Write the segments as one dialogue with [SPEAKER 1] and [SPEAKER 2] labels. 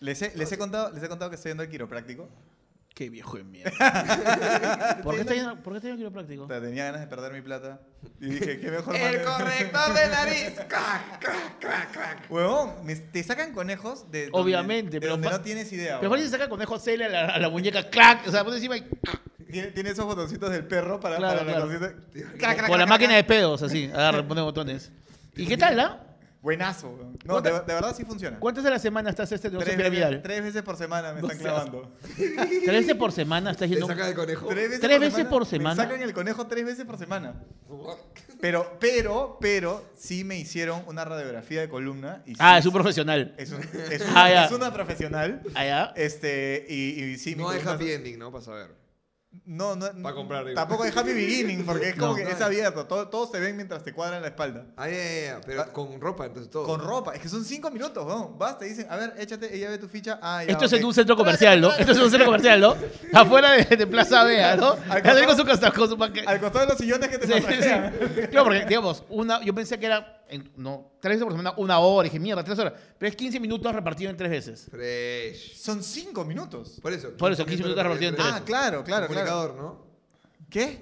[SPEAKER 1] Les he, les he contado, les he contado que estoy yendo al quiropráctico.
[SPEAKER 2] Qué viejo de mierda. ¿Por qué está yendo, ¿por qué está yendo
[SPEAKER 1] O
[SPEAKER 2] práctico?
[SPEAKER 1] sea, tenía ganas de perder mi plata. Y dije, qué mejor
[SPEAKER 3] El
[SPEAKER 1] manera-
[SPEAKER 3] corrector de nariz. Crac, crac, crac, crac.
[SPEAKER 1] Huevón, me- te sacan conejos de donde-
[SPEAKER 2] Obviamente,
[SPEAKER 1] de
[SPEAKER 2] pero
[SPEAKER 1] donde
[SPEAKER 2] fa-
[SPEAKER 1] no tienes idea.
[SPEAKER 2] Mejor si
[SPEAKER 1] huevón.
[SPEAKER 2] se saca conejo Celia a la, a la muñeca, clac, o sea, pone encima y...
[SPEAKER 1] tiene, tiene esos botoncitos del perro para,
[SPEAKER 2] Claro,
[SPEAKER 1] para la
[SPEAKER 2] claro.
[SPEAKER 1] cosita.
[SPEAKER 3] Crac, crac,
[SPEAKER 2] Con la
[SPEAKER 3] crac,
[SPEAKER 2] máquina
[SPEAKER 3] crac.
[SPEAKER 2] de pedos, así, agarra, pone botones. ¿Y qué tal, ah?
[SPEAKER 1] Buenazo. huevón. No, de,
[SPEAKER 2] ¿Cuántas-
[SPEAKER 1] de verdad sí funciona.
[SPEAKER 2] ¿Cuántas de la semana estás este negocio
[SPEAKER 1] Tres veces,
[SPEAKER 2] piramidal?
[SPEAKER 1] tres veces por semana me
[SPEAKER 2] No
[SPEAKER 1] están
[SPEAKER 2] seas-
[SPEAKER 1] clavando.
[SPEAKER 2] ¿Tres veces por semana estás
[SPEAKER 3] Te
[SPEAKER 2] yendo?
[SPEAKER 3] saca de conejo.
[SPEAKER 1] Tres veces,
[SPEAKER 2] ¿Tres
[SPEAKER 1] por,
[SPEAKER 2] veces
[SPEAKER 1] semana.
[SPEAKER 2] por
[SPEAKER 1] Me
[SPEAKER 2] semana?
[SPEAKER 1] sacan el conejo tres veces por semana. Pero, pero, pero, sí me hicieron una radiografía de columna. Y sí
[SPEAKER 2] Ah, es
[SPEAKER 1] es-
[SPEAKER 2] un profesional.
[SPEAKER 1] es un- es un-
[SPEAKER 2] Ah, ya.
[SPEAKER 1] es una profesional.
[SPEAKER 2] Allá.
[SPEAKER 1] Este, y, y sí, mi
[SPEAKER 3] No hay
[SPEAKER 1] columna-
[SPEAKER 3] happy ending, ¿no? Para saber.
[SPEAKER 1] No, no.
[SPEAKER 3] Pa' comprar, digo.
[SPEAKER 1] Tampoco es happy beginning, porque es como
[SPEAKER 2] No.
[SPEAKER 1] que es abierto. Todo, todos se ven mientras te cuadran la espalda.
[SPEAKER 3] Ah, ya, ya, ya, Pero con ropa, entonces todo.
[SPEAKER 1] Con ropa. Es que son cinco minutos, weón. Vas, te dicen, a ver, échate, ella ve tu ficha. Ah, ya,
[SPEAKER 2] Esto es
[SPEAKER 1] ok.
[SPEAKER 2] en un centro comercial, ¿no? Esto es en un centro comercial, ¿no? Afuera de, de Plaza Vea, ¿no?
[SPEAKER 1] Al
[SPEAKER 2] Ahí con
[SPEAKER 1] costado-
[SPEAKER 2] su casa- con su panque-
[SPEAKER 1] Al costado de los sillones que te
[SPEAKER 2] Sí, sí,
[SPEAKER 1] masajean.
[SPEAKER 2] sí. Claro, porque, digamos, una, yo pensé que era, en- no, tres veces por semana, una hora. Dije, mierda, tres horas. Pero es 15 minutos repartido en tres veces.
[SPEAKER 3] Fresh.
[SPEAKER 1] Son cinco minutos.
[SPEAKER 3] Por eso.
[SPEAKER 2] Por eso, 15 minutos repartido en
[SPEAKER 1] Ah,
[SPEAKER 2] tres.
[SPEAKER 1] claro, claro, claro.
[SPEAKER 3] Comunicador, ¿no?
[SPEAKER 1] ¿Qué?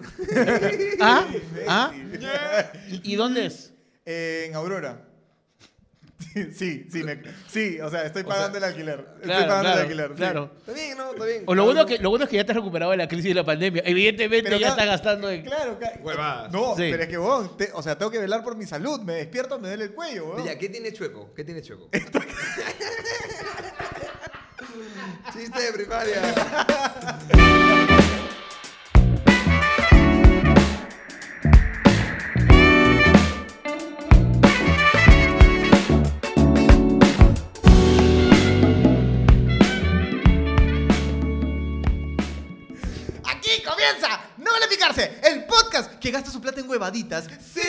[SPEAKER 2] ¿Ah? ¿Ah? ¿Y, y dónde es?
[SPEAKER 1] En Aurora. Sí, sí, sí, me- sí, o sea, estoy pagando el alquiler. estoy
[SPEAKER 2] Claro,
[SPEAKER 1] pagando
[SPEAKER 2] claro,
[SPEAKER 1] el alquiler. sí.
[SPEAKER 2] claro.
[SPEAKER 3] Está bien, ¿no? Está bien.
[SPEAKER 2] O lo bueno, que, lo bueno es que ya te has recuperado de la crisis de la pandemia. Evidentemente
[SPEAKER 1] Pero
[SPEAKER 2] ya
[SPEAKER 1] cada-
[SPEAKER 2] está gastando en...
[SPEAKER 1] Claro, ca-
[SPEAKER 3] Huevadas.
[SPEAKER 1] No,
[SPEAKER 2] Sí.
[SPEAKER 1] pero es que vos, te- o sea, tengo que velar por mi salud. Me despierto, me duele el cuello, weón.
[SPEAKER 3] Ya, ¿qué tiene chueco? ¿Qué tiene chueco? Chiste de primaria.
[SPEAKER 1] Aquí comienza No Vale Picarse, el podcast que gasta su plata en huevaditas. ¡Sí!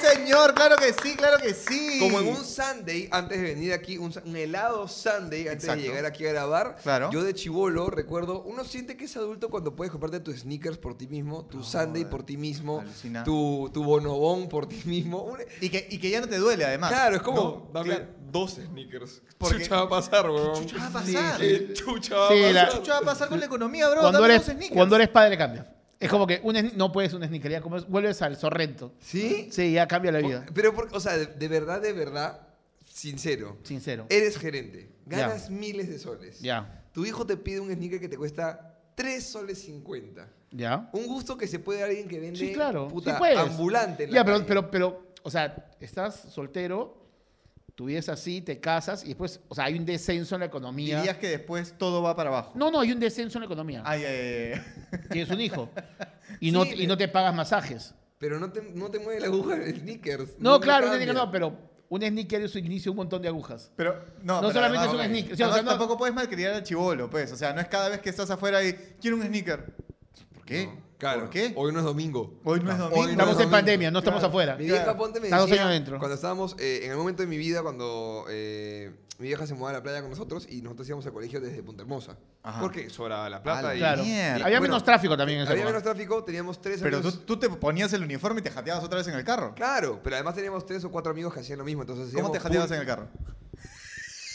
[SPEAKER 1] Señor, claro que sí, claro que sí.
[SPEAKER 3] Como en un Sunday, antes de venir aquí, un, sa- un helado Sunday, antes
[SPEAKER 1] Exacto.
[SPEAKER 3] de llegar aquí a grabar,
[SPEAKER 1] Claro.
[SPEAKER 3] yo de chivolo recuerdo, uno siente que es adulto cuando puedes comprarte tus sneakers por ti mismo, tu Sunday por ti mismo,
[SPEAKER 1] alucina.
[SPEAKER 3] tu, tu bonobón por ti mismo. Un- e-,
[SPEAKER 1] Y que, y que ya no te duele, además.
[SPEAKER 3] claro, es como,
[SPEAKER 1] ¿No?
[SPEAKER 3] dame
[SPEAKER 1] Claro.
[SPEAKER 3] 12 sneakers.
[SPEAKER 1] Porque-
[SPEAKER 3] Chucha va a pasar, weón.
[SPEAKER 1] Chucha va a pasar.
[SPEAKER 3] ¿Qué chucha va a
[SPEAKER 2] Sí,
[SPEAKER 3] pasar?
[SPEAKER 2] la-
[SPEAKER 1] Chucha va a pasar con la economía, bro.
[SPEAKER 2] cuando,
[SPEAKER 1] Dame
[SPEAKER 2] eres,
[SPEAKER 1] dos sneakers.
[SPEAKER 2] cuando eres padre cambia. Es como que un sne- no puedes una sneaker, ya como es- vuelves al Sorrento.
[SPEAKER 3] ¿Sí?
[SPEAKER 2] Sí, ya cambia la vida.
[SPEAKER 3] Pero, por- o sea, de, de verdad, de verdad, sincero.
[SPEAKER 2] Sincero.
[SPEAKER 3] Eres gerente,
[SPEAKER 2] Ya.
[SPEAKER 3] ganas miles de soles.
[SPEAKER 2] Ya,
[SPEAKER 3] Tu hijo te pide un sneaker que te cuesta 3 soles 50.
[SPEAKER 2] ya.
[SPEAKER 3] Un gusto que se puede dar a alguien que vende
[SPEAKER 2] Sí, claro.
[SPEAKER 3] puta,
[SPEAKER 2] sí puedes.
[SPEAKER 3] ambulante. en la
[SPEAKER 2] Ya, pero,
[SPEAKER 3] calle.
[SPEAKER 2] pero, pero, o sea, estás soltero, tu vida es así, te casas y después, o sea, hay un descenso en la economía.
[SPEAKER 1] Dirías que Ah, después todo va para abajo.
[SPEAKER 2] No, no, hay un descenso en la economía.
[SPEAKER 1] Ay, ay, ay, ay.
[SPEAKER 2] Tienes un hijo y, no,
[SPEAKER 3] Sí,
[SPEAKER 2] y
[SPEAKER 3] pero-
[SPEAKER 2] no te pagas masajes.
[SPEAKER 3] Pero no te, no te mueve la aguja de sneakers.
[SPEAKER 2] No, claro, un sneaker
[SPEAKER 3] cambia.
[SPEAKER 2] no, pero un sneaker es inicia un montón de agujas.
[SPEAKER 1] Pero no,
[SPEAKER 2] No
[SPEAKER 1] pero
[SPEAKER 2] solamente
[SPEAKER 1] además-
[SPEAKER 2] es un
[SPEAKER 1] ok.
[SPEAKER 2] sneaker, sí, o
[SPEAKER 1] Además,
[SPEAKER 2] sea, no-
[SPEAKER 1] tampoco puedes malcriar al chivolo, pues. O sea, no es cada vez que estás afuera y quiero un sneaker. ¿Por qué?
[SPEAKER 3] No, claro.
[SPEAKER 1] ¿Por qué?
[SPEAKER 3] Hoy no es domingo.
[SPEAKER 1] Hoy no es
[SPEAKER 3] Hoy
[SPEAKER 1] domingo.
[SPEAKER 3] no
[SPEAKER 2] Estamos en
[SPEAKER 3] domingo.
[SPEAKER 2] pandemia, no estamos
[SPEAKER 1] Claro.
[SPEAKER 2] afuera.
[SPEAKER 3] Mi
[SPEAKER 1] Claro.
[SPEAKER 3] vieja Ponte me
[SPEAKER 2] Está dos
[SPEAKER 3] decía,
[SPEAKER 2] años adentro.
[SPEAKER 3] cuando estábamos, eh, en el momento de mi vida, cuando eh, mi vieja se mudó a la playa con nosotros y nosotros íbamos al colegio desde Punta Hermosa.
[SPEAKER 1] Ajá.
[SPEAKER 3] Porque sobraba la plata.
[SPEAKER 1] Ah,
[SPEAKER 3] y,
[SPEAKER 2] Claro.
[SPEAKER 1] Mierda.
[SPEAKER 2] Había
[SPEAKER 3] bueno,
[SPEAKER 2] menos tráfico también en ese
[SPEAKER 3] Había
[SPEAKER 2] lugar.
[SPEAKER 3] menos tráfico, teníamos tres
[SPEAKER 1] Pero tú,
[SPEAKER 3] amigos.
[SPEAKER 1] tú te ponías el uniforme y te jateabas otra vez en el carro.
[SPEAKER 3] Claro, pero además teníamos tres o cuatro amigos que hacían lo mismo. Entonces
[SPEAKER 1] ¿Cómo te jateabas en el carro?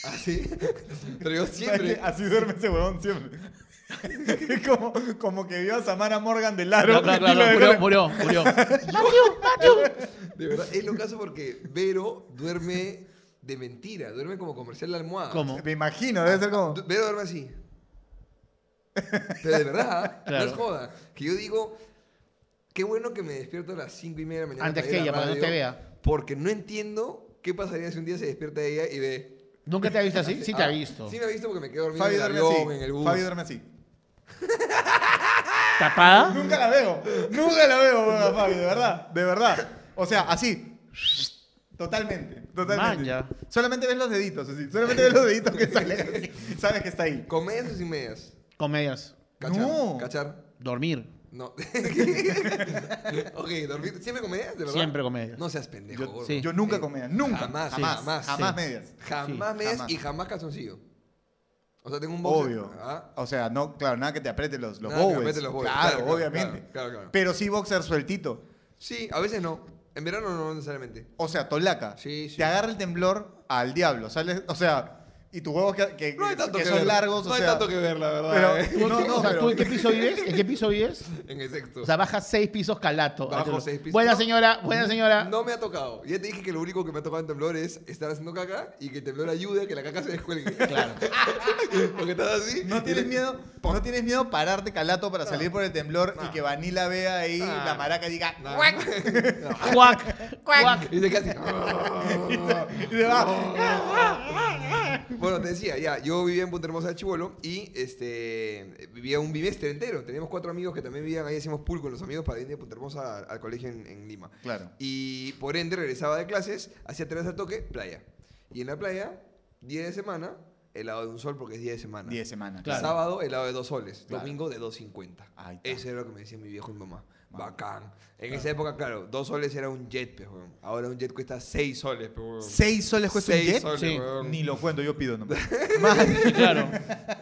[SPEAKER 3] Así. Ah, pero yo siempre.
[SPEAKER 1] Así duerme ese huevón siempre. Es como, como que vio a Samara Morgan de largo.
[SPEAKER 2] Claro, claro,
[SPEAKER 1] y lo
[SPEAKER 2] claro,
[SPEAKER 1] dejó-
[SPEAKER 2] murió, murió, murió. Matthew, Matthew.
[SPEAKER 3] De verdad, es lo caso porque Vero duerme de mentira, duerme como comercial la almohada. Ah,
[SPEAKER 2] ¿Cómo?
[SPEAKER 1] Me imagino, debe ser como.
[SPEAKER 3] Du- Vero duerme así. Pero de verdad, ¿ah?
[SPEAKER 2] Claro.
[SPEAKER 3] no es joda. Que yo digo, qué bueno que me despierto a las 5 y media de la mañana.
[SPEAKER 2] Antes
[SPEAKER 3] para ir
[SPEAKER 2] que
[SPEAKER 3] a
[SPEAKER 2] ella, para que no
[SPEAKER 3] radio,
[SPEAKER 2] te vea.
[SPEAKER 3] Porque no entiendo qué pasaría si un día se despierta ella y ve.
[SPEAKER 2] ¿Nunca te ha visto así? Sí, te
[SPEAKER 3] ah,
[SPEAKER 2] ha visto.
[SPEAKER 3] Sí, me ha visto porque me quedo dormido
[SPEAKER 1] Fabio
[SPEAKER 3] en el
[SPEAKER 1] duerme
[SPEAKER 3] avión, en el
[SPEAKER 1] así.
[SPEAKER 3] bus.
[SPEAKER 1] Fabio duerme así.
[SPEAKER 2] ¿Tapada?
[SPEAKER 1] Nunca la veo. Nunca la veo, weón, a Fabio, de verdad. De verdad. O sea, así. Totalmente. Totalmente.
[SPEAKER 2] Manja.
[SPEAKER 1] Solamente ves los deditos, así. Solamente ves los deditos que salen así. Sabes que está ahí.
[SPEAKER 3] ¿Con medias o sin medias?
[SPEAKER 2] Comedias.
[SPEAKER 3] ¿Cachar?
[SPEAKER 1] No.
[SPEAKER 3] ¿Cachar?
[SPEAKER 2] Dormir.
[SPEAKER 3] No. ok, dormir. ¿Siempre con medias? ¿De verdad?
[SPEAKER 2] Siempre comedias.
[SPEAKER 3] No seas pendejo.
[SPEAKER 1] Yo-
[SPEAKER 3] gordo.
[SPEAKER 2] sí.
[SPEAKER 1] Yo nunca comía. Nunca.
[SPEAKER 3] Jamás,
[SPEAKER 1] Jamás.
[SPEAKER 3] sí,
[SPEAKER 1] Jamás.
[SPEAKER 3] jamás,
[SPEAKER 1] jamás
[SPEAKER 2] sí.
[SPEAKER 1] medias.
[SPEAKER 3] Jamás
[SPEAKER 1] Sí,
[SPEAKER 3] medias
[SPEAKER 1] jamás.
[SPEAKER 3] y jamás calzoncillo. O sea, tengo un boxer.
[SPEAKER 1] Obvio.
[SPEAKER 3] Ah,
[SPEAKER 1] O sea, no, claro, nada que te apriete los, los
[SPEAKER 3] Nada que
[SPEAKER 1] bowels.
[SPEAKER 3] apriete los bowels,
[SPEAKER 1] Claro,
[SPEAKER 3] claro, claro,
[SPEAKER 1] obviamente.
[SPEAKER 3] claro, claro, claro.
[SPEAKER 1] Pero sí boxer sueltito.
[SPEAKER 3] Sí, a veces no. En verano no necesariamente.
[SPEAKER 1] O sea, tolaca.
[SPEAKER 3] Sí, sí.
[SPEAKER 1] Te agarra el temblor al diablo. Sales, o sea, y Y tus huevos que, que-
[SPEAKER 3] No hay
[SPEAKER 1] que-
[SPEAKER 3] tanto
[SPEAKER 1] que
[SPEAKER 3] que,
[SPEAKER 1] son
[SPEAKER 3] ver.
[SPEAKER 1] largos,
[SPEAKER 3] No
[SPEAKER 1] o
[SPEAKER 3] hay
[SPEAKER 1] sea.
[SPEAKER 3] tanto que ver, la verdad.
[SPEAKER 1] pero-
[SPEAKER 3] eh.
[SPEAKER 2] ¿Tú,
[SPEAKER 1] No, no,
[SPEAKER 2] o sea,
[SPEAKER 1] pero-
[SPEAKER 2] ¿tú en qué piso vives? ¿En qué piso vives?
[SPEAKER 3] En el sexto.
[SPEAKER 2] O sea, baja seis pisos calato.
[SPEAKER 3] Bajo seis pisos.
[SPEAKER 2] Buena
[SPEAKER 3] No.
[SPEAKER 2] señora, buena señora.
[SPEAKER 3] no me ha tocado. Ya te dije que lo único que me ha tocado en temblor es estar haciendo caca y que el temblor ayude a que la caca se descuelgue. Claro. Porque estás así.
[SPEAKER 1] No tienes miedo, no tienes miedo pararte calato para salir por el temblor y
[SPEAKER 3] No.
[SPEAKER 1] que Vanilla vea ahí
[SPEAKER 3] No.
[SPEAKER 1] la maraca y diga
[SPEAKER 3] Nah.
[SPEAKER 1] "Cuac",
[SPEAKER 2] Cuac, cuac.
[SPEAKER 3] Y "Oh". se queda
[SPEAKER 1] y
[SPEAKER 3] así.
[SPEAKER 1] se- y se va.
[SPEAKER 3] Bueno, te decía, ya, yo vivía en Punta Hermosa de Chivolo y este, vivía un bimestre entero. Teníamos cuatro amigos que también vivían ahí, hacíamos pool con los amigos para venir de Punta Hermosa al, al colegio en, en Lima.
[SPEAKER 1] Claro.
[SPEAKER 3] Y por ende regresaba de clases, hacía tres al toque, playa. Y en la playa, día de semana, helado de un sol porque es día de semana.
[SPEAKER 1] 10 semanas.
[SPEAKER 2] Claro.
[SPEAKER 3] Sábado, helado de dos soles.
[SPEAKER 1] Claro.
[SPEAKER 3] Domingo, de 2.50.
[SPEAKER 1] Ahí está.
[SPEAKER 3] Eso era lo que me decía mi viejo y mi mamá. Bacán. En esa época, claro, dos soles era un jet, pe, weón. Ahora un jet cuesta seis soles, pe, weón.
[SPEAKER 1] ¿Seis soles cuesta un
[SPEAKER 3] Seis
[SPEAKER 1] jet?
[SPEAKER 3] soles,
[SPEAKER 2] Sí.
[SPEAKER 3] weón.
[SPEAKER 1] Ni lo cuento, yo pido nomás.
[SPEAKER 2] Sí, claro.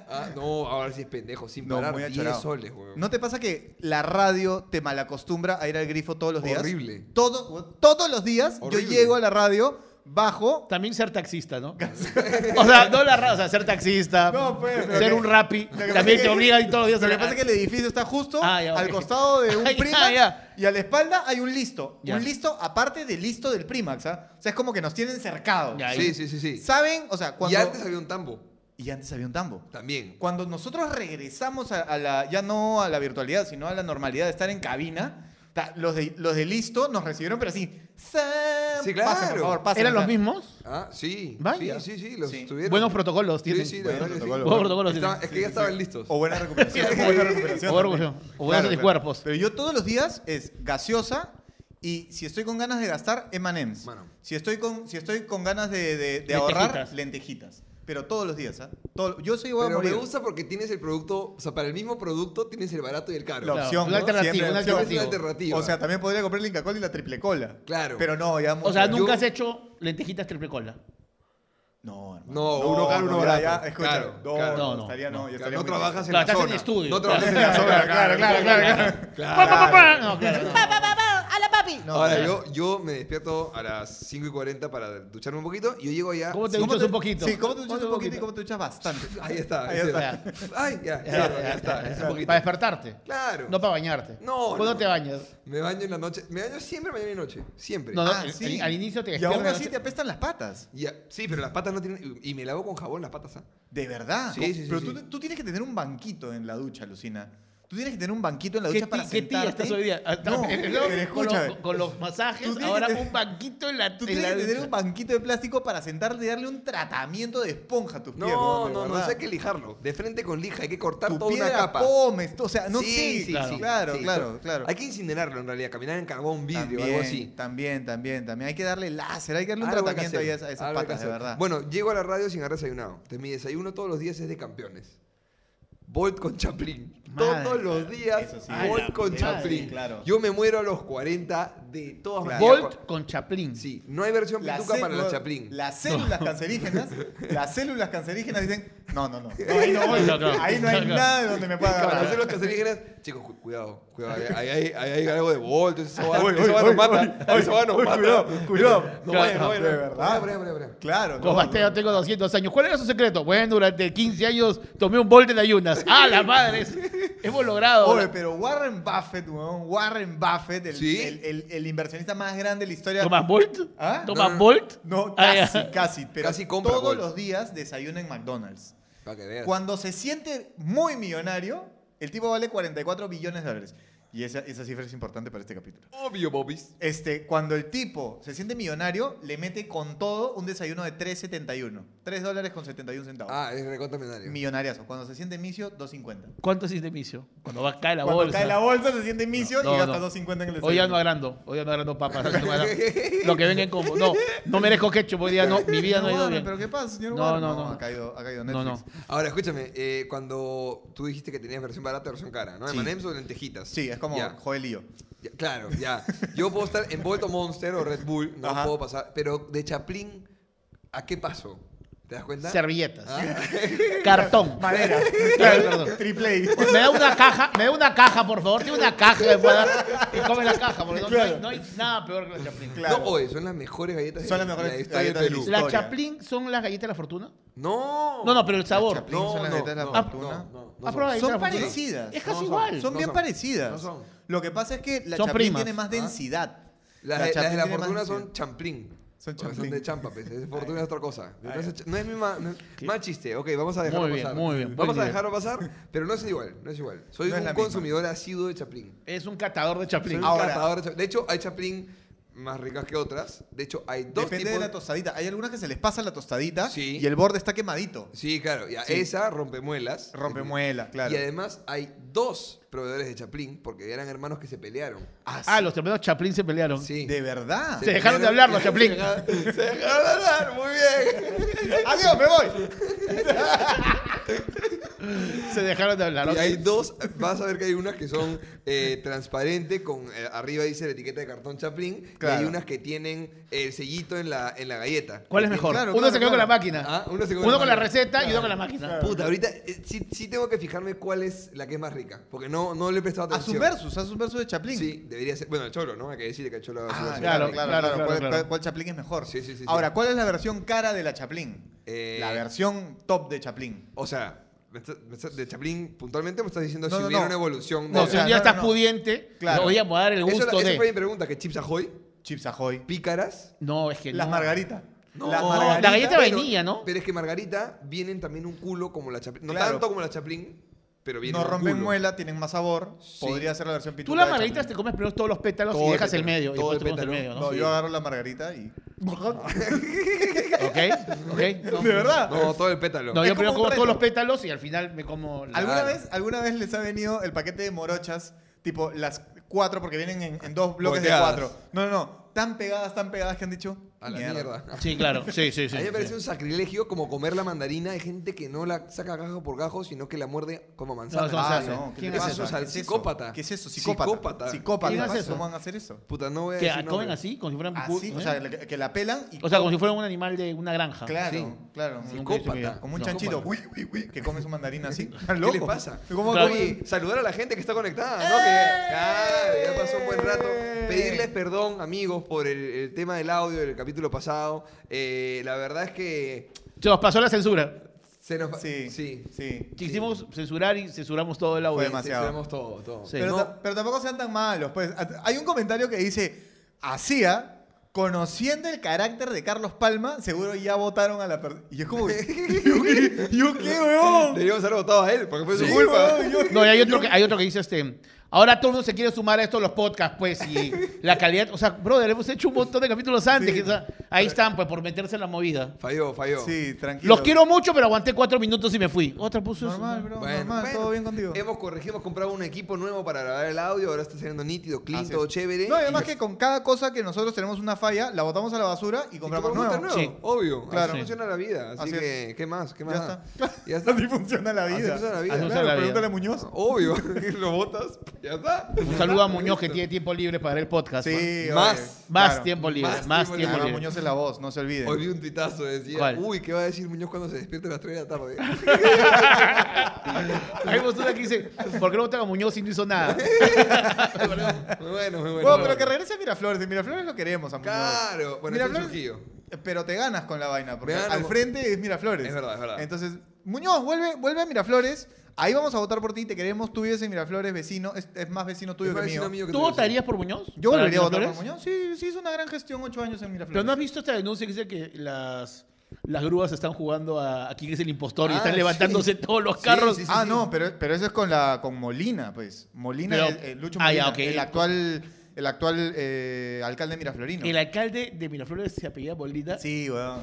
[SPEAKER 3] Ah, no, ahora sí es pendejo, sin
[SPEAKER 1] No,
[SPEAKER 3] parar,
[SPEAKER 1] muy
[SPEAKER 3] 10
[SPEAKER 1] achorado.
[SPEAKER 3] soles, weón.
[SPEAKER 1] ¿No te pasa que la radio te malacostumbra a ir al grifo todos los días?
[SPEAKER 3] Horrible.
[SPEAKER 1] Todo, todos los días yo
[SPEAKER 3] Horrible.
[SPEAKER 1] llego a la radio, bajo.
[SPEAKER 2] También ser taxista, ¿no? o sea, no la raza, o sea, ser taxista,
[SPEAKER 1] No, pues, pero
[SPEAKER 2] ser
[SPEAKER 1] que-
[SPEAKER 2] un rapi,
[SPEAKER 1] lo que pasa
[SPEAKER 2] también
[SPEAKER 1] es
[SPEAKER 2] te
[SPEAKER 1] que-
[SPEAKER 2] obliga y todos los días
[SPEAKER 1] Lo
[SPEAKER 2] a
[SPEAKER 1] que pasa es que el edificio está justo
[SPEAKER 2] Ah, ya,
[SPEAKER 1] al
[SPEAKER 2] ok.
[SPEAKER 1] costado de un
[SPEAKER 2] Ah, ya,
[SPEAKER 1] Primax
[SPEAKER 2] ya.
[SPEAKER 1] y a la espalda hay un listo.
[SPEAKER 2] Ya.
[SPEAKER 1] Un listo aparte del listo del Primax. ¿ah? O sea, es como que nos tienen cercados.
[SPEAKER 2] Ya,
[SPEAKER 3] Sí, sí, sí, sí.
[SPEAKER 1] ¿Saben? O sea, cuando.
[SPEAKER 3] Y antes había un tambo,
[SPEAKER 1] y antes había un tambo.
[SPEAKER 3] también.
[SPEAKER 1] Cuando nosotros regresamos a, a la, ya no a la virtualidad, sino a la normalidad de estar en cabina, ta- los de, los de listo nos recibieron, pero así. "Sam,
[SPEAKER 3] Sí, claro.
[SPEAKER 1] pasen, por favor, pasen",
[SPEAKER 2] ¿Eran
[SPEAKER 1] o sea,
[SPEAKER 2] los mismos?
[SPEAKER 3] Ah, sí.
[SPEAKER 2] Vaya.
[SPEAKER 3] Sí, sí, sí, los
[SPEAKER 1] Sí.
[SPEAKER 3] tuvieron.
[SPEAKER 2] Buenos protocolos tienen.
[SPEAKER 3] Sí, sí, la
[SPEAKER 1] Buenos
[SPEAKER 3] verdad que sí.
[SPEAKER 1] protocolos.
[SPEAKER 2] Buenos protocolos
[SPEAKER 3] Estaba-
[SPEAKER 2] tienen.
[SPEAKER 3] es que ya estaban listos.
[SPEAKER 1] O buena recuperación. o buena recuperación.
[SPEAKER 2] O buena
[SPEAKER 1] también.
[SPEAKER 2] recuperación, o buenos anticuerpos.
[SPEAKER 1] Pero yo todos los días es gaseosa y si estoy con ganas de gastar, M&M's.
[SPEAKER 3] Mano.
[SPEAKER 1] Si estoy con, si estoy con ganas de, de- de
[SPEAKER 2] Lentejitas.
[SPEAKER 1] ahorrar, lentejitas. Pero todos los días, ¿ah? Todo- yo soy igual a
[SPEAKER 3] Pero me
[SPEAKER 1] morir.
[SPEAKER 3] gusta porque tienes el producto, o sea, para el mismo producto tienes el barato y el caro.
[SPEAKER 1] La
[SPEAKER 2] Claro,
[SPEAKER 1] opción,
[SPEAKER 2] una
[SPEAKER 1] ¿no?
[SPEAKER 2] alternativa,
[SPEAKER 1] Siempre
[SPEAKER 2] una
[SPEAKER 1] la opción.
[SPEAKER 3] Es una alternativa.
[SPEAKER 1] O sea, también podría comprar el Inca Kola y la triple cola.
[SPEAKER 3] Claro.
[SPEAKER 1] Pero no, ya
[SPEAKER 2] O sea,
[SPEAKER 1] mucho.
[SPEAKER 2] nunca
[SPEAKER 3] Yo-
[SPEAKER 2] has hecho lentejitas triple cola.
[SPEAKER 1] No, hermano.
[SPEAKER 3] No, uno caro, uno
[SPEAKER 1] ya,
[SPEAKER 3] barato.
[SPEAKER 1] ya, escucha,
[SPEAKER 3] Claro,
[SPEAKER 1] no,
[SPEAKER 3] claro.
[SPEAKER 1] no,
[SPEAKER 2] No,
[SPEAKER 1] estaría no,
[SPEAKER 2] no.
[SPEAKER 1] ya
[SPEAKER 3] Claro,
[SPEAKER 1] estaría
[SPEAKER 3] no
[SPEAKER 1] muy
[SPEAKER 3] trabajas en
[SPEAKER 2] Claro,
[SPEAKER 3] la
[SPEAKER 2] estás en
[SPEAKER 3] zona.
[SPEAKER 2] estudio.
[SPEAKER 3] No trabajas en
[SPEAKER 1] difícil.
[SPEAKER 3] la zona.
[SPEAKER 1] Claro, claro, claro, claro.
[SPEAKER 2] Pa, pa, pa, pa.
[SPEAKER 1] Claro.
[SPEAKER 2] No, claro.
[SPEAKER 4] Pa, pa, pa, pa, a la papi.
[SPEAKER 1] No,
[SPEAKER 3] Ahora,
[SPEAKER 1] claro.
[SPEAKER 3] yo, yo me despierto a las 5 y 40 para ducharme un poquito. Yo llego ya.
[SPEAKER 2] ¿Cómo te
[SPEAKER 3] Sí,
[SPEAKER 2] duchas un poquito?
[SPEAKER 1] Sí, ¿cómo te duchas un poquito y cómo te duchas bastante?
[SPEAKER 3] Ahí está.
[SPEAKER 1] Ahí
[SPEAKER 3] ese-
[SPEAKER 1] está.
[SPEAKER 3] Ay, ya,
[SPEAKER 2] Ya,
[SPEAKER 3] ya,
[SPEAKER 2] ya,
[SPEAKER 3] ya,
[SPEAKER 2] ya,
[SPEAKER 3] está.
[SPEAKER 2] ya.
[SPEAKER 3] es un poquito.
[SPEAKER 2] Para despertarte.
[SPEAKER 3] Claro.
[SPEAKER 2] No para bañarte.
[SPEAKER 3] No,
[SPEAKER 2] ¿Cuándo
[SPEAKER 3] no.
[SPEAKER 2] te bañas?
[SPEAKER 3] Me baño en la noche. Me baño siempre mañana y noche. Siempre.
[SPEAKER 2] No, no,
[SPEAKER 1] Ah,
[SPEAKER 2] al-
[SPEAKER 1] sí.
[SPEAKER 2] al inicio te
[SPEAKER 1] Y aún
[SPEAKER 2] despiertas,
[SPEAKER 1] así
[SPEAKER 2] ¿no?
[SPEAKER 1] te apestan las patas.
[SPEAKER 3] Y a- sí, pero las patas no tienen. Y y me lavo con jabón las patas. ¿ah?
[SPEAKER 1] De verdad.
[SPEAKER 3] Sí, sí, sí,
[SPEAKER 1] Pero
[SPEAKER 3] sí.
[SPEAKER 1] Tú, tú tienes que tener un banquito en la ducha, Lucina. Tú tienes que tener un banquito en la
[SPEAKER 2] ¿Qué,
[SPEAKER 1] ducha para
[SPEAKER 2] ti- qué tía
[SPEAKER 1] sentarte.
[SPEAKER 2] estás hoy día? Ah,
[SPEAKER 1] No,
[SPEAKER 2] pero
[SPEAKER 1] pero
[SPEAKER 2] con,
[SPEAKER 1] escúchame.
[SPEAKER 2] los, con los masajes,
[SPEAKER 1] Tú tienes
[SPEAKER 2] ahora
[SPEAKER 1] que te-
[SPEAKER 2] un banquito en la
[SPEAKER 1] Tú
[SPEAKER 2] en
[SPEAKER 1] tienes
[SPEAKER 2] la
[SPEAKER 1] que tener
[SPEAKER 2] ducha.
[SPEAKER 1] un banquito de plástico para sentarte y darle un tratamiento de esponja a tus
[SPEAKER 3] No,
[SPEAKER 1] pies.
[SPEAKER 3] no,
[SPEAKER 1] huevón, de
[SPEAKER 3] no, no.
[SPEAKER 1] verdad.
[SPEAKER 3] Hay que lijarlo. De frente con lija. Hay que cortar
[SPEAKER 1] tu
[SPEAKER 3] toda una
[SPEAKER 1] piedra
[SPEAKER 3] capa.
[SPEAKER 1] pomes, o sea, no
[SPEAKER 3] Sí,
[SPEAKER 1] sé.
[SPEAKER 3] sí,
[SPEAKER 1] claro,
[SPEAKER 3] sí,
[SPEAKER 1] claro,
[SPEAKER 3] sí.
[SPEAKER 1] claro, claro.
[SPEAKER 3] Hay que incinerarlo en realidad. Caminar en carbón, vidrio, algo así.
[SPEAKER 1] También, también, también. Hay que darle láser, hay que darle un
[SPEAKER 3] Algo hay que
[SPEAKER 1] tratamiento ahí a esas,
[SPEAKER 3] hacer,
[SPEAKER 1] a esas
[SPEAKER 3] algo hay que
[SPEAKER 1] patas, de
[SPEAKER 3] hacer.
[SPEAKER 1] verdad.
[SPEAKER 3] Bueno, llego a la radio sin haber desayunado. Entonces, mi desayuno todos los días es de campeones. Bolt con Chaplin.
[SPEAKER 2] Madre,
[SPEAKER 3] todos los días,
[SPEAKER 1] Eso sí.
[SPEAKER 2] Ay,
[SPEAKER 3] Bolt
[SPEAKER 2] la
[SPEAKER 3] con
[SPEAKER 2] madre,
[SPEAKER 3] Chaplin.
[SPEAKER 1] claro.
[SPEAKER 3] Yo me muero a los 40 de todas
[SPEAKER 1] Claro.
[SPEAKER 3] maneras.
[SPEAKER 2] Bolt con Chaplin.
[SPEAKER 3] Sí, no hay versión
[SPEAKER 1] Las
[SPEAKER 3] pituca para la
[SPEAKER 1] células-
[SPEAKER 3] Chaplin.
[SPEAKER 1] Las células cancerígenas, las células cancerígenas dicen, no, no, no, no, ahí no voy,
[SPEAKER 2] No, claro.
[SPEAKER 1] ahí no hay
[SPEAKER 2] Claro.
[SPEAKER 1] nada de donde me pueda
[SPEAKER 3] Para
[SPEAKER 1] agarrar.
[SPEAKER 3] hacer los cancerígenas, chicos, cu- cuidado, cuidado, ahí, ahí, hay- ahí hay algo de Bolt, eso va,
[SPEAKER 1] Uy,
[SPEAKER 3] eso
[SPEAKER 1] uy,
[SPEAKER 3] va
[SPEAKER 1] uy,
[SPEAKER 3] nos mata,
[SPEAKER 1] uy,
[SPEAKER 3] eso va nos
[SPEAKER 1] uy,
[SPEAKER 3] mata.
[SPEAKER 1] cuidado, cuidado.
[SPEAKER 3] No vaya, no
[SPEAKER 1] Claro,
[SPEAKER 3] vaya,
[SPEAKER 1] de
[SPEAKER 3] no.
[SPEAKER 1] verdad.
[SPEAKER 3] Abre, abre, abre.
[SPEAKER 1] Claro,
[SPEAKER 2] Con
[SPEAKER 1] no,
[SPEAKER 2] Basteo tengo 200 años. ¿Cuál era su secreto? Bueno, durante 15 años tomé un bolt en ayunas. ¡Ah, la madre! Es- Hemos logrado.
[SPEAKER 1] Oye, pero Warren Buffett, weón, Warren Buffett, el,
[SPEAKER 3] ¿Sí?
[SPEAKER 1] el- el- el inversionista más grande de la historia.
[SPEAKER 2] ¿Tomas Bolt?
[SPEAKER 1] ¿Ah?
[SPEAKER 2] ¿Tomas
[SPEAKER 3] No.
[SPEAKER 2] Bolt?
[SPEAKER 1] No,
[SPEAKER 2] Ah,
[SPEAKER 1] casi,
[SPEAKER 2] ya.
[SPEAKER 1] casi. Pero
[SPEAKER 3] Casi compra
[SPEAKER 1] todos
[SPEAKER 3] Bolt.
[SPEAKER 1] los días desayuna en McDonald's.
[SPEAKER 3] Para que veas.
[SPEAKER 1] Cuando se siente muy millonario, el tipo vale 44 billones de dólares. Y esa, esa cifra es importante para este capítulo.
[SPEAKER 3] Obvio, Bobis.
[SPEAKER 1] Este, cuando el tipo se siente millonario, le mete con todo un desayuno de 3.71. 3 dólares con 71 centavos.
[SPEAKER 3] Ah, es recontra millonario.
[SPEAKER 1] Millonariazo. Cuando se siente misio, 2.50.
[SPEAKER 2] ¿Cuánto hiciste micio? Cuando va, cae la
[SPEAKER 1] Cuando
[SPEAKER 2] bolsa.
[SPEAKER 1] cae la bolsa, se siente misio
[SPEAKER 2] No,
[SPEAKER 1] y gasta
[SPEAKER 2] no.
[SPEAKER 1] 2.50 en el desayuno.
[SPEAKER 2] Hoy ya no agrando, hoy ya no agrando papas. no agrando. Lo que vengan como. No, no merezco ketchup, hoy día no, mi vida no ha ido
[SPEAKER 1] Warren,
[SPEAKER 2] bien.
[SPEAKER 1] ¿Pero qué pasa, señor
[SPEAKER 2] No,
[SPEAKER 1] Warren?
[SPEAKER 2] no, no.
[SPEAKER 1] Ha caído, ha caído
[SPEAKER 2] No,
[SPEAKER 1] Netflix.
[SPEAKER 2] no.
[SPEAKER 3] Ahora, escúchame, eh, cuando tú dijiste que tenías versión barata y versión cara, ¿no?
[SPEAKER 1] Sí.
[SPEAKER 3] ¿Emanems o lentejitas?
[SPEAKER 1] Sí, es como
[SPEAKER 3] Ya,
[SPEAKER 1] Joel y yo.
[SPEAKER 3] ya, claro, ya. Yo puedo estar en Volto Monster o Red Bull, no
[SPEAKER 1] Ajá.
[SPEAKER 3] puedo pasar. Pero de Chaplin, ¿a qué paso? ¿Te das cuenta?
[SPEAKER 2] servilletas,
[SPEAKER 3] Ah.
[SPEAKER 2] cartón.
[SPEAKER 1] Madera.
[SPEAKER 2] Claro, perdón.
[SPEAKER 1] Triple A.
[SPEAKER 2] Pues Me da una caja, me da una caja, por favor. Tiene una caja que pueda dar. Y come la caja, porque no, no hay, no hay nada peor que la chaplin.
[SPEAKER 1] Claro.
[SPEAKER 3] No, oye, son las mejores galletas de-
[SPEAKER 1] Son las mejores
[SPEAKER 3] de la historia
[SPEAKER 1] galletas de
[SPEAKER 3] de Perú.
[SPEAKER 1] la
[SPEAKER 2] ¿La
[SPEAKER 1] historia.
[SPEAKER 2] chaplin son las galletas de la fortuna?
[SPEAKER 3] No.
[SPEAKER 2] No, no, pero el sabor.
[SPEAKER 1] Chaplin son las galletas de la fortuna.
[SPEAKER 2] Ah, pero ahí-
[SPEAKER 1] Son
[SPEAKER 2] Claro, porque-
[SPEAKER 1] parecidas.
[SPEAKER 2] Es casi
[SPEAKER 3] No son.
[SPEAKER 2] igual.
[SPEAKER 1] Son
[SPEAKER 3] No
[SPEAKER 1] bien
[SPEAKER 3] son.
[SPEAKER 1] parecidas.
[SPEAKER 3] No son. Ah.
[SPEAKER 1] Lo que pasa es que la
[SPEAKER 2] Ah, Son
[SPEAKER 1] chaplin
[SPEAKER 2] primas.
[SPEAKER 1] tiene más densidad.
[SPEAKER 3] Las de- las de
[SPEAKER 1] chaplin
[SPEAKER 3] la
[SPEAKER 1] tiene más
[SPEAKER 3] fortuna
[SPEAKER 1] densidad.
[SPEAKER 3] son champlín.
[SPEAKER 1] Son
[SPEAKER 3] Porque
[SPEAKER 1] champlín.
[SPEAKER 3] de champa, pues. Es fortuna es otra cosa. Entonces, no es mi ma- no- mal chiste. Ok, vamos a dejarlo
[SPEAKER 2] Muy bien,
[SPEAKER 3] pasar.
[SPEAKER 2] muy bien,
[SPEAKER 3] Vamos
[SPEAKER 2] buen
[SPEAKER 3] a dejarlo pasar, pero no es igual. No es igual. Soy
[SPEAKER 1] No es
[SPEAKER 3] un
[SPEAKER 1] la misma.
[SPEAKER 3] consumidor asiduo de champlín.
[SPEAKER 2] Es un catador de
[SPEAKER 3] Soy
[SPEAKER 2] chaplin.
[SPEAKER 3] un
[SPEAKER 1] Ahora-
[SPEAKER 3] catador de champlín. De hecho, hay champlín más ricas que otras. De hecho, hay dos
[SPEAKER 1] Depende de
[SPEAKER 3] tipos.
[SPEAKER 1] la tostadita. Hay algunas que se les pasa la tostadita
[SPEAKER 3] Sí.
[SPEAKER 1] y el borde está quemadito.
[SPEAKER 3] sí, claro. ya,
[SPEAKER 1] Sí.
[SPEAKER 3] Esa rompemuelas.
[SPEAKER 1] Rompe muela, claro.
[SPEAKER 3] Y además hay dos proveedores de champlín porque eran hermanos que se pelearon.
[SPEAKER 1] Ah,
[SPEAKER 2] Ah,
[SPEAKER 1] sí.
[SPEAKER 2] los hermanos chaplin se pelearon.
[SPEAKER 3] Sí.
[SPEAKER 1] De verdad.
[SPEAKER 2] Sí. Se dejaron de hablar los
[SPEAKER 3] Se
[SPEAKER 2] Chaplin.
[SPEAKER 3] dejaron- Se dejaron de hablar, muy bien.
[SPEAKER 1] Adiós, Ah, me voy.
[SPEAKER 2] Se dejaron de hablar.
[SPEAKER 3] Y
[SPEAKER 2] ok.
[SPEAKER 3] hay dos, vas a ver que hay unas que son eh, transparente, con eh, arriba dice la etiqueta de cartón Chaplin, y hay
[SPEAKER 1] Claro.
[SPEAKER 3] unas que tienen el sellito en la, en la galleta.
[SPEAKER 2] ¿Cuál es
[SPEAKER 3] Que-
[SPEAKER 2] mejor?
[SPEAKER 1] claro,
[SPEAKER 2] uno
[SPEAKER 1] claro,
[SPEAKER 2] se quedó con la
[SPEAKER 1] claro.
[SPEAKER 2] máquina.
[SPEAKER 3] Ah, uno se quedó con
[SPEAKER 2] uno
[SPEAKER 3] la
[SPEAKER 2] con la
[SPEAKER 3] máquina.
[SPEAKER 2] receta y uno con la máquina.
[SPEAKER 3] Puta, ahorita eh, sí, sí tengo que fijarme cuál es la que es más rica, porque no, no le he prestado
[SPEAKER 1] Haz un
[SPEAKER 3] atención.
[SPEAKER 1] versus, haz un versus de Chaplin.
[SPEAKER 3] Sí, debería ser. Bueno, el cholo, ¿no? Hay que decirle que el cholo haga su
[SPEAKER 1] Ah,
[SPEAKER 3] versión
[SPEAKER 1] claro,
[SPEAKER 3] Chaplin.
[SPEAKER 1] claro,
[SPEAKER 2] claro,
[SPEAKER 1] claro,
[SPEAKER 2] claro,
[SPEAKER 1] ¿Cuál,
[SPEAKER 2] claro.
[SPEAKER 1] cuál- cuál Chaplin es mejor?
[SPEAKER 3] Sí, sí, sí, sí.
[SPEAKER 1] Ahora, ¿cuál es la versión cara de la Chaplin?
[SPEAKER 3] Eh,
[SPEAKER 1] la versión top de Chaplin.
[SPEAKER 3] O sea, me está- me está- de Chaplin puntualmente me estás diciendo
[SPEAKER 1] No,
[SPEAKER 3] si
[SPEAKER 1] no,
[SPEAKER 3] hubiera
[SPEAKER 1] no.
[SPEAKER 3] una evolución.
[SPEAKER 2] No,
[SPEAKER 3] de-
[SPEAKER 2] si
[SPEAKER 1] o sea,
[SPEAKER 2] un día
[SPEAKER 1] no,
[SPEAKER 2] estás
[SPEAKER 1] no, no.
[SPEAKER 2] pudiente,
[SPEAKER 1] Claro.
[SPEAKER 2] voy a dar el
[SPEAKER 3] Eso,
[SPEAKER 2] gusto
[SPEAKER 3] era- esa
[SPEAKER 2] de.
[SPEAKER 3] fue mi pregunta, que Chips Ahoy,
[SPEAKER 1] Chips Ahoy.
[SPEAKER 3] pícaras.
[SPEAKER 2] No, es que
[SPEAKER 1] Las
[SPEAKER 2] no.
[SPEAKER 1] margaritas.
[SPEAKER 3] No,
[SPEAKER 1] Las
[SPEAKER 3] no,
[SPEAKER 1] margaritas.
[SPEAKER 2] la galleta de
[SPEAKER 3] pero-
[SPEAKER 2] vainilla, ¿no?
[SPEAKER 3] Pero es que margarita vienen también un culo como la Chaplin. No
[SPEAKER 1] Claro.
[SPEAKER 3] tanto como la Chaplin, pero vienen
[SPEAKER 1] No
[SPEAKER 3] un
[SPEAKER 1] rompen
[SPEAKER 3] culo.
[SPEAKER 1] muela, tienen más sabor.
[SPEAKER 3] Sí.
[SPEAKER 1] Podría ser la versión
[SPEAKER 2] Tú
[SPEAKER 1] pituca.
[SPEAKER 2] las
[SPEAKER 1] de
[SPEAKER 2] margaritas te
[SPEAKER 1] Chaplin.
[SPEAKER 2] comes primero todos los pétalos
[SPEAKER 3] Todo
[SPEAKER 2] y
[SPEAKER 3] el
[SPEAKER 2] dejas el
[SPEAKER 3] pétalo,
[SPEAKER 2] medio. Y
[SPEAKER 3] todo
[SPEAKER 2] después
[SPEAKER 3] el
[SPEAKER 2] te comes el
[SPEAKER 3] pétalo.
[SPEAKER 2] medio, ¿no?
[SPEAKER 1] No, yo agarro la margarita y.
[SPEAKER 2] Ok, ok. No.
[SPEAKER 1] De verdad.
[SPEAKER 3] No, todo el pétalo.
[SPEAKER 2] No,
[SPEAKER 1] Es
[SPEAKER 2] yo
[SPEAKER 1] como
[SPEAKER 2] primero
[SPEAKER 1] un
[SPEAKER 2] como
[SPEAKER 1] reto.
[SPEAKER 2] todos los pétalos y al final me como. la-
[SPEAKER 1] ¿Alguna
[SPEAKER 3] Claro.
[SPEAKER 1] vez, ¿Alguna vez les ha venido el paquete de morochas, tipo las cuatro, porque vienen en, en dos bloques
[SPEAKER 3] Volteadas.
[SPEAKER 1] de cuatro? No, no, no. Tan pegadas, tan pegadas que han dicho.
[SPEAKER 3] A la mierda.
[SPEAKER 2] Sí, claro. Sí, sí, sí.
[SPEAKER 3] A mí me
[SPEAKER 2] sí.
[SPEAKER 3] parece un sacrilegio como comer la mandarina. Hay gente que no la saca gajo por gajo, sino que la muerde como manzana.
[SPEAKER 2] No, son
[SPEAKER 1] Ah,
[SPEAKER 2] salsa.
[SPEAKER 1] no, ¿qué
[SPEAKER 2] ¿Quién
[SPEAKER 1] te
[SPEAKER 2] hace
[SPEAKER 1] pasa?
[SPEAKER 3] eso?
[SPEAKER 1] ¿Qué es eso?
[SPEAKER 3] Psicópata.
[SPEAKER 1] ¿Qué es eso? Psicópata.
[SPEAKER 3] Psicópata.
[SPEAKER 2] ¿Quién
[SPEAKER 1] Psicópata.
[SPEAKER 2] hace eso?
[SPEAKER 1] ¿Cómo van a hacer eso?
[SPEAKER 3] Puta, no voy a
[SPEAKER 2] ¿Que
[SPEAKER 3] decir
[SPEAKER 2] comen
[SPEAKER 3] nombre.
[SPEAKER 2] así? Como si fueran.
[SPEAKER 1] Así,
[SPEAKER 2] ¿eh?
[SPEAKER 1] Ah, o sea, le- que la pelan y.
[SPEAKER 2] O sea, como si fuera un animal de una granja.
[SPEAKER 1] Claro,
[SPEAKER 3] Sí.
[SPEAKER 1] claro.
[SPEAKER 3] Psicópata.
[SPEAKER 1] Como un
[SPEAKER 3] No.
[SPEAKER 1] chanchito, uy, uy, uy, que come su mandarina así.
[SPEAKER 3] ¿Qué les pasa?
[SPEAKER 1] ¿Cómo
[SPEAKER 2] Claro.
[SPEAKER 1] come?
[SPEAKER 3] Oye, saludar a la gente que está conectada, ¿no? Que claro, ya pasó un buen rato.
[SPEAKER 1] Eh.
[SPEAKER 3] Pedirles perdón, amigos, por el, el tema del audio del capítulo pasado. Eh, la verdad es que
[SPEAKER 2] Se nos pasó la censura.
[SPEAKER 3] se nos...
[SPEAKER 1] Sí,
[SPEAKER 3] sí.
[SPEAKER 1] sí. sí.
[SPEAKER 2] Quisimos censurar y censuramos todo el audio.
[SPEAKER 1] Fue demasiado.
[SPEAKER 3] Tenemos todo, todo.
[SPEAKER 2] Sí.
[SPEAKER 1] Pero,
[SPEAKER 3] No,
[SPEAKER 1] ta- pero tampoco sean tan malos. Pues A- hay un comentario que dice, hacía, conociendo el carácter de Carlos Palma, seguro ya votaron a la persona. Y yo es como, que, ¿yo qué, yo qué, weón?
[SPEAKER 3] Deberíamos haber votado a él, porque fue
[SPEAKER 1] Sí,
[SPEAKER 3] su culpa.
[SPEAKER 1] weón, yo-
[SPEAKER 2] No, y hay otro, que, hay otro que dice este. Ahora todo el mundo se quiere sumar a esto los podcasts, pues, y la calidad. O sea, brother, hemos hecho un montón de capítulos antes.
[SPEAKER 1] Sí.
[SPEAKER 2] que, o sea, ahí están, pues, por meterse en la movida.
[SPEAKER 3] Falló, falló.
[SPEAKER 1] Sí, tranquilo.
[SPEAKER 2] Los quiero mucho, pero aguanté cuatro minutos y me fui. Otra puso eso.
[SPEAKER 1] Normal, bro,
[SPEAKER 3] Bueno,
[SPEAKER 1] normal,
[SPEAKER 3] bueno.
[SPEAKER 1] todo bien contigo.
[SPEAKER 3] Hemos corregido, hemos comprado un equipo nuevo para grabar el audio, ahora está saliendo nítido, clean,
[SPEAKER 1] Así
[SPEAKER 3] todo
[SPEAKER 1] es.
[SPEAKER 3] chévere.
[SPEAKER 1] No, y además
[SPEAKER 3] Y-
[SPEAKER 1] que con cada cosa que nosotros tenemos una falla, la botamos a la basura y
[SPEAKER 3] y
[SPEAKER 1] compramos nuevo.
[SPEAKER 3] otra nueva,
[SPEAKER 2] Sí.
[SPEAKER 3] Obvio,
[SPEAKER 1] Claro.
[SPEAKER 3] así funciona la vida. Así,
[SPEAKER 1] Así es.
[SPEAKER 3] que, ¿qué más? ¿Qué
[SPEAKER 1] Ya
[SPEAKER 3] más?
[SPEAKER 1] está.
[SPEAKER 3] Ya está.
[SPEAKER 1] Así funciona la
[SPEAKER 3] Así
[SPEAKER 1] vida.
[SPEAKER 3] funciona la vida.
[SPEAKER 2] Así
[SPEAKER 1] Claro,
[SPEAKER 2] funciona la vida.
[SPEAKER 1] pregúntale a Muñoz.
[SPEAKER 3] Obvio, lo botas, ya está.
[SPEAKER 2] Un saludo a Muñoz que tiene tiempo libre para ver el podcast. ¿no?
[SPEAKER 1] Sí,
[SPEAKER 3] Más.
[SPEAKER 1] oye,
[SPEAKER 2] Más
[SPEAKER 1] claro.
[SPEAKER 2] tiempo libre,
[SPEAKER 3] Más
[SPEAKER 2] más,
[SPEAKER 3] tiempo
[SPEAKER 2] tiempo
[SPEAKER 1] Claro,
[SPEAKER 2] libre.
[SPEAKER 1] Muñoz es la voz, no se olviden.
[SPEAKER 3] Hoy vi un tuitazo decía,
[SPEAKER 2] ¿Cuál?
[SPEAKER 3] uy, ¿qué va a decir Muñoz cuando se despierte a las 3 de la tarde?
[SPEAKER 2] Hay una que dice, ¿por qué no votan a Muñoz si no hizo nada?
[SPEAKER 3] muy bueno, muy bueno.
[SPEAKER 1] Bueno, pero que regrese a Miraflores. En Miraflores lo queremos a Muñoz.
[SPEAKER 3] Claro, bueno, está en Surquillo.
[SPEAKER 1] Pero te ganas con la vaina, porque
[SPEAKER 3] Me gano
[SPEAKER 1] al
[SPEAKER 3] con-
[SPEAKER 1] frente es Miraflores.
[SPEAKER 3] Es verdad, es verdad.
[SPEAKER 1] Entonces, Muñoz, vuelve, vuelve a Miraflores. Ahí vamos a votar por ti. Te queremos. Tú vives en Miraflores, vecino. Es, es más vecino tuyo
[SPEAKER 3] Es más
[SPEAKER 1] que
[SPEAKER 3] vecino
[SPEAKER 1] mío.
[SPEAKER 3] mío que
[SPEAKER 2] ¿Tú
[SPEAKER 3] tuyo, sí.
[SPEAKER 2] votarías por Muñoz?
[SPEAKER 1] Yo
[SPEAKER 2] ¿Para
[SPEAKER 1] volvería a
[SPEAKER 2] las
[SPEAKER 1] votar por
[SPEAKER 2] flores?
[SPEAKER 1] Muñoz. Sí, sí, hizo una gran gestión ocho años en Miraflores.
[SPEAKER 2] Pero no has visto esta denuncia que dice que las, las grúas están jugando a, a quién es el impostor y
[SPEAKER 3] Ah,
[SPEAKER 2] están
[SPEAKER 3] sí.
[SPEAKER 2] levantándose todos los
[SPEAKER 3] Sí,
[SPEAKER 2] carros.
[SPEAKER 3] sí, sí.
[SPEAKER 1] ah, no, pero, pero eso es con la con Molina, pues. Molina,
[SPEAKER 2] Pero-
[SPEAKER 1] el, el Lucho
[SPEAKER 2] ah,
[SPEAKER 1] Molina,
[SPEAKER 2] ya, ok.
[SPEAKER 1] el actual, el actual eh, alcalde miraflorino.
[SPEAKER 2] El alcalde de Miraflores se apellida Bolita.
[SPEAKER 1] Sí, weón.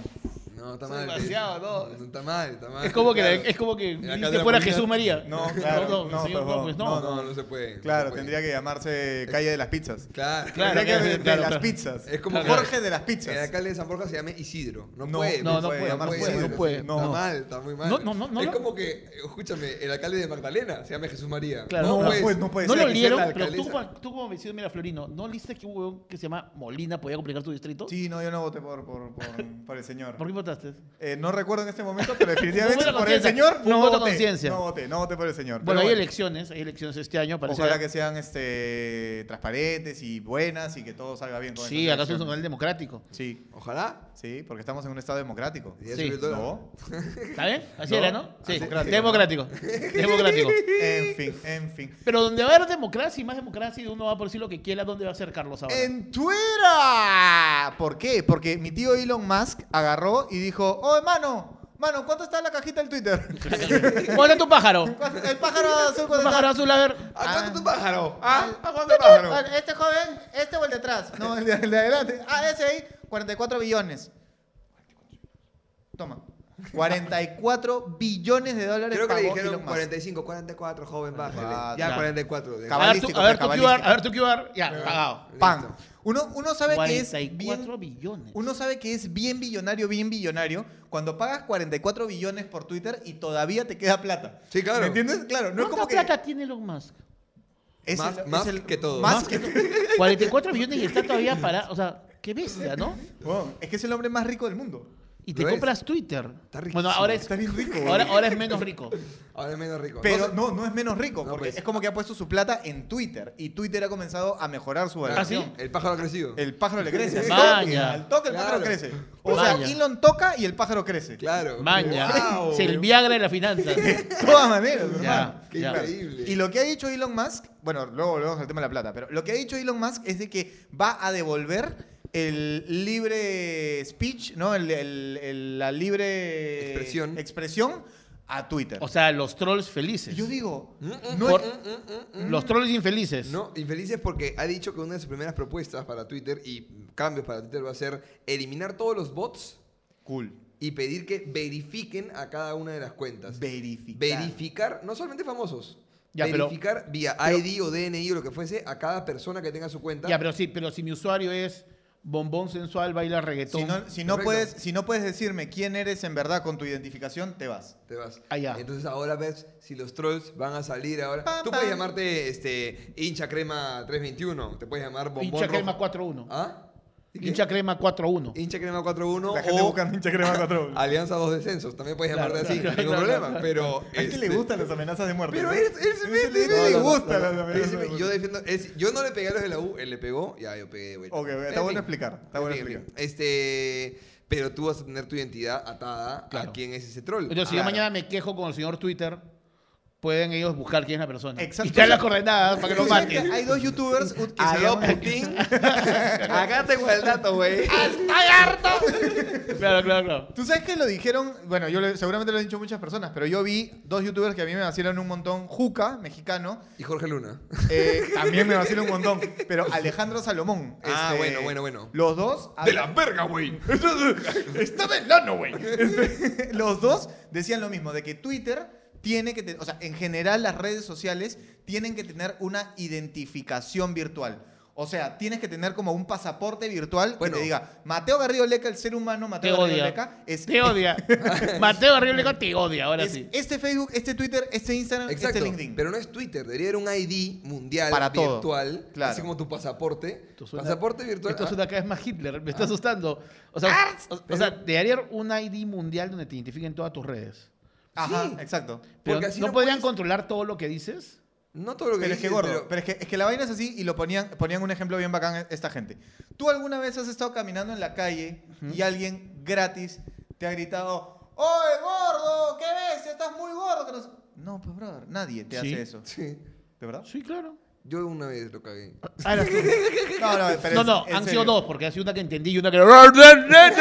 [SPEAKER 3] No, está
[SPEAKER 2] Está
[SPEAKER 3] mal.
[SPEAKER 2] demasiado, ¿no?
[SPEAKER 3] Está mal, está mal.
[SPEAKER 2] Es como que,
[SPEAKER 3] Claro.
[SPEAKER 2] es como que
[SPEAKER 3] El
[SPEAKER 2] dice
[SPEAKER 3] alcalde de
[SPEAKER 2] fuera
[SPEAKER 3] Molina-
[SPEAKER 2] Jesús María.
[SPEAKER 1] No, claro, no,
[SPEAKER 2] señor,
[SPEAKER 1] pero-
[SPEAKER 2] pues
[SPEAKER 3] No,
[SPEAKER 2] no.
[SPEAKER 3] no, no se puede.
[SPEAKER 1] Claro, tendría que llamarse Calle de las Pizzas.
[SPEAKER 3] Claro.
[SPEAKER 2] Claro.
[SPEAKER 1] Tendría que de, de
[SPEAKER 2] claro,
[SPEAKER 1] las
[SPEAKER 2] claro.
[SPEAKER 1] pizzas.
[SPEAKER 3] Es como
[SPEAKER 1] Jorge de las
[SPEAKER 3] El
[SPEAKER 1] pizzas.
[SPEAKER 3] alcalde de San Borja se llama Isidro. No,
[SPEAKER 1] No,
[SPEAKER 3] puede.
[SPEAKER 2] no, no puede,
[SPEAKER 3] llamarse
[SPEAKER 2] no puede,
[SPEAKER 3] Isidro.
[SPEAKER 2] no puede,
[SPEAKER 1] no.
[SPEAKER 3] Está mal, está muy mal.
[SPEAKER 2] No, no, no, no
[SPEAKER 3] Es
[SPEAKER 2] lo-
[SPEAKER 3] como que, escúchame, el alcalde de Magdalena se llama Jesús María.
[SPEAKER 2] Claro,
[SPEAKER 3] no,
[SPEAKER 2] no,
[SPEAKER 3] puede,
[SPEAKER 1] pues, no puede
[SPEAKER 2] No
[SPEAKER 1] ser
[SPEAKER 2] lo
[SPEAKER 1] que sea
[SPEAKER 2] lieron,
[SPEAKER 3] la
[SPEAKER 2] pero tú,
[SPEAKER 3] alcaldesa.
[SPEAKER 2] como- tú como vecino de Miraflorino, ¿no leíste que hubo un huevón que se llama Molina podía complicar tu distrito?
[SPEAKER 1] Sí, no, yo no voté por, por, por, por el señor.
[SPEAKER 2] ¿Por qué votaste?
[SPEAKER 1] Eh, no recuerdo en este momento, pero definitivamente
[SPEAKER 2] Un voto
[SPEAKER 1] por el
[SPEAKER 2] conciencia,
[SPEAKER 1] señor
[SPEAKER 2] un
[SPEAKER 1] no
[SPEAKER 2] voto
[SPEAKER 1] voté.
[SPEAKER 2] conciencia.
[SPEAKER 1] No voté, no voté por el señor.
[SPEAKER 2] Bueno,
[SPEAKER 1] Pero
[SPEAKER 2] hay elecciones, hay elecciones este año. Parece
[SPEAKER 1] Ojalá que sean este, transparentes y buenas y que todo salga bien. Con
[SPEAKER 2] Sí,
[SPEAKER 1] esas
[SPEAKER 2] acá somos un
[SPEAKER 1] elecciones.
[SPEAKER 2] canal democrático.
[SPEAKER 1] Sí,
[SPEAKER 3] Ojalá.
[SPEAKER 1] sí, porque estamos en un estado democrático.
[SPEAKER 3] Y ya
[SPEAKER 2] Sí.
[SPEAKER 3] subió el dólar.
[SPEAKER 1] ¿No?
[SPEAKER 2] ¿Está bien? Así
[SPEAKER 1] No,
[SPEAKER 2] era, ¿no? Sí,
[SPEAKER 1] democrático.
[SPEAKER 2] democrático. democrático.
[SPEAKER 1] En fin, en fin.
[SPEAKER 2] Pero donde va a haber democracia y más democracia, y uno va por decir lo que quiera, ¿dónde va a ser Carlos ahora?
[SPEAKER 1] En Twitter. ¿Por qué? Porque mi tío Elon Musk agarró y dijo, oh, hermano, mano, ¿cuánto está la cajita del Twitter?
[SPEAKER 2] ¿Cuál es tu pájaro? ¿Tu
[SPEAKER 1] ¿Cuánto- El pájaro azul, ¿cuánto está?
[SPEAKER 2] pájaro azul, a ver.
[SPEAKER 3] ¿A cuánto tu pájaro?
[SPEAKER 1] Ah,
[SPEAKER 3] ¿Ah? ¿A cuánto pájaro?
[SPEAKER 1] Vale, Este joven, este o el de atrás. No, el de, el de adelante. Ah, ese ahí, 44 billones. Toma. 44 billones de dólares
[SPEAKER 3] Creo que le
[SPEAKER 1] pagó
[SPEAKER 3] dijeron
[SPEAKER 1] Elon Musk.
[SPEAKER 3] 45, 44, joven, bájale.
[SPEAKER 1] Claro.
[SPEAKER 3] Ya, 44. de-
[SPEAKER 2] A
[SPEAKER 1] Cabal-
[SPEAKER 2] ver tu, a ver tu
[SPEAKER 1] cabalístico.
[SPEAKER 2] QR, a ver tu QR. Ya, pagado.
[SPEAKER 1] Pan.
[SPEAKER 3] Listo.
[SPEAKER 1] Uno, uno sabe que es bien
[SPEAKER 2] 44 billones.
[SPEAKER 1] Uno sabe que es bien billonario, bien billonario, cuando pagas 44 billones por Twitter y todavía te queda plata.
[SPEAKER 3] Sí, claro.
[SPEAKER 1] ¿Me entiendes? Claro, no es
[SPEAKER 2] ¿Cuánta
[SPEAKER 1] como que.
[SPEAKER 2] plata tiene Elon Musk?
[SPEAKER 1] Es
[SPEAKER 3] Más-
[SPEAKER 1] el- es
[SPEAKER 3] más
[SPEAKER 1] el-
[SPEAKER 3] que todo.
[SPEAKER 1] Más
[SPEAKER 3] Más
[SPEAKER 1] que
[SPEAKER 2] 44 billones y está todavía para... O sea, qué bestia, ¿no?
[SPEAKER 1] Wow, es que es el hombre más rico del mundo.
[SPEAKER 2] Y te
[SPEAKER 3] Lo es.
[SPEAKER 2] compras Twitter.
[SPEAKER 3] riquísimo,
[SPEAKER 2] bueno, ahora es,
[SPEAKER 1] Está bien rico.
[SPEAKER 2] ahora, ahora es menos rico.
[SPEAKER 3] Ahora es menos rico.
[SPEAKER 1] Pero
[SPEAKER 3] sé-
[SPEAKER 1] no, no es menos rico,
[SPEAKER 3] No,
[SPEAKER 1] porque
[SPEAKER 3] pues.
[SPEAKER 1] es como que ha puesto su plata en Twitter y Twitter ha comenzado a mejorar su
[SPEAKER 3] Claro,
[SPEAKER 1] valoración.
[SPEAKER 2] ¿Ah, sí?
[SPEAKER 3] El pájaro ha crecido.
[SPEAKER 1] El pájaro le crece. al
[SPEAKER 2] Vaya.
[SPEAKER 1] toque, Al toque el pájaro
[SPEAKER 3] Claro.
[SPEAKER 1] crece. O
[SPEAKER 2] Vaya.
[SPEAKER 1] sea, Elon toca y el pájaro crece.
[SPEAKER 3] Claro.
[SPEAKER 2] Maña.
[SPEAKER 3] Wow.
[SPEAKER 2] Es el Viagra de la finanza.
[SPEAKER 1] De todas maneras, hermano.
[SPEAKER 2] ya,
[SPEAKER 3] Qué
[SPEAKER 2] ya.
[SPEAKER 3] increíble.
[SPEAKER 1] Y lo que ha dicho Elon Musk, bueno, luego volvemos al tema de la plata, pero lo que ha dicho Elon Musk es de que va a devolver el libre speech, ¿no? El- el- el- la libre
[SPEAKER 3] Expresión.
[SPEAKER 1] expresión a Twitter.
[SPEAKER 2] O sea, los trolls felices.
[SPEAKER 1] Yo digo,
[SPEAKER 3] Mm, mm,
[SPEAKER 1] no
[SPEAKER 3] mm,
[SPEAKER 1] es-
[SPEAKER 3] mm, mm, mm, mm.
[SPEAKER 2] Los trolls infelices.
[SPEAKER 3] No, infelices porque ha dicho que una de sus primeras propuestas para Twitter y cambios para Twitter va a ser eliminar todos los bots
[SPEAKER 1] cool.
[SPEAKER 3] y pedir que verifiquen a cada una de las cuentas.
[SPEAKER 1] Verificar.
[SPEAKER 3] verificar, no solamente famosos,
[SPEAKER 2] Ya, pero-
[SPEAKER 3] verificar vía ID o DNI o lo que fuese a cada persona que tenga su cuenta.
[SPEAKER 2] Ya, pero sí, pero si mi usuario es bombón sensual, baila reggaetón.
[SPEAKER 1] Si no, si no
[SPEAKER 3] Correcto.
[SPEAKER 1] puedes, si no puedes decirme quién eres en verdad con tu identificación, te vas.
[SPEAKER 3] Te vas.
[SPEAKER 2] Ah, ya.
[SPEAKER 3] Entonces ahora ves si los trolls van a salir ahora.
[SPEAKER 1] Pam,
[SPEAKER 3] Tú puedes
[SPEAKER 1] pam.
[SPEAKER 3] llamarte este hincha crema 321, te puedes llamar bombón
[SPEAKER 2] Hincha
[SPEAKER 3] rojo.
[SPEAKER 2] crema 4-1.
[SPEAKER 3] ¿Ah? ¿Y qué?
[SPEAKER 2] Hincha crema 4-1.
[SPEAKER 3] Hincha crema 41
[SPEAKER 1] La gente
[SPEAKER 3] o Ah,
[SPEAKER 1] busca un hincha crema control. ¿A
[SPEAKER 3] Alianza Dos Descensos, también puedes
[SPEAKER 2] Claro,
[SPEAKER 3] llamarte así,
[SPEAKER 2] claro,
[SPEAKER 3] ningún
[SPEAKER 2] claro,
[SPEAKER 3] problema,
[SPEAKER 2] claro.
[SPEAKER 3] pero
[SPEAKER 1] quién le
[SPEAKER 3] este,
[SPEAKER 1] gustan las amenazas de muerte?
[SPEAKER 3] Pero
[SPEAKER 1] no?
[SPEAKER 3] él, él se
[SPEAKER 1] Él
[SPEAKER 3] mete,
[SPEAKER 1] se-
[SPEAKER 3] mete.
[SPEAKER 1] no, le
[SPEAKER 3] No, no,
[SPEAKER 1] gustan
[SPEAKER 3] no,
[SPEAKER 1] las
[SPEAKER 3] no.
[SPEAKER 1] amenazas
[SPEAKER 3] Él se
[SPEAKER 1] de
[SPEAKER 3] me-
[SPEAKER 1] muerte.
[SPEAKER 3] Yo defiendo. es- yo no le pegué a los de la U, él le pegó, ya yo pegué de vuelta.
[SPEAKER 1] Ok, está
[SPEAKER 3] En
[SPEAKER 1] bueno
[SPEAKER 3] fin.
[SPEAKER 1] explicar, está bueno
[SPEAKER 3] En fin, en fin.
[SPEAKER 1] explicar.
[SPEAKER 3] Este. Pero tú vas a tener tu identidad atada
[SPEAKER 2] Claro.
[SPEAKER 3] a quién es ese troll.
[SPEAKER 2] Entonces, si yo
[SPEAKER 3] Claro.
[SPEAKER 2] mañana me quejo con el señor Twitter, pueden ellos buscar quién es la persona.
[SPEAKER 1] Exacto.
[SPEAKER 2] Y están las coordenadas para que lo
[SPEAKER 1] Tú sabes que
[SPEAKER 2] maten.
[SPEAKER 1] Hay dos youtubers que se
[SPEAKER 3] Aló,
[SPEAKER 1] llaman-
[SPEAKER 3] Putin. Acá tengo el dato, güey.
[SPEAKER 2] Claro, claro, claro.
[SPEAKER 1] Tú sabes que lo dijeron, bueno, yo lo- seguramente lo han dicho muchas personas, pero yo vi dos youtubers que a mí me vacilan un montón, Juca, mexicano,
[SPEAKER 3] Y Jorge Luna.
[SPEAKER 1] eh, también me vacila un montón, pero Alejandro Salomón. este,
[SPEAKER 3] Ah, bueno, bueno, bueno.
[SPEAKER 1] Los dos...
[SPEAKER 3] verga, güey.
[SPEAKER 1] ¡Está del lano, güey! Este, los dos decían lo mismo, de que Twitter tiene que tener, o sea, en general las redes sociales tienen que tener una identificación virtual. O sea, tienes que tener como un pasaporte virtual
[SPEAKER 3] Bueno.
[SPEAKER 1] que te diga, Mateo Garrido Leca, el ser humano
[SPEAKER 2] Te
[SPEAKER 1] Mateo Garrido
[SPEAKER 2] odia.
[SPEAKER 1] Leca, es
[SPEAKER 2] Te odia. Mateo Arrioleco te odia, ahora
[SPEAKER 1] Es
[SPEAKER 2] sí.
[SPEAKER 1] Este Facebook, este Twitter, este Instagram,
[SPEAKER 3] Exacto.
[SPEAKER 1] este LinkedIn.
[SPEAKER 3] Pero no es Twitter, debería haber un ID mundial
[SPEAKER 1] Para todo.
[SPEAKER 3] virtual.
[SPEAKER 1] Claro.
[SPEAKER 3] Así como tu pasaporte.
[SPEAKER 2] Esto suena-
[SPEAKER 3] pasaporte virtual.
[SPEAKER 2] Esto
[SPEAKER 3] Ah,
[SPEAKER 2] suena cada vez más Hitler, me está asustando. O sea, o, o sea, debería haber un ID mundial donde te identifiquen todas tus redes.
[SPEAKER 1] Ajá,
[SPEAKER 3] Sí.
[SPEAKER 1] exacto.
[SPEAKER 2] Pero
[SPEAKER 3] Porque así
[SPEAKER 2] ¿No,
[SPEAKER 3] no
[SPEAKER 2] podrían
[SPEAKER 3] puedes-
[SPEAKER 2] controlar todo lo que dices?
[SPEAKER 3] No todo lo que
[SPEAKER 1] Pero es que
[SPEAKER 3] dices,
[SPEAKER 1] gordo,
[SPEAKER 3] pero-
[SPEAKER 1] pero, es, que, es que la vaina es así y lo ponían, ponían un ejemplo bien bacán e-, esta gente. ¿Tú alguna vez has estado caminando en la calle y alguien gratis te ha gritado, ¡Oye, gordo! ¿Qué ves? Estás muy gordo. que no sé-". No, pues, brother, nadie te
[SPEAKER 2] Sí.
[SPEAKER 1] hace eso.
[SPEAKER 3] Sí.
[SPEAKER 1] ¿De verdad?
[SPEAKER 2] Sí, claro.
[SPEAKER 3] Yo una vez lo cagué.
[SPEAKER 1] No, no, pero
[SPEAKER 2] Ah, no,
[SPEAKER 1] es-
[SPEAKER 2] no,
[SPEAKER 1] en
[SPEAKER 2] han sido
[SPEAKER 1] serio.
[SPEAKER 2] dos, porque ha sido una que entendí y una que...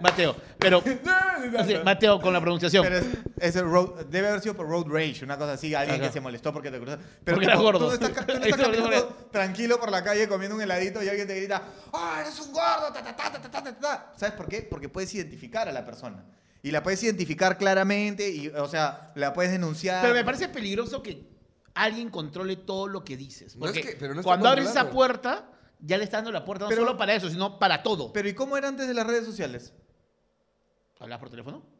[SPEAKER 2] Mateo, pero... sí, Mateo, con la pronunciación.
[SPEAKER 1] Pero es, es el road- debe haber sido por road rage, una cosa así, alguien
[SPEAKER 2] Ajá.
[SPEAKER 1] que se molestó porque te cruzó.
[SPEAKER 2] Porque era
[SPEAKER 1] tú-
[SPEAKER 2] gordo.
[SPEAKER 1] Tú no estás, ca- tú no estás caminando tranquilo por la calle comiendo un heladito y alguien te grita, ¡ah, eres un gordo! ta, ta, ta, ta, ta, ta, ta, ta". ¿Sabes por qué? Porque puedes identificar a la persona. Y la puedes identificar claramente, y, o sea, la puedes denunciar.
[SPEAKER 2] Pero me parece peligroso que alguien controle todo lo que dices.
[SPEAKER 3] No es
[SPEAKER 2] Porque
[SPEAKER 3] que- pero no está
[SPEAKER 2] cuando abres esa
[SPEAKER 3] controlando.
[SPEAKER 2] puerta, ya le estás dando la puerta no
[SPEAKER 1] Pero-
[SPEAKER 2] solo para eso, sino para todo.
[SPEAKER 1] Pero, ¿y cómo era antes de las redes sociales?
[SPEAKER 2] ¿Hablas por teléfono?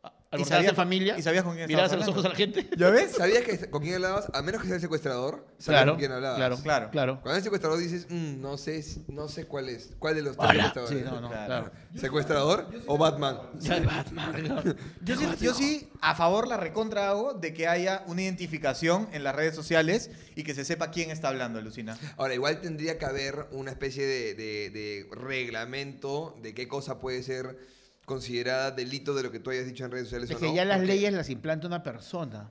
[SPEAKER 2] Ah, alborotarte en familia,
[SPEAKER 1] ¿Y sabías con quién
[SPEAKER 2] mirabas a
[SPEAKER 1] estabas
[SPEAKER 2] los ojos a la
[SPEAKER 1] hablando.
[SPEAKER 2] gente.
[SPEAKER 1] ¿Ya ves?
[SPEAKER 3] ¿Sabías que con quién hablabas? A menos que sea el secuestrador, sabías
[SPEAKER 2] Claro,
[SPEAKER 3] con quién hablabas.
[SPEAKER 2] claro,
[SPEAKER 1] Claro.
[SPEAKER 2] claro, claro.
[SPEAKER 3] Cuando el secuestrador dices, "Mm, no sé, no sé cuál es, cuál de los tres
[SPEAKER 2] Hola. Sí,
[SPEAKER 3] secuestradores.
[SPEAKER 2] no, no,
[SPEAKER 1] Claro.
[SPEAKER 2] claro.
[SPEAKER 3] ¿Secuestrador o Batman?
[SPEAKER 2] Ya, Batman, claro.
[SPEAKER 1] Yo sí, yo sí a favor la recontra hago de que haya una identificación en las redes sociales y que se sepa quién está hablando, Lucina.
[SPEAKER 3] Ahora, igual tendría que haber una especie de, de- de reglamento de qué cosa puede ser considerada delito de lo que tú hayas dicho en redes sociales.
[SPEAKER 2] Es
[SPEAKER 3] o
[SPEAKER 2] que
[SPEAKER 3] no,
[SPEAKER 2] ya las
[SPEAKER 3] porque-
[SPEAKER 2] leyes las implanta una persona.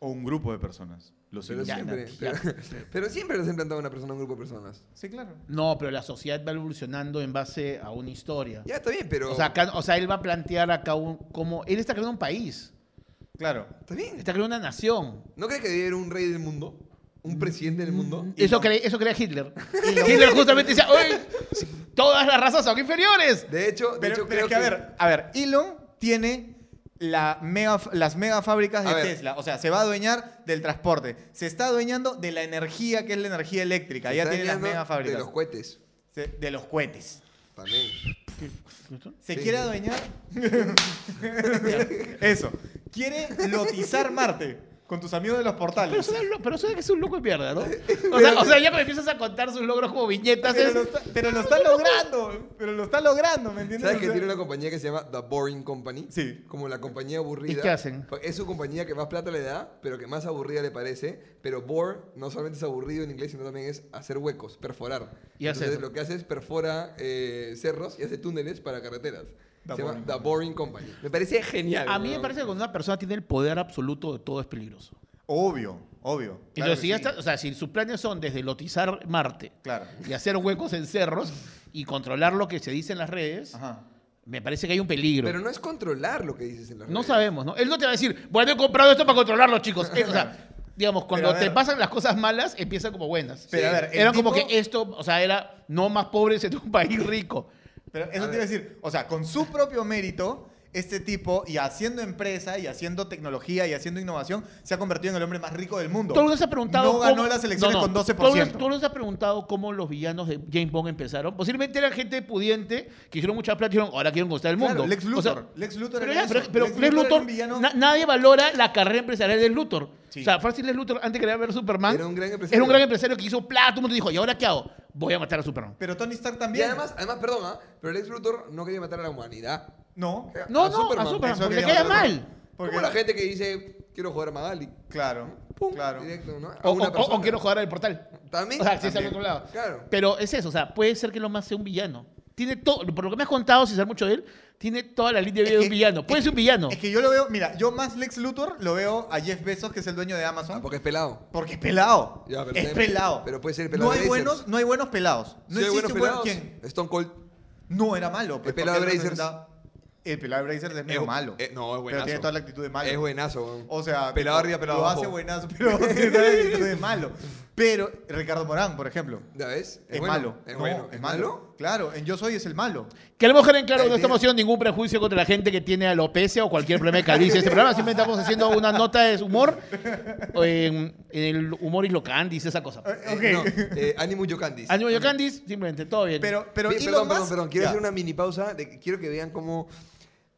[SPEAKER 1] O un grupo de personas. Los
[SPEAKER 3] Pero
[SPEAKER 2] Ya,
[SPEAKER 3] siempre,
[SPEAKER 2] no, ya.
[SPEAKER 3] pero, pero siempre les han plantado una persona a un grupo de personas.
[SPEAKER 1] Sí, claro.
[SPEAKER 2] No, pero la sociedad va evolucionando en base a una historia.
[SPEAKER 3] Ya está bien, pero.
[SPEAKER 2] O sea, acá- o sea, él va a plantear acá un, como... Él está creando un país,
[SPEAKER 1] Claro.
[SPEAKER 3] está bien.
[SPEAKER 2] está creando una nación.
[SPEAKER 3] ¿No crees que debe haber un rey del mundo? ¿Un presidente del mundo?
[SPEAKER 1] Y
[SPEAKER 2] Eso,
[SPEAKER 1] no.
[SPEAKER 2] cre- eso crea Hitler.
[SPEAKER 1] Y lo-
[SPEAKER 2] Hitler justamente decía, "Oye, si todas las razas son inferiores.
[SPEAKER 3] De hecho, de
[SPEAKER 1] Pero,
[SPEAKER 3] hecho
[SPEAKER 1] pero
[SPEAKER 3] creo
[SPEAKER 1] es que, a ver, a ver, Elon tiene la mega, las mega fábricas
[SPEAKER 3] A
[SPEAKER 1] de
[SPEAKER 3] ver.
[SPEAKER 1] Tesla. O sea, se va a adueñar del transporte. Se está adueñando de la energía, que es la energía eléctrica.
[SPEAKER 3] se
[SPEAKER 1] Ya
[SPEAKER 3] está
[SPEAKER 1] tiene las
[SPEAKER 3] dañando
[SPEAKER 1] mega
[SPEAKER 3] De
[SPEAKER 1] fábricas.
[SPEAKER 3] los cohetes.
[SPEAKER 1] Se- de los cohetes.
[SPEAKER 3] También.
[SPEAKER 1] Se
[SPEAKER 3] Sí.
[SPEAKER 1] quiere adueñar. Eso. Quiere lotizar Marte con tus amigos de los
[SPEAKER 2] Pero
[SPEAKER 1] portales.
[SPEAKER 2] eso, es lo- pero eso es que es un loco de mierda, ¿no? O sea, o sea, ya cuando empiezas a contar sus logros como viñetas,
[SPEAKER 1] Pero
[SPEAKER 2] es,
[SPEAKER 1] lo, está, pero lo está logrando. Pero lo está logrando, ¿me entiendes?
[SPEAKER 3] ¿Sabes
[SPEAKER 1] O
[SPEAKER 3] que
[SPEAKER 1] sea,
[SPEAKER 3] tiene una compañía que se llama The Boring Company?
[SPEAKER 1] Sí.
[SPEAKER 3] Como la compañía aburrida.
[SPEAKER 2] ¿Y qué hacen?
[SPEAKER 3] Es su compañía que más plata le da, pero que más aburrida le parece. Pero bore no solamente es aburrido en inglés, sino también es hacer huecos, perforar.
[SPEAKER 2] Y hace
[SPEAKER 3] Entonces
[SPEAKER 2] eso.
[SPEAKER 3] lo que hace es perfora eh, cerros y hace túneles para carreteras.
[SPEAKER 1] The
[SPEAKER 3] se llama
[SPEAKER 1] Boring
[SPEAKER 3] The Boring Company. Me parece genial.
[SPEAKER 2] a mí me
[SPEAKER 3] weón.
[SPEAKER 2] parece que cuando una persona tiene el poder absoluto de todo es peligroso.
[SPEAKER 1] Obvio, obvio.
[SPEAKER 2] Y
[SPEAKER 1] Claro
[SPEAKER 2] Entonces,
[SPEAKER 1] que
[SPEAKER 2] si ya
[SPEAKER 1] sí.
[SPEAKER 2] está- o sea, si sus planes son desde lotizar Marte
[SPEAKER 1] Claro.
[SPEAKER 2] y hacer huecos en cerros y controlar lo que se dice en las redes,
[SPEAKER 1] Ajá.
[SPEAKER 2] me parece que hay un peligro.
[SPEAKER 3] Pero no es controlar lo que dices en la
[SPEAKER 2] No sabemos, ¿no? Él no te va a decir, bueno, he comprado esto para controlarlo, chicos. Eh, o sea, digamos, cuando
[SPEAKER 1] Pero a
[SPEAKER 2] te
[SPEAKER 1] ver.
[SPEAKER 2] pasan las cosas malas, empiezan como buenas.
[SPEAKER 1] Pero a ver, el
[SPEAKER 2] Era como
[SPEAKER 1] tipo-
[SPEAKER 2] que esto, o sea, era no más pobres en un país rico.
[SPEAKER 1] Pero eso
[SPEAKER 3] A
[SPEAKER 1] te iba a decir, o sea, con su propio mérito, este tipo, y haciendo empresa, y haciendo tecnología, y haciendo innovación, se ha convertido en el hombre más rico del mundo.
[SPEAKER 2] Todo el mundo se ha preguntado.
[SPEAKER 1] No ganó
[SPEAKER 2] cómo-
[SPEAKER 1] las elecciones
[SPEAKER 2] No, no.
[SPEAKER 1] con 12%.
[SPEAKER 2] Todo el mundo- Todo el mundo se ha preguntado cómo los villanos de James Bond empezaron. Posiblemente eran gente pudiente que hicieron mucha plata y dijeron, ahora quieren conquistar el
[SPEAKER 1] Claro,
[SPEAKER 2] mundo.
[SPEAKER 1] Lex
[SPEAKER 2] O sea,
[SPEAKER 1] Luthor. Lex Luthor
[SPEAKER 2] pero,
[SPEAKER 1] era
[SPEAKER 2] ya, pero,
[SPEAKER 1] eso.
[SPEAKER 2] pero
[SPEAKER 1] Lex
[SPEAKER 2] Lex
[SPEAKER 1] Luthor era
[SPEAKER 2] Luthor,
[SPEAKER 1] un villano-
[SPEAKER 2] na- nadie valora la carrera empresarial de Luthor.
[SPEAKER 1] Sí.
[SPEAKER 2] O sea, fácil Lex Luthor antes de querer ver Superman.
[SPEAKER 3] Era un gran empresario.
[SPEAKER 2] era un gran empresario que hizo plata. Todo el mundo dijo, ¿y ahora qué hago? Voy a matar a Superman.
[SPEAKER 1] Pero Tony Stark
[SPEAKER 3] Y
[SPEAKER 1] también.
[SPEAKER 3] además, además perdón, ¿ah? pero Lex Luthor no quería matar a la humanidad.
[SPEAKER 1] No.
[SPEAKER 2] No,
[SPEAKER 3] A
[SPEAKER 2] no,
[SPEAKER 3] Superman.
[SPEAKER 2] a Superman,
[SPEAKER 1] Eso
[SPEAKER 2] eh, porque le
[SPEAKER 1] quería
[SPEAKER 2] caía
[SPEAKER 1] matarlo.
[SPEAKER 2] mal.
[SPEAKER 1] Porque-
[SPEAKER 3] Como la gente que dice, quiero jugar a Magali.
[SPEAKER 1] Claro,
[SPEAKER 3] Pum,
[SPEAKER 1] claro.
[SPEAKER 3] Directo, ¿no? A
[SPEAKER 2] O,
[SPEAKER 3] una
[SPEAKER 2] o- o-
[SPEAKER 3] persona.
[SPEAKER 2] o quiero jugar al portal.
[SPEAKER 3] También.
[SPEAKER 2] O sea, si es al
[SPEAKER 3] También.
[SPEAKER 2] otro lado.
[SPEAKER 3] Claro.
[SPEAKER 2] Pero es eso, o sea, puede ser que lo más sea un villano. Tiene todo, por lo que me has contado, sin saber mucho de él, tiene toda la línea de vida
[SPEAKER 1] Es
[SPEAKER 2] de un
[SPEAKER 1] que-
[SPEAKER 2] villano. Puede ser un villano.
[SPEAKER 1] Es que yo lo veo, mira, yo más Lex Luthor lo veo a Jeff Bezos, que es el dueño de Amazon.
[SPEAKER 3] Ah,
[SPEAKER 1] porque...
[SPEAKER 3] porque es pelado.
[SPEAKER 1] es pelado.
[SPEAKER 3] Ya, pero
[SPEAKER 1] es
[SPEAKER 3] también-
[SPEAKER 1] pelado.
[SPEAKER 3] pero puede ser
[SPEAKER 1] pelado.
[SPEAKER 3] pelado
[SPEAKER 1] No
[SPEAKER 3] de
[SPEAKER 1] hay,
[SPEAKER 3] Blazers.
[SPEAKER 1] buenos, no hay buenos pelados. No
[SPEAKER 3] Sí, hay
[SPEAKER 1] existe
[SPEAKER 3] buenos
[SPEAKER 1] un buen-
[SPEAKER 3] pelados.
[SPEAKER 1] ¿quién?
[SPEAKER 3] Stone Cold.
[SPEAKER 1] No era malo. pues,
[SPEAKER 3] El pelado
[SPEAKER 1] porque
[SPEAKER 3] de
[SPEAKER 1] él
[SPEAKER 3] Blazers.
[SPEAKER 1] representaba- El pelado de Blazers es medio
[SPEAKER 3] bu-
[SPEAKER 1] malo.
[SPEAKER 3] eh, no, es
[SPEAKER 1] Pero
[SPEAKER 3] buenazo.
[SPEAKER 1] tiene toda la actitud de malo.
[SPEAKER 3] Es buenazo, weón.
[SPEAKER 1] O sea,
[SPEAKER 3] Pelado
[SPEAKER 1] tipo,
[SPEAKER 3] arriba, pelado
[SPEAKER 1] Lo
[SPEAKER 3] abajo.
[SPEAKER 1] hace buenazo, pero tiene toda la actitud de malo. Pero Ricardo Morán, por ejemplo,
[SPEAKER 3] ¿Ya ves?
[SPEAKER 1] es,
[SPEAKER 3] bueno,
[SPEAKER 1] malo.
[SPEAKER 3] Es
[SPEAKER 1] No,
[SPEAKER 3] bueno.
[SPEAKER 1] es malo. Claro, en Yo Soy es el malo.
[SPEAKER 2] Queremos dejar en claro
[SPEAKER 3] Ahí
[SPEAKER 2] que no estamos haciendo ningún prejuicio contra la gente que tiene alopecia o cualquier problema de calvicie. Este programa siempre estamos haciendo una nota de humor. En, en el humor islocandis, esa cosa.
[SPEAKER 3] Eh, no, eh, Animu Yocandis.
[SPEAKER 2] Ánimo yo, Candice, simplemente, todo bien.
[SPEAKER 1] eh, Pero, pero
[SPEAKER 3] Pi-
[SPEAKER 1] Elon
[SPEAKER 3] perdón,
[SPEAKER 1] Musk-
[SPEAKER 3] perdón, perdón. Quiero
[SPEAKER 1] Ya.
[SPEAKER 3] hacer una mini pausa. de que quiero que vean cómo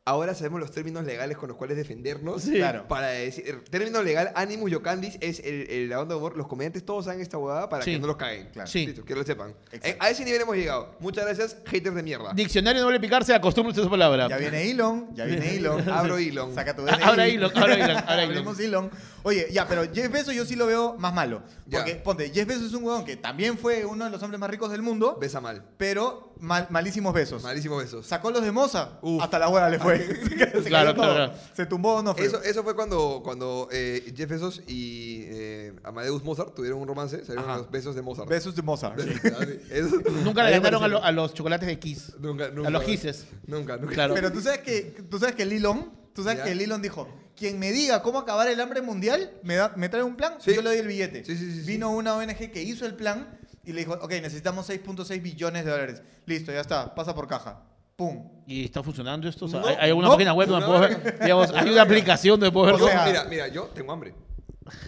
[SPEAKER 3] ahora sabemos los términos legales con los cuales defendernos.
[SPEAKER 2] Sí.
[SPEAKER 1] Claro.
[SPEAKER 3] Para decir, el término legal, Animus Yocandis es el, el- la onda de humor. Los comediantes todos saben esta huevada para
[SPEAKER 2] Sí.
[SPEAKER 3] que no los caguen.
[SPEAKER 1] Claro.
[SPEAKER 2] Sí.
[SPEAKER 3] Listo, que lo sepan.
[SPEAKER 1] Exacto.
[SPEAKER 3] Eh, a ese nivel hemos llegado. Muchas gracias, haters de mierda.
[SPEAKER 2] Diccionario no le picarse, acostúmbrense a esa palabra.
[SPEAKER 1] Ya viene Elon, ya viene Elon.
[SPEAKER 3] Abro Elon.
[SPEAKER 1] Saca tu DNI.
[SPEAKER 2] Ahora Elon, ahora Elon, ahora Elon.
[SPEAKER 1] Abrimos Elon. Oye, ya, pero Jeff Bezos yo sí lo veo más malo.
[SPEAKER 3] Ya.
[SPEAKER 1] Porque, ponte, Jeff Bezos es un huevón que también fue uno de los hombres más ricos del mundo,
[SPEAKER 3] Besa mal.
[SPEAKER 1] pero mal- malísimos besos.
[SPEAKER 3] Malísimos besos.
[SPEAKER 1] Sacó los de Moza,
[SPEAKER 3] Uf.
[SPEAKER 1] hasta la hueá le fue. Se cayó
[SPEAKER 2] Claro,
[SPEAKER 1] todo.
[SPEAKER 2] claro.
[SPEAKER 1] Se tumbó no fue.
[SPEAKER 3] Eso, eso fue cuando, cuando eh, Jeff Bezos y eh, Amadeus Mozart tuvieron un romance, salieron
[SPEAKER 2] Ajá.
[SPEAKER 3] los besos de Mozart.
[SPEAKER 1] Besos de Moza.
[SPEAKER 3] Eso-
[SPEAKER 2] Nunca le
[SPEAKER 3] Ahí
[SPEAKER 2] ganaron a,
[SPEAKER 3] aparecieron.
[SPEAKER 2] lo- a los chocolates de Kiss.
[SPEAKER 3] Nunca, nunca.
[SPEAKER 2] a los Kisses.
[SPEAKER 3] Nunca, nunca.
[SPEAKER 2] Claro.
[SPEAKER 1] Pero tú sabes que tú sabes que el Elon, tú sabes
[SPEAKER 3] Ya.
[SPEAKER 1] que el Elon dijo, quien me diga cómo acabar el hambre mundial, me, da- me trae un plan,
[SPEAKER 3] Sí.
[SPEAKER 1] yo le doy el billete.
[SPEAKER 3] Sí, sí, sí, sí.
[SPEAKER 1] Vino una ONG que hizo el plan y le dijo, ok, necesitamos 6.6 billones de dólares. Listo, ya está, pasa por caja. Pum.
[SPEAKER 2] ¿Y está funcionando esto? O sea,
[SPEAKER 3] No,
[SPEAKER 2] ¿Hay, hay alguna
[SPEAKER 3] no,
[SPEAKER 2] página web donde
[SPEAKER 3] no,
[SPEAKER 2] puedo
[SPEAKER 3] no.
[SPEAKER 2] ver? Digamos, ¿Hay una aplicación donde puedo ver?
[SPEAKER 1] O sea,
[SPEAKER 3] Yo- mira, mira, yo tengo hambre.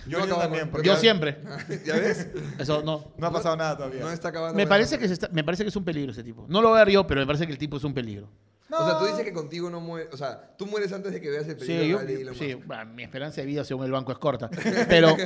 [SPEAKER 1] Yo
[SPEAKER 3] acabo
[SPEAKER 1] también,
[SPEAKER 3] con-
[SPEAKER 1] porque-
[SPEAKER 2] yo siempre.
[SPEAKER 3] ¿Ya ves?
[SPEAKER 2] Eso no.
[SPEAKER 1] No ha pasado nada todavía.
[SPEAKER 3] No está acabando.
[SPEAKER 2] Me
[SPEAKER 3] con
[SPEAKER 2] parece,
[SPEAKER 3] hambre.
[SPEAKER 2] que se está- me parece que es un peligro ese tipo. No lo voy a ver yo, pero me parece que el tipo es un peligro.
[SPEAKER 1] No.
[SPEAKER 3] O sea, tú dices que contigo no mueres. O sea, tú mueres antes de que veas el peligro
[SPEAKER 2] Sí, yo-
[SPEAKER 3] de Elon
[SPEAKER 2] sí,
[SPEAKER 3] Musk.
[SPEAKER 2] bueno, mi esperanza de vida según el banco es corta. Pero,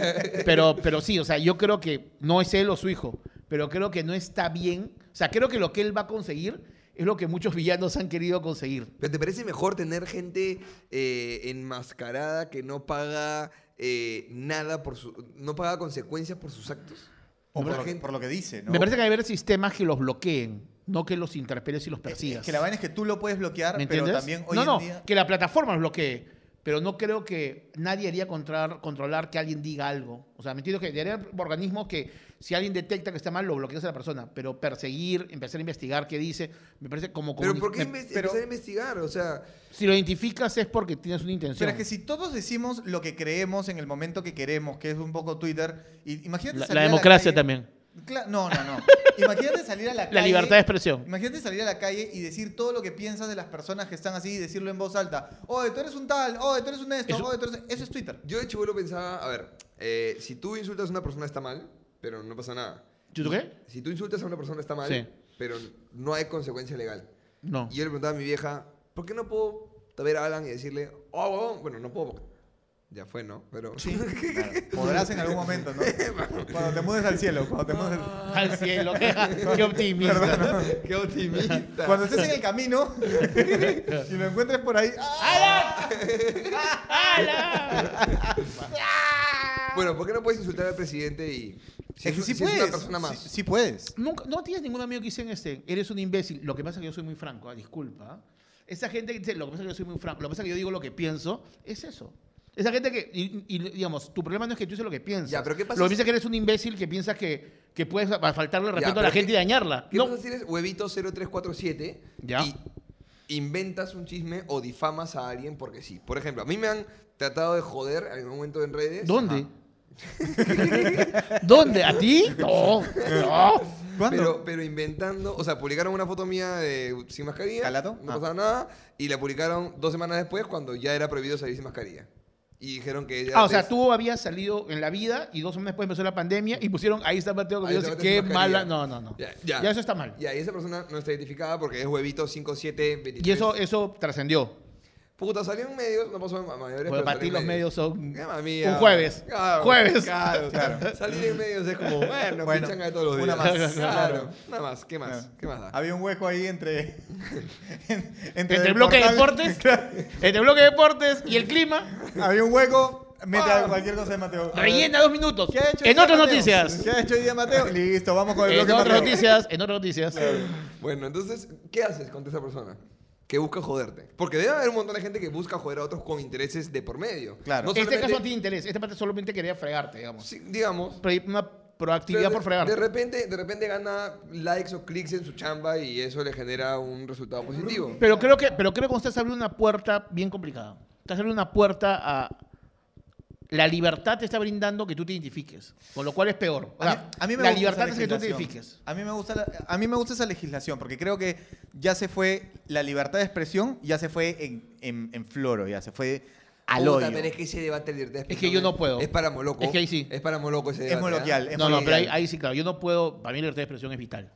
[SPEAKER 2] pero, pero sí, o sea, yo creo que no es él o su hijo, pero creo que no está bien. O sea, creo que lo que él va a conseguir es lo que muchos villanos han querido conseguir.
[SPEAKER 3] ¿Pero te parece mejor tener gente eh, enmascarada que no paga eh, nada por su. no paga consecuencias por sus actos?
[SPEAKER 1] O por
[SPEAKER 3] La
[SPEAKER 1] lo, que,
[SPEAKER 3] gente-
[SPEAKER 1] por lo que dice, ¿no?
[SPEAKER 2] Me parece que hay que haber sistemas que los bloqueen, no que los interpeles y los
[SPEAKER 1] Es-
[SPEAKER 2] persigas.
[SPEAKER 1] es que la vaina es que tú lo puedes bloquear,
[SPEAKER 2] ¿Me
[SPEAKER 1] pero
[SPEAKER 2] entiendes?
[SPEAKER 1] también hoy
[SPEAKER 2] no,
[SPEAKER 1] en
[SPEAKER 2] no,
[SPEAKER 1] día.
[SPEAKER 2] que la plataforma los bloquee. Pero no creo que nadie haría controlar, controlar que alguien diga algo. O sea, me entiendo que debería haber organismos que si alguien detecta que está mal, lo bloqueas a la persona. Pero perseguir, empezar a investigar qué dice, me parece como...
[SPEAKER 3] Pero
[SPEAKER 2] comuni-
[SPEAKER 3] ¿por qué
[SPEAKER 2] me-
[SPEAKER 3] inves-
[SPEAKER 1] pero-
[SPEAKER 3] empezar a investigar? O sea,
[SPEAKER 2] si lo identificas es porque tienes una intención.
[SPEAKER 1] Pero es que si todos decimos lo que creemos en el momento que queremos, que es un poco Twitter, y imagínate
[SPEAKER 2] la, la
[SPEAKER 1] salir a
[SPEAKER 2] democracia
[SPEAKER 1] calle-
[SPEAKER 2] también.
[SPEAKER 1] Cla- no, no, no. imagínate salir a la calle.
[SPEAKER 2] La libertad de expresión.
[SPEAKER 1] Imagínate salir a la calle y decir todo lo que piensas de las personas que están así y decirlo en voz alta. Oye, tú eres un tal, oye, tú eres un esto,
[SPEAKER 2] Eso-
[SPEAKER 1] oye, tú eres... Eso es Twitter.
[SPEAKER 3] yo de chivuelo pensaba, a ver, eh, si tú insultas a una persona está mal, pero no pasa nada.
[SPEAKER 2] ¿Tú qué?
[SPEAKER 3] Si tú insultas a una persona está mal,
[SPEAKER 2] Sí.
[SPEAKER 3] pero no hay consecuencia legal.
[SPEAKER 2] No.
[SPEAKER 3] Y yo le preguntaba a mi vieja, ¿por qué no puedo ver a Alan y decirle, oh, huevón"? bueno, no puedo. porque Ya fue, ¿no? Pero.
[SPEAKER 1] Podrás en algún momento, ¿no? cuando te mudes al cielo, cuando te mudes al-
[SPEAKER 2] Al cielo, qué, qué optimista.
[SPEAKER 3] ¡Qué optimista!
[SPEAKER 1] Cuando estés en el camino y lo encuentres por ahí. ¡ah!
[SPEAKER 2] ¡Hala!
[SPEAKER 3] Bueno, ¿por qué no puedes insultar al presidente y. Si
[SPEAKER 1] es que
[SPEAKER 3] un-
[SPEAKER 1] sí
[SPEAKER 3] si es
[SPEAKER 1] puedes.
[SPEAKER 3] una persona más.
[SPEAKER 1] Sí, sí puedes.
[SPEAKER 2] Nunca, no tienes ningún amigo que dice en este, eres un imbécil. Lo que pasa es que yo soy muy franco, ah, disculpa. Esa gente que dice, lo que pasa es que yo soy muy franco, lo que pasa es que yo digo lo que pienso, es eso. Esa gente que, y, y, digamos, tu problema no es que tú dices lo que piensas.
[SPEAKER 3] Ya, pero ¿qué pasa
[SPEAKER 2] Lo que
[SPEAKER 3] si-
[SPEAKER 2] piensas es que eres un imbécil que piensas que, que puedes a- faltarle respeto a
[SPEAKER 3] pero
[SPEAKER 2] la
[SPEAKER 3] ¿qué-
[SPEAKER 2] gente y dañarla.
[SPEAKER 3] ¿Qué
[SPEAKER 2] No,
[SPEAKER 3] pasa si eres huevito 0347
[SPEAKER 2] Ya.
[SPEAKER 3] y inventas un chisme o difamas a alguien porque sí? Por ejemplo, a mí me han tratado de joder en algún momento en redes.
[SPEAKER 2] ¿Dónde?
[SPEAKER 3] Ajá.
[SPEAKER 2] ¿Dónde? ¿A ti? No, no.
[SPEAKER 1] ¿Cuándo?
[SPEAKER 3] Pero, pero inventando, o sea, publicaron una foto mía de sin mascarilla.
[SPEAKER 1] ¿Calato?
[SPEAKER 3] No
[SPEAKER 1] Ah.
[SPEAKER 3] pasaba nada. Y la publicaron dos semanas después cuando ya era prohibido salir sin mascarilla. Y dijeron que ella.
[SPEAKER 2] Ah, o sea,
[SPEAKER 3] les-
[SPEAKER 2] tú habías salido en la vida y dos semanas después empezó la pandemia y pusieron, ahí está Mateo
[SPEAKER 3] Ahí
[SPEAKER 2] Cabello,
[SPEAKER 3] está Mateo
[SPEAKER 2] qué
[SPEAKER 3] sin mascarilla.
[SPEAKER 2] mala. No, no, no.
[SPEAKER 3] Ya, ya.
[SPEAKER 2] eso está mal.
[SPEAKER 3] Ya, y esa persona no está identificada porque es huevito 5723.
[SPEAKER 2] Y eso, eso trascendió.
[SPEAKER 3] Puta, salió en medios, no pasó a mayores.
[SPEAKER 2] Porque
[SPEAKER 3] pero
[SPEAKER 2] Pues para ti
[SPEAKER 3] salió en
[SPEAKER 2] los medios son
[SPEAKER 3] Mamma mía.
[SPEAKER 2] un jueves.
[SPEAKER 3] Claro,
[SPEAKER 2] jueves.
[SPEAKER 3] Claro,
[SPEAKER 1] Claro.
[SPEAKER 3] claro. Salir en medios es como, bueno,
[SPEAKER 1] Bueno,
[SPEAKER 3] pinchan a todos los días.
[SPEAKER 1] una más.
[SPEAKER 3] Claro.
[SPEAKER 1] Claro.
[SPEAKER 3] Nada más, ¿qué más? ¿Qué más da?
[SPEAKER 1] Había un hueco ahí entre. en- entre,
[SPEAKER 2] Ah. Entre el bloque de
[SPEAKER 1] portal-
[SPEAKER 2] deportes, entre el bloque de deportes y el clima,
[SPEAKER 1] Había un hueco, mete
[SPEAKER 3] Ah.
[SPEAKER 1] cualquier cosa de Mateo.
[SPEAKER 2] rellena dos minutos.
[SPEAKER 1] ¿Qué ha hecho hoy
[SPEAKER 2] En
[SPEAKER 1] día
[SPEAKER 2] otras
[SPEAKER 1] Mateo?
[SPEAKER 2] noticias.
[SPEAKER 1] ¿Qué ha hecho hoy día Mateo? Listo, vamos con el
[SPEAKER 2] En
[SPEAKER 1] bloque Mateo.
[SPEAKER 2] otras noticias, en otras noticias. Este
[SPEAKER 3] Bueno, entonces, ¿qué haces contra esa persona? Que busca joderte. Porque debe haber un montón de gente que busca joder a otros con intereses de por medio.
[SPEAKER 1] Claro.
[SPEAKER 3] No
[SPEAKER 2] Este caso
[SPEAKER 3] solamente-
[SPEAKER 2] a ti te interesa. Esta parte solamente quería fregarte, digamos.
[SPEAKER 3] Sí, digamos.
[SPEAKER 2] Pero hay una proactividad
[SPEAKER 3] Pero
[SPEAKER 2] por
[SPEAKER 3] de-
[SPEAKER 2] fregar.
[SPEAKER 3] De repente, de repente gana likes o clics en su chamba y eso le genera un resultado positivo.
[SPEAKER 2] Pero creo que, pero creo que estás abriendo una puerta bien complicada. Estás abriendo una puerta a. La libertad te está brindando que tú te identifiques. Con lo cual es peor. O
[SPEAKER 1] A mí-
[SPEAKER 2] sea,
[SPEAKER 1] a mí me gusta
[SPEAKER 2] la
[SPEAKER 1] esa
[SPEAKER 2] libertad es que tú te
[SPEAKER 1] legislación.
[SPEAKER 2] identifiques.
[SPEAKER 1] A mí, me gusta la- a mí me gusta esa legislación porque creo que ya se fue la libertad de expresión, ya se fue en, en, en floro, ya se fue al
[SPEAKER 3] Puta,
[SPEAKER 1] odio.
[SPEAKER 3] Pero es que ese debate de libertad de
[SPEAKER 2] Es que yo no puedo.
[SPEAKER 3] Es para Moloco.
[SPEAKER 2] Es que ahí sí.
[SPEAKER 3] Es para Moloco ese
[SPEAKER 1] Es
[SPEAKER 3] debate. ¿ah?
[SPEAKER 1] moloquial, es
[SPEAKER 2] No, no, pero ahí,
[SPEAKER 1] moloquial.
[SPEAKER 2] ahí sí, claro. Yo no puedo. Para mí, la libertad de expresión es vital.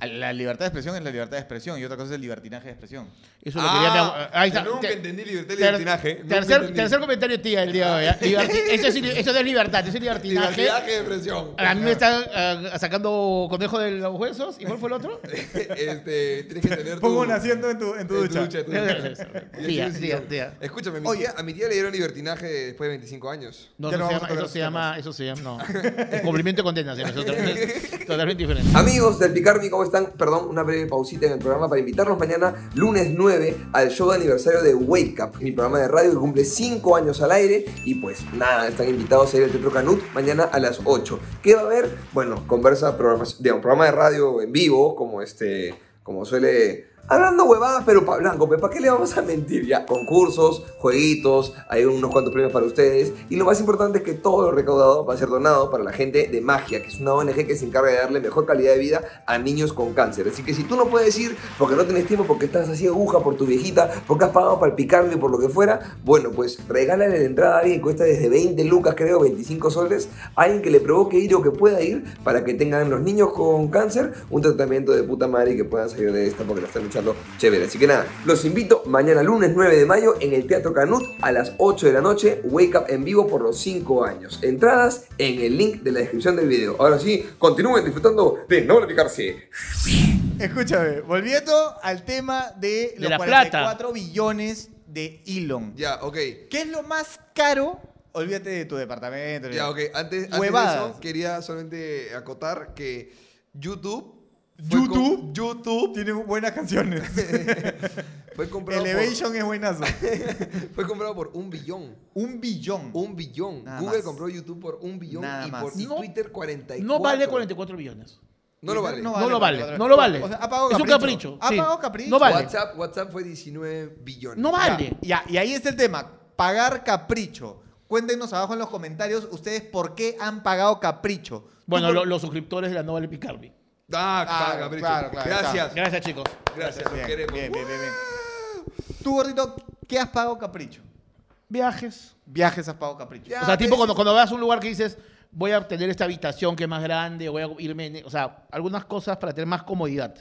[SPEAKER 1] La libertad de expresión es la libertad de expresión y otra cosa es el libertinaje de expresión.
[SPEAKER 2] Eso lo quería mi abue- Ahí está.
[SPEAKER 3] Ah, Nunca
[SPEAKER 2] Te-
[SPEAKER 3] entendí libertad y
[SPEAKER 2] ter-
[SPEAKER 3] libertinaje. Nunca
[SPEAKER 2] tercer,
[SPEAKER 3] entendí.
[SPEAKER 2] tercer comentario tía el día de hoy. ¿eh? Liberti- eso, es, li- eso no es libertad, eso es libertinaje.
[SPEAKER 3] Libertinaje de presión.
[SPEAKER 2] A mí me están ah, sacando conejo de los huesos. ¿Y cuál fue el otro?
[SPEAKER 3] este, tienes que tener
[SPEAKER 1] Pongo un asiento en tu, en tu ducha.
[SPEAKER 3] en tu ducha.
[SPEAKER 2] Tía, tía, tía.
[SPEAKER 3] Escúchame, mi
[SPEAKER 1] Oye.
[SPEAKER 3] tía- a mi tía le dieron libertinaje después de 25 años.
[SPEAKER 2] No,
[SPEAKER 1] Ya
[SPEAKER 2] eso,
[SPEAKER 1] no
[SPEAKER 2] se
[SPEAKER 1] vamos a
[SPEAKER 2] llama, eso
[SPEAKER 1] tocar
[SPEAKER 2] se
[SPEAKER 1] esos
[SPEAKER 2] llama, eso se llama, no. Cumplimiento y condena, se llama, eso ¿eh? es totalmente diferente.
[SPEAKER 3] Amigos del Picarmi, ¿cómo están? Perdón, una breve pausita en el programa para invitarlos mañana, lunes 9, al show de aniversario de Wake Up, mi programa de radio que cumple 5 años al aire. Y pues nada, están invitados a ir al Teatro Canut mañana a las 8. ¿Qué va a haber? Bueno, conversa, programas, digamos, programa de radio en vivo, como este, como suele. Hablando huevadas, pero para blanco, ¿para qué le vamos a mentir? Ya, concursos, jueguitos, hay unos cuantos premios para ustedes. Y lo más importante es que todo lo recaudado va a ser donado para la gente de Magia, que es una ONG que se encarga de darle mejor calidad de vida a niños con cáncer. Así que si tú no puedes ir porque no tienes tiempo, porque estás así aguja por tu viejita, porque has pagado para el picarme, por lo que fuera, bueno, pues regálale la entrada a alguien que cuesta desde 20 lucas, creo, 25 soles, a alguien que le provoque ir o que pueda ir para que tengan los niños con cáncer un tratamiento de puta madre y que puedan salir de esta porque la están luchando escucharlo chévere. Así que nada, los invito mañana lunes 9 de mayo en el Teatro Canut a las 8 de la noche, Wake Up en vivo por los 5 años. Entradas en el link de la descripción del video. Ahora sí, continúen disfrutando de No Picarse.
[SPEAKER 1] Escúchame, volviendo al tema de los
[SPEAKER 2] la plata.
[SPEAKER 1] 44 billones de Elon.
[SPEAKER 4] Ya, ok.
[SPEAKER 1] ¿Qué es lo más caro? Olvídate de tu departamento.
[SPEAKER 4] Ya, ok. Antes, antes de
[SPEAKER 1] Huevadas.
[SPEAKER 4] eso, quería solamente acotar que YouTube. fue
[SPEAKER 1] YouTube.
[SPEAKER 4] com- YouTube
[SPEAKER 1] Tiene buenas canciones.
[SPEAKER 4] fue comprado, por,
[SPEAKER 1] Elevation es buenazo.
[SPEAKER 4] fue comprado por un billón.
[SPEAKER 1] Un billón.
[SPEAKER 4] Un billón.
[SPEAKER 1] Nada
[SPEAKER 4] Google
[SPEAKER 1] más.
[SPEAKER 4] compró YouTube por un billón
[SPEAKER 1] Nada
[SPEAKER 4] y,
[SPEAKER 1] más.
[SPEAKER 4] por, y
[SPEAKER 2] No-
[SPEAKER 4] Twitter 44.
[SPEAKER 2] No vale 44 billones.
[SPEAKER 4] No lo vale.
[SPEAKER 2] No lo vale, no lo vale.
[SPEAKER 1] O sea, ha pagado
[SPEAKER 2] Es un
[SPEAKER 1] capricho.
[SPEAKER 2] capricho,
[SPEAKER 1] Ha
[SPEAKER 2] sí.
[SPEAKER 1] pagado capricho.
[SPEAKER 2] No vale.
[SPEAKER 4] WhatsApp, WhatsApp fue 19 billones.
[SPEAKER 2] No vale.
[SPEAKER 1] Ya, ya, y ahí está el tema. Pagar capricho. Cuéntenos abajo en los comentarios ustedes por qué han pagado capricho.
[SPEAKER 2] Bueno, lo- los suscriptores de la novela Picarbi.
[SPEAKER 4] Ah,
[SPEAKER 1] Claro,
[SPEAKER 4] capricho.
[SPEAKER 1] claro, claro,
[SPEAKER 4] Gracias.
[SPEAKER 2] Gracias, chicos.
[SPEAKER 4] Gracias, los
[SPEAKER 1] Bien,
[SPEAKER 4] queremos.
[SPEAKER 1] bien, bien, bien, bien. Tú, gordito, ¿qué has pagado capricho?
[SPEAKER 2] Viajes.
[SPEAKER 1] Viajes has pagado capricho.
[SPEAKER 4] Ya.
[SPEAKER 2] O sea, tipo
[SPEAKER 4] ves.
[SPEAKER 2] cuando, cuando vas a un lugar que dices, voy a tener esta habitación que es más grande, voy a irme. en- O sea, algunas cosas para tener más comodidad.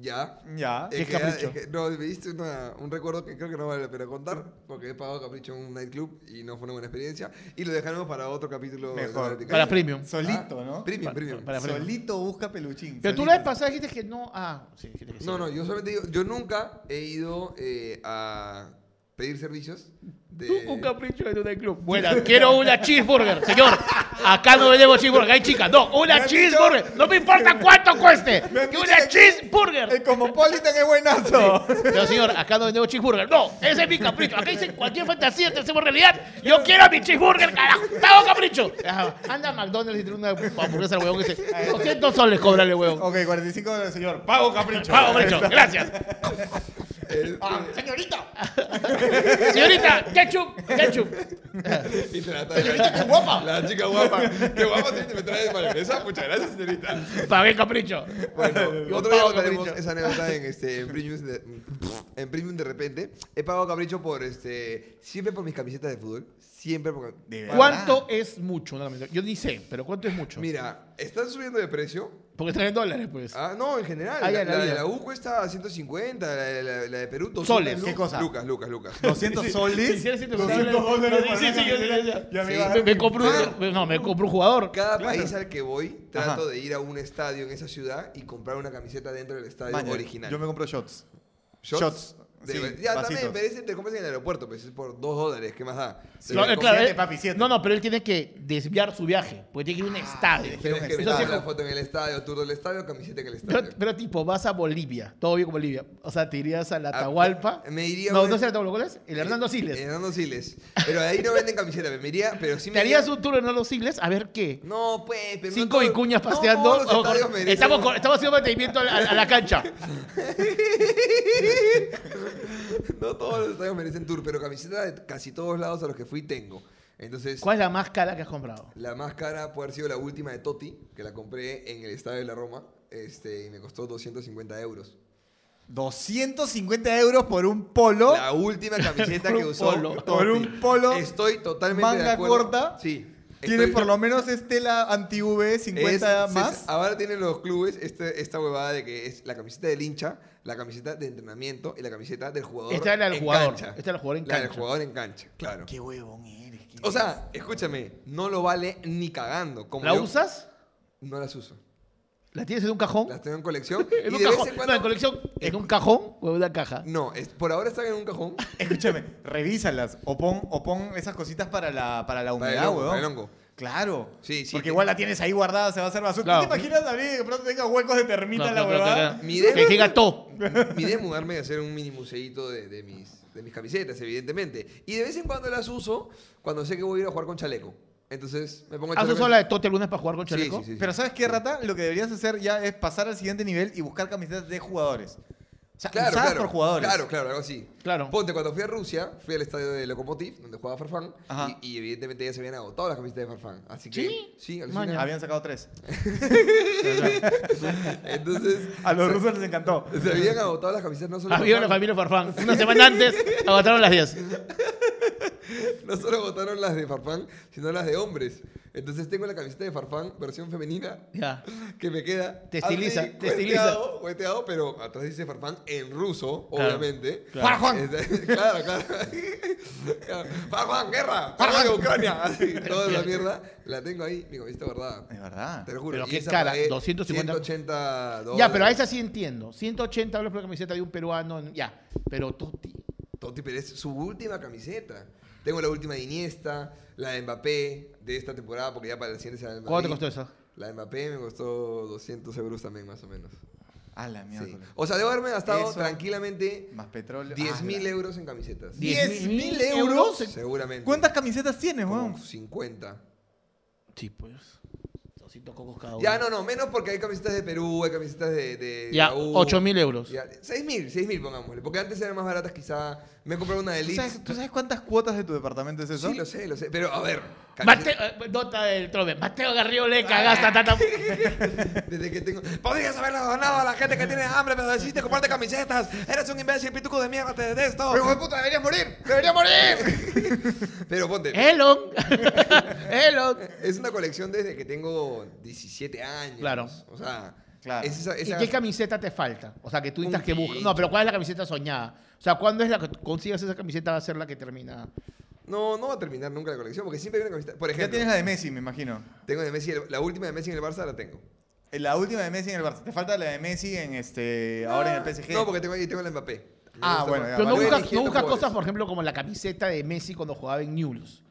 [SPEAKER 4] Ya.
[SPEAKER 1] Ya.
[SPEAKER 2] Eh, Es
[SPEAKER 4] era-
[SPEAKER 2] capricho.
[SPEAKER 4] que- no, me diste una- un recuerdo que creo que no vale la pena contar, porque he pagado capricho en un nightclub y no fue una buena experiencia. Y lo dejaremos para otro capítulo. de
[SPEAKER 1] Mejor.
[SPEAKER 4] Zona Vertical.
[SPEAKER 2] Para premium.
[SPEAKER 1] Solito,
[SPEAKER 4] Ah,
[SPEAKER 1] ¿no?
[SPEAKER 4] Premium,
[SPEAKER 2] Pa-
[SPEAKER 4] premium.
[SPEAKER 2] para- premium.
[SPEAKER 1] Solito busca peluchín.
[SPEAKER 2] Pero tú
[SPEAKER 1] solito.
[SPEAKER 2] la vez pasada dijiste que no. Ah, sí, dijiste que sí.
[SPEAKER 4] No, no, yo solamente digo, yo nunca he ido eh, a pedir servicios de...
[SPEAKER 2] Tú un capricho de un club. Bueno, quiero una cheeseburger, señor. Acá no vendemos cheeseburger, hay chicas. No,
[SPEAKER 1] Me
[SPEAKER 2] una
[SPEAKER 1] han
[SPEAKER 2] cheeseburger.
[SPEAKER 1] dicho-
[SPEAKER 2] No me importa cuánto cueste.
[SPEAKER 1] Me han
[SPEAKER 2] Que
[SPEAKER 1] dicho
[SPEAKER 2] una
[SPEAKER 1] que- El
[SPEAKER 2] cheeseburger.
[SPEAKER 1] Cosmopolitan es buenazo.
[SPEAKER 2] Pero señor, acá no vendemos cheeseburger. No, ese es mi capricho. Acá dice cualquier fantasía te hacemos realidad. Yo quiero mi cheeseburger, carajo. Estaba capricho. Ajá. Anda a McDonald's y tiene una hamburguesa al huevón que dice 200 soles cobrarle, huevón.
[SPEAKER 1] ok, 45 dólares, señor. Pago capricho.
[SPEAKER 2] Pago, capricho. Gracias.
[SPEAKER 4] Este,
[SPEAKER 2] Señorita. Señorita, ketchup, ketchup.
[SPEAKER 4] y te la trae la chica guapa. La chica guapa. Qué guapa si te me traes mayonesa. Muchas gracias, señorita.
[SPEAKER 2] Pagué capricho.
[SPEAKER 4] Bueno,
[SPEAKER 2] Yo
[SPEAKER 4] otro día
[SPEAKER 2] pago
[SPEAKER 4] contaremos
[SPEAKER 2] capricho.
[SPEAKER 4] esa anécdota en, este, en, premium de, en Premium de repente. He pagado capricho por este. Siempre por mis camisetas de fútbol. Siempre por.
[SPEAKER 1] De verdad.
[SPEAKER 2] ¿Cuánto es mucho? una camiseta? Yo ni sé, pero ¿cuánto es mucho?
[SPEAKER 4] Mira, están subiendo de precio.
[SPEAKER 2] Porque traen dólares, pues.
[SPEAKER 4] Ah, no, en general.
[SPEAKER 2] Ah,
[SPEAKER 4] la,
[SPEAKER 2] ya, la
[SPEAKER 4] la de
[SPEAKER 2] vida.
[SPEAKER 4] la U cuesta 150, la de, la- la de Perú 200.
[SPEAKER 2] Soles.
[SPEAKER 4] Lu-
[SPEAKER 1] ¿Qué cosa?
[SPEAKER 4] Lucas, Lucas, Lucas.
[SPEAKER 1] 200 soles.
[SPEAKER 2] Si hicieras 100
[SPEAKER 1] 200
[SPEAKER 2] dólares,
[SPEAKER 1] por
[SPEAKER 2] sí,
[SPEAKER 1] una
[SPEAKER 2] sí, yo-
[SPEAKER 1] camiseta,
[SPEAKER 2] yo- yo-
[SPEAKER 1] ya me
[SPEAKER 4] sí.
[SPEAKER 1] va a
[SPEAKER 2] Me,
[SPEAKER 1] dar
[SPEAKER 2] me
[SPEAKER 1] un
[SPEAKER 2] compro
[SPEAKER 1] infarto.
[SPEAKER 2] un, no, me compro un jugador.
[SPEAKER 4] Cada
[SPEAKER 1] Claro.
[SPEAKER 4] país al que voy, trato
[SPEAKER 2] Ajá.
[SPEAKER 4] de ir a una estadio en esa ciudad y comprar una camiseta dentro del estadio
[SPEAKER 1] Maña,
[SPEAKER 4] original.
[SPEAKER 1] Yo me compro shots. shots.
[SPEAKER 4] De-
[SPEAKER 1] Sí,
[SPEAKER 4] ya
[SPEAKER 1] vasitos.
[SPEAKER 4] también, pero ese te compras en el aeropuerto, pues es por 2 dólares, ¿qué más da?
[SPEAKER 1] Sí,
[SPEAKER 2] Claro,
[SPEAKER 1] con
[SPEAKER 2] eh, claro,
[SPEAKER 1] siete,
[SPEAKER 2] eh,
[SPEAKER 1] papi, siete.
[SPEAKER 2] No, no, pero él tiene que desviar su viaje, porque tiene que ir a un estadio.
[SPEAKER 1] sí.
[SPEAKER 4] Tienes Ah, que
[SPEAKER 1] Eso sí
[SPEAKER 4] tomar
[SPEAKER 1] es
[SPEAKER 4] la
[SPEAKER 1] jo-
[SPEAKER 4] foto en el estadio, tour del estadio, camiseta en el
[SPEAKER 2] Pero,
[SPEAKER 4] estadio.
[SPEAKER 2] pero tipo, vas a Bolivia, todo bien con Bolivia. O sea, te irías a la
[SPEAKER 4] Ah,
[SPEAKER 2] Atahualpa.
[SPEAKER 4] me iría a
[SPEAKER 2] No,
[SPEAKER 4] un- eh,
[SPEAKER 2] no sé la Atahualpa, ¿cuál es? El Hernando Siles.
[SPEAKER 4] Hernando Siles. Pero ahí no venden camiseta, me iría, pero sí me
[SPEAKER 2] ¿Te harías
[SPEAKER 4] iría-
[SPEAKER 2] un tour en Hernando Siles? A ver qué.
[SPEAKER 4] No, pues, pero no
[SPEAKER 2] Cinco
[SPEAKER 4] todos-
[SPEAKER 2] vicuñas
[SPEAKER 4] no
[SPEAKER 2] paseando.
[SPEAKER 4] todos los
[SPEAKER 2] Ojo,
[SPEAKER 4] estadios merecen-
[SPEAKER 2] estamos, con- estamos haciendo mantenimiento a la, a la cancha.
[SPEAKER 4] No todos los estadios merecen tour, pero camiseta de casi todos lados a los que fui tengo. Entonces,
[SPEAKER 2] ¿Cuál es la más cara que has comprado?
[SPEAKER 4] la más cara puede haber sido la última de Totti, que la compré en el estadio de la Roma, este, y me costó 250 euros.
[SPEAKER 1] 250 euros por un polo.
[SPEAKER 4] La última camiseta
[SPEAKER 2] Por
[SPEAKER 4] que
[SPEAKER 2] un
[SPEAKER 4] usó
[SPEAKER 2] polo.
[SPEAKER 4] Totti.
[SPEAKER 1] Por un polo,
[SPEAKER 4] Estoy totalmente de
[SPEAKER 1] manga
[SPEAKER 4] acuerdo.
[SPEAKER 1] corta,
[SPEAKER 4] Sí.
[SPEAKER 1] Tiene
[SPEAKER 4] estoy-
[SPEAKER 1] por lo menos estela anti-V 50
[SPEAKER 4] es- Ah. se-
[SPEAKER 1] más.
[SPEAKER 4] ahora tienen los clubes este- esta huevada de que es la camiseta del hincha, la camiseta de entrenamiento y la camiseta del jugador.
[SPEAKER 2] Esta es la del
[SPEAKER 4] en
[SPEAKER 2] jugador,
[SPEAKER 4] cancha.
[SPEAKER 2] esta es la del jugador en
[SPEAKER 4] La del
[SPEAKER 2] cancha.
[SPEAKER 4] jugador en cancha, claro.
[SPEAKER 1] Qué huevón eres. qué
[SPEAKER 4] O sea, escúchame, no lo vale ni cagando. Como
[SPEAKER 2] ¿La
[SPEAKER 4] yo-
[SPEAKER 2] usas?
[SPEAKER 4] No las uso.
[SPEAKER 2] ¿La tienes en un cajón?
[SPEAKER 4] Las tengo en colección. y
[SPEAKER 2] En un
[SPEAKER 4] de vez
[SPEAKER 2] cajón.
[SPEAKER 4] en
[SPEAKER 2] No,
[SPEAKER 4] cuando-
[SPEAKER 2] en colección. ¿En un cajón o en una caja?
[SPEAKER 4] No, es- por ahora están en un cajón.
[SPEAKER 1] Escúchame, revísalas o pon, o pon esas cositas para la, para la
[SPEAKER 4] Para el
[SPEAKER 1] humedad,
[SPEAKER 4] hongo, para el
[SPEAKER 1] weón.
[SPEAKER 4] hongo.
[SPEAKER 1] Claro.
[SPEAKER 4] Sí, sí,
[SPEAKER 1] Porque
[SPEAKER 4] que-
[SPEAKER 1] igual la tienes ahí guardada, se va a hacer basura.
[SPEAKER 2] Claro.
[SPEAKER 1] ¿Tú te imaginas abrir y de pronto tenga huecos de termita en la huevada?
[SPEAKER 4] Mi dedo-
[SPEAKER 2] Que diga todo.
[SPEAKER 4] Mi idea es mudarme y hacer un mini museíto de, de mis, de mis camisetas, evidentemente. Y de vez en cuando las uso cuando sé que voy a ir a jugar con chaleco. Entonces me pongo el
[SPEAKER 2] ¿Has
[SPEAKER 4] chaleco.
[SPEAKER 2] usado la Ah, de Tote alguna vez para jugar con
[SPEAKER 4] Sí,
[SPEAKER 2] chaleco?
[SPEAKER 4] sí, sí.
[SPEAKER 1] Pero ¿sabes qué, Rata? Lo que deberías hacer ya es pasar al siguiente nivel y buscar camisetas de jugadores. O sea,
[SPEAKER 4] Claro,
[SPEAKER 1] usadas
[SPEAKER 4] claro,
[SPEAKER 1] por jugadores.
[SPEAKER 4] Claro, claro, algo así.
[SPEAKER 2] Claro.
[SPEAKER 4] Ponte, cuando fui a Rusia, fui al estadio de Lokomotiv, donde jugaba Farfán,
[SPEAKER 1] Ajá.
[SPEAKER 4] y, y evidentemente ya se habían agotado las camisetas de Farfán. Así que.
[SPEAKER 2] ¿Sí?
[SPEAKER 4] Sí,
[SPEAKER 2] Maña.
[SPEAKER 4] alucina.
[SPEAKER 1] Habían sacado tres.
[SPEAKER 4] Entonces.
[SPEAKER 1] A los rusos les encantó.
[SPEAKER 4] Se habían agotado las camisetas no solo.
[SPEAKER 2] Había una
[SPEAKER 4] agotaron-
[SPEAKER 2] familia Farfán. Una semana antes agotaron las 10.
[SPEAKER 4] No solo agotaron las de Farfán, sino las de hombres. Entonces tengo la camiseta de Farfán, versión femenina,
[SPEAKER 2] Ya.
[SPEAKER 4] que me queda.
[SPEAKER 2] Te estiliza,
[SPEAKER 4] así,
[SPEAKER 2] te estiliza.
[SPEAKER 4] cueteado, cueteado, pero atrás dice Farfán en ruso,
[SPEAKER 2] Claro,
[SPEAKER 4] obviamente.
[SPEAKER 2] claro. ¡Farfán!
[SPEAKER 4] Este, claro, claro. Claro. ¡Farfán, guerra! ¡Farfán, Ucrania! Así, toda la mierda. La tengo ahí, mi camiseta guardada.
[SPEAKER 1] Es verdad.
[SPEAKER 4] Te lo juro.
[SPEAKER 2] Pero
[SPEAKER 4] y
[SPEAKER 2] qué
[SPEAKER 4] esa
[SPEAKER 2] cara,
[SPEAKER 4] pagué
[SPEAKER 2] 250.
[SPEAKER 4] 180 dólares.
[SPEAKER 2] Ya, pero a esa sí entiendo. 180 dólares por la camiseta de un peruano. en- Ya. Pero Totti.
[SPEAKER 4] Totti, pero es su última camiseta. Tengo la última de Iniesta, la de Mbappé de esta temporada, porque ya para el siguiente será el
[SPEAKER 2] ¿Cuánto te
[SPEAKER 4] Madrid.
[SPEAKER 2] costó esa?
[SPEAKER 4] La de Mbappé me costó 200 euros también, más o menos.
[SPEAKER 1] A la
[SPEAKER 4] Sí.
[SPEAKER 1] mierda.
[SPEAKER 4] O sea, debo haberme gastado
[SPEAKER 1] Eso.
[SPEAKER 4] tranquilamente
[SPEAKER 1] Más petróleo.
[SPEAKER 4] 10.000
[SPEAKER 1] Ah,
[SPEAKER 4] euros en camisetas.
[SPEAKER 1] Diez.
[SPEAKER 2] ¿10.000
[SPEAKER 1] ¿10.000 euros?
[SPEAKER 4] Seguramente.
[SPEAKER 1] ¿Cuántas camisetas tienes,
[SPEAKER 4] Como
[SPEAKER 1] weón?
[SPEAKER 4] 50.
[SPEAKER 2] Sí, pues. 200 cocos
[SPEAKER 1] Ah,
[SPEAKER 2] cada uno.
[SPEAKER 4] Ya, no, no, menos porque hay camisetas de Perú, hay camisetas de. de
[SPEAKER 2] Ya,
[SPEAKER 4] la U.
[SPEAKER 2] 8.000 euros.
[SPEAKER 4] uh, Ya, 6.000, 6.000, pongámosle. Porque antes eran más baratas, quizá. Me he comprado una de
[SPEAKER 1] ¿Tú
[SPEAKER 4] Leeds.
[SPEAKER 1] sabes, tú sabes cuántas cuotas de tu departamento es eso?
[SPEAKER 4] Sí, lo sé, lo sé. Pero a ver.
[SPEAKER 2] Mateo, eh, nota del trove. Mateo Garrido
[SPEAKER 4] Ah.
[SPEAKER 2] le cagaste a Tata.
[SPEAKER 4] Desde que tengo. Podrías haberla donado a la gente que tiene hambre, pero decidiste comprarte camisetas. Eres un imbécil, pituco de mierda, te detesto. Pero de puta, deberías morir.
[SPEAKER 2] ¡Debería morir!
[SPEAKER 4] Pero
[SPEAKER 1] ¿Eh?
[SPEAKER 4] ponte.
[SPEAKER 2] ¡Elon! ¡Elon!
[SPEAKER 4] Es una colección desde que tengo 17 años.
[SPEAKER 2] Claro.
[SPEAKER 4] O sea.
[SPEAKER 1] Claro.
[SPEAKER 4] Es esa,
[SPEAKER 2] ¿Y
[SPEAKER 4] esa-
[SPEAKER 2] qué camiseta te falta? O sea, que tú
[SPEAKER 4] Un
[SPEAKER 2] dices que buscas.
[SPEAKER 4] pincho.
[SPEAKER 2] No, pero ¿cuál es la camiseta soñada? O sea, ¿cuándo es la que consigas esa camiseta va a ser la que termina?
[SPEAKER 4] No, no va a terminar nunca la colección porque siempre hay una camiseta. Por
[SPEAKER 1] Ya
[SPEAKER 4] ejemplo,
[SPEAKER 1] tienes la de Messi, me imagino.
[SPEAKER 4] tengo de Messi, la última de Messi en el Barça la tengo.
[SPEAKER 1] La última de Messi en el Barça. Te falta la de Messi en este. Ahora en el PSG.
[SPEAKER 4] Ah, No, porque tengo, y tengo la Mbappé. Me
[SPEAKER 1] Ah,
[SPEAKER 4] gusta
[SPEAKER 1] bueno,
[SPEAKER 4] más.
[SPEAKER 1] ya,
[SPEAKER 2] Pero
[SPEAKER 1] vale.
[SPEAKER 2] no
[SPEAKER 4] Voy
[SPEAKER 2] buscas, no
[SPEAKER 4] eligiendo
[SPEAKER 2] buscas
[SPEAKER 4] jugadores.
[SPEAKER 2] cosas, por ejemplo, como la camiseta de Messi cuando jugaba en Newell's.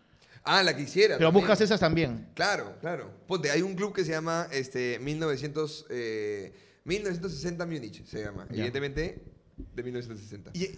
[SPEAKER 4] Ah, la quisiera.
[SPEAKER 2] Pero
[SPEAKER 4] también.
[SPEAKER 2] buscas esas también.
[SPEAKER 4] Claro, claro. Ponte, hay un club que se llama este, 1900, eh, 1960 Múnich, se llama.
[SPEAKER 2] Ya.
[SPEAKER 4] Evidentemente, de 1960.
[SPEAKER 1] Y,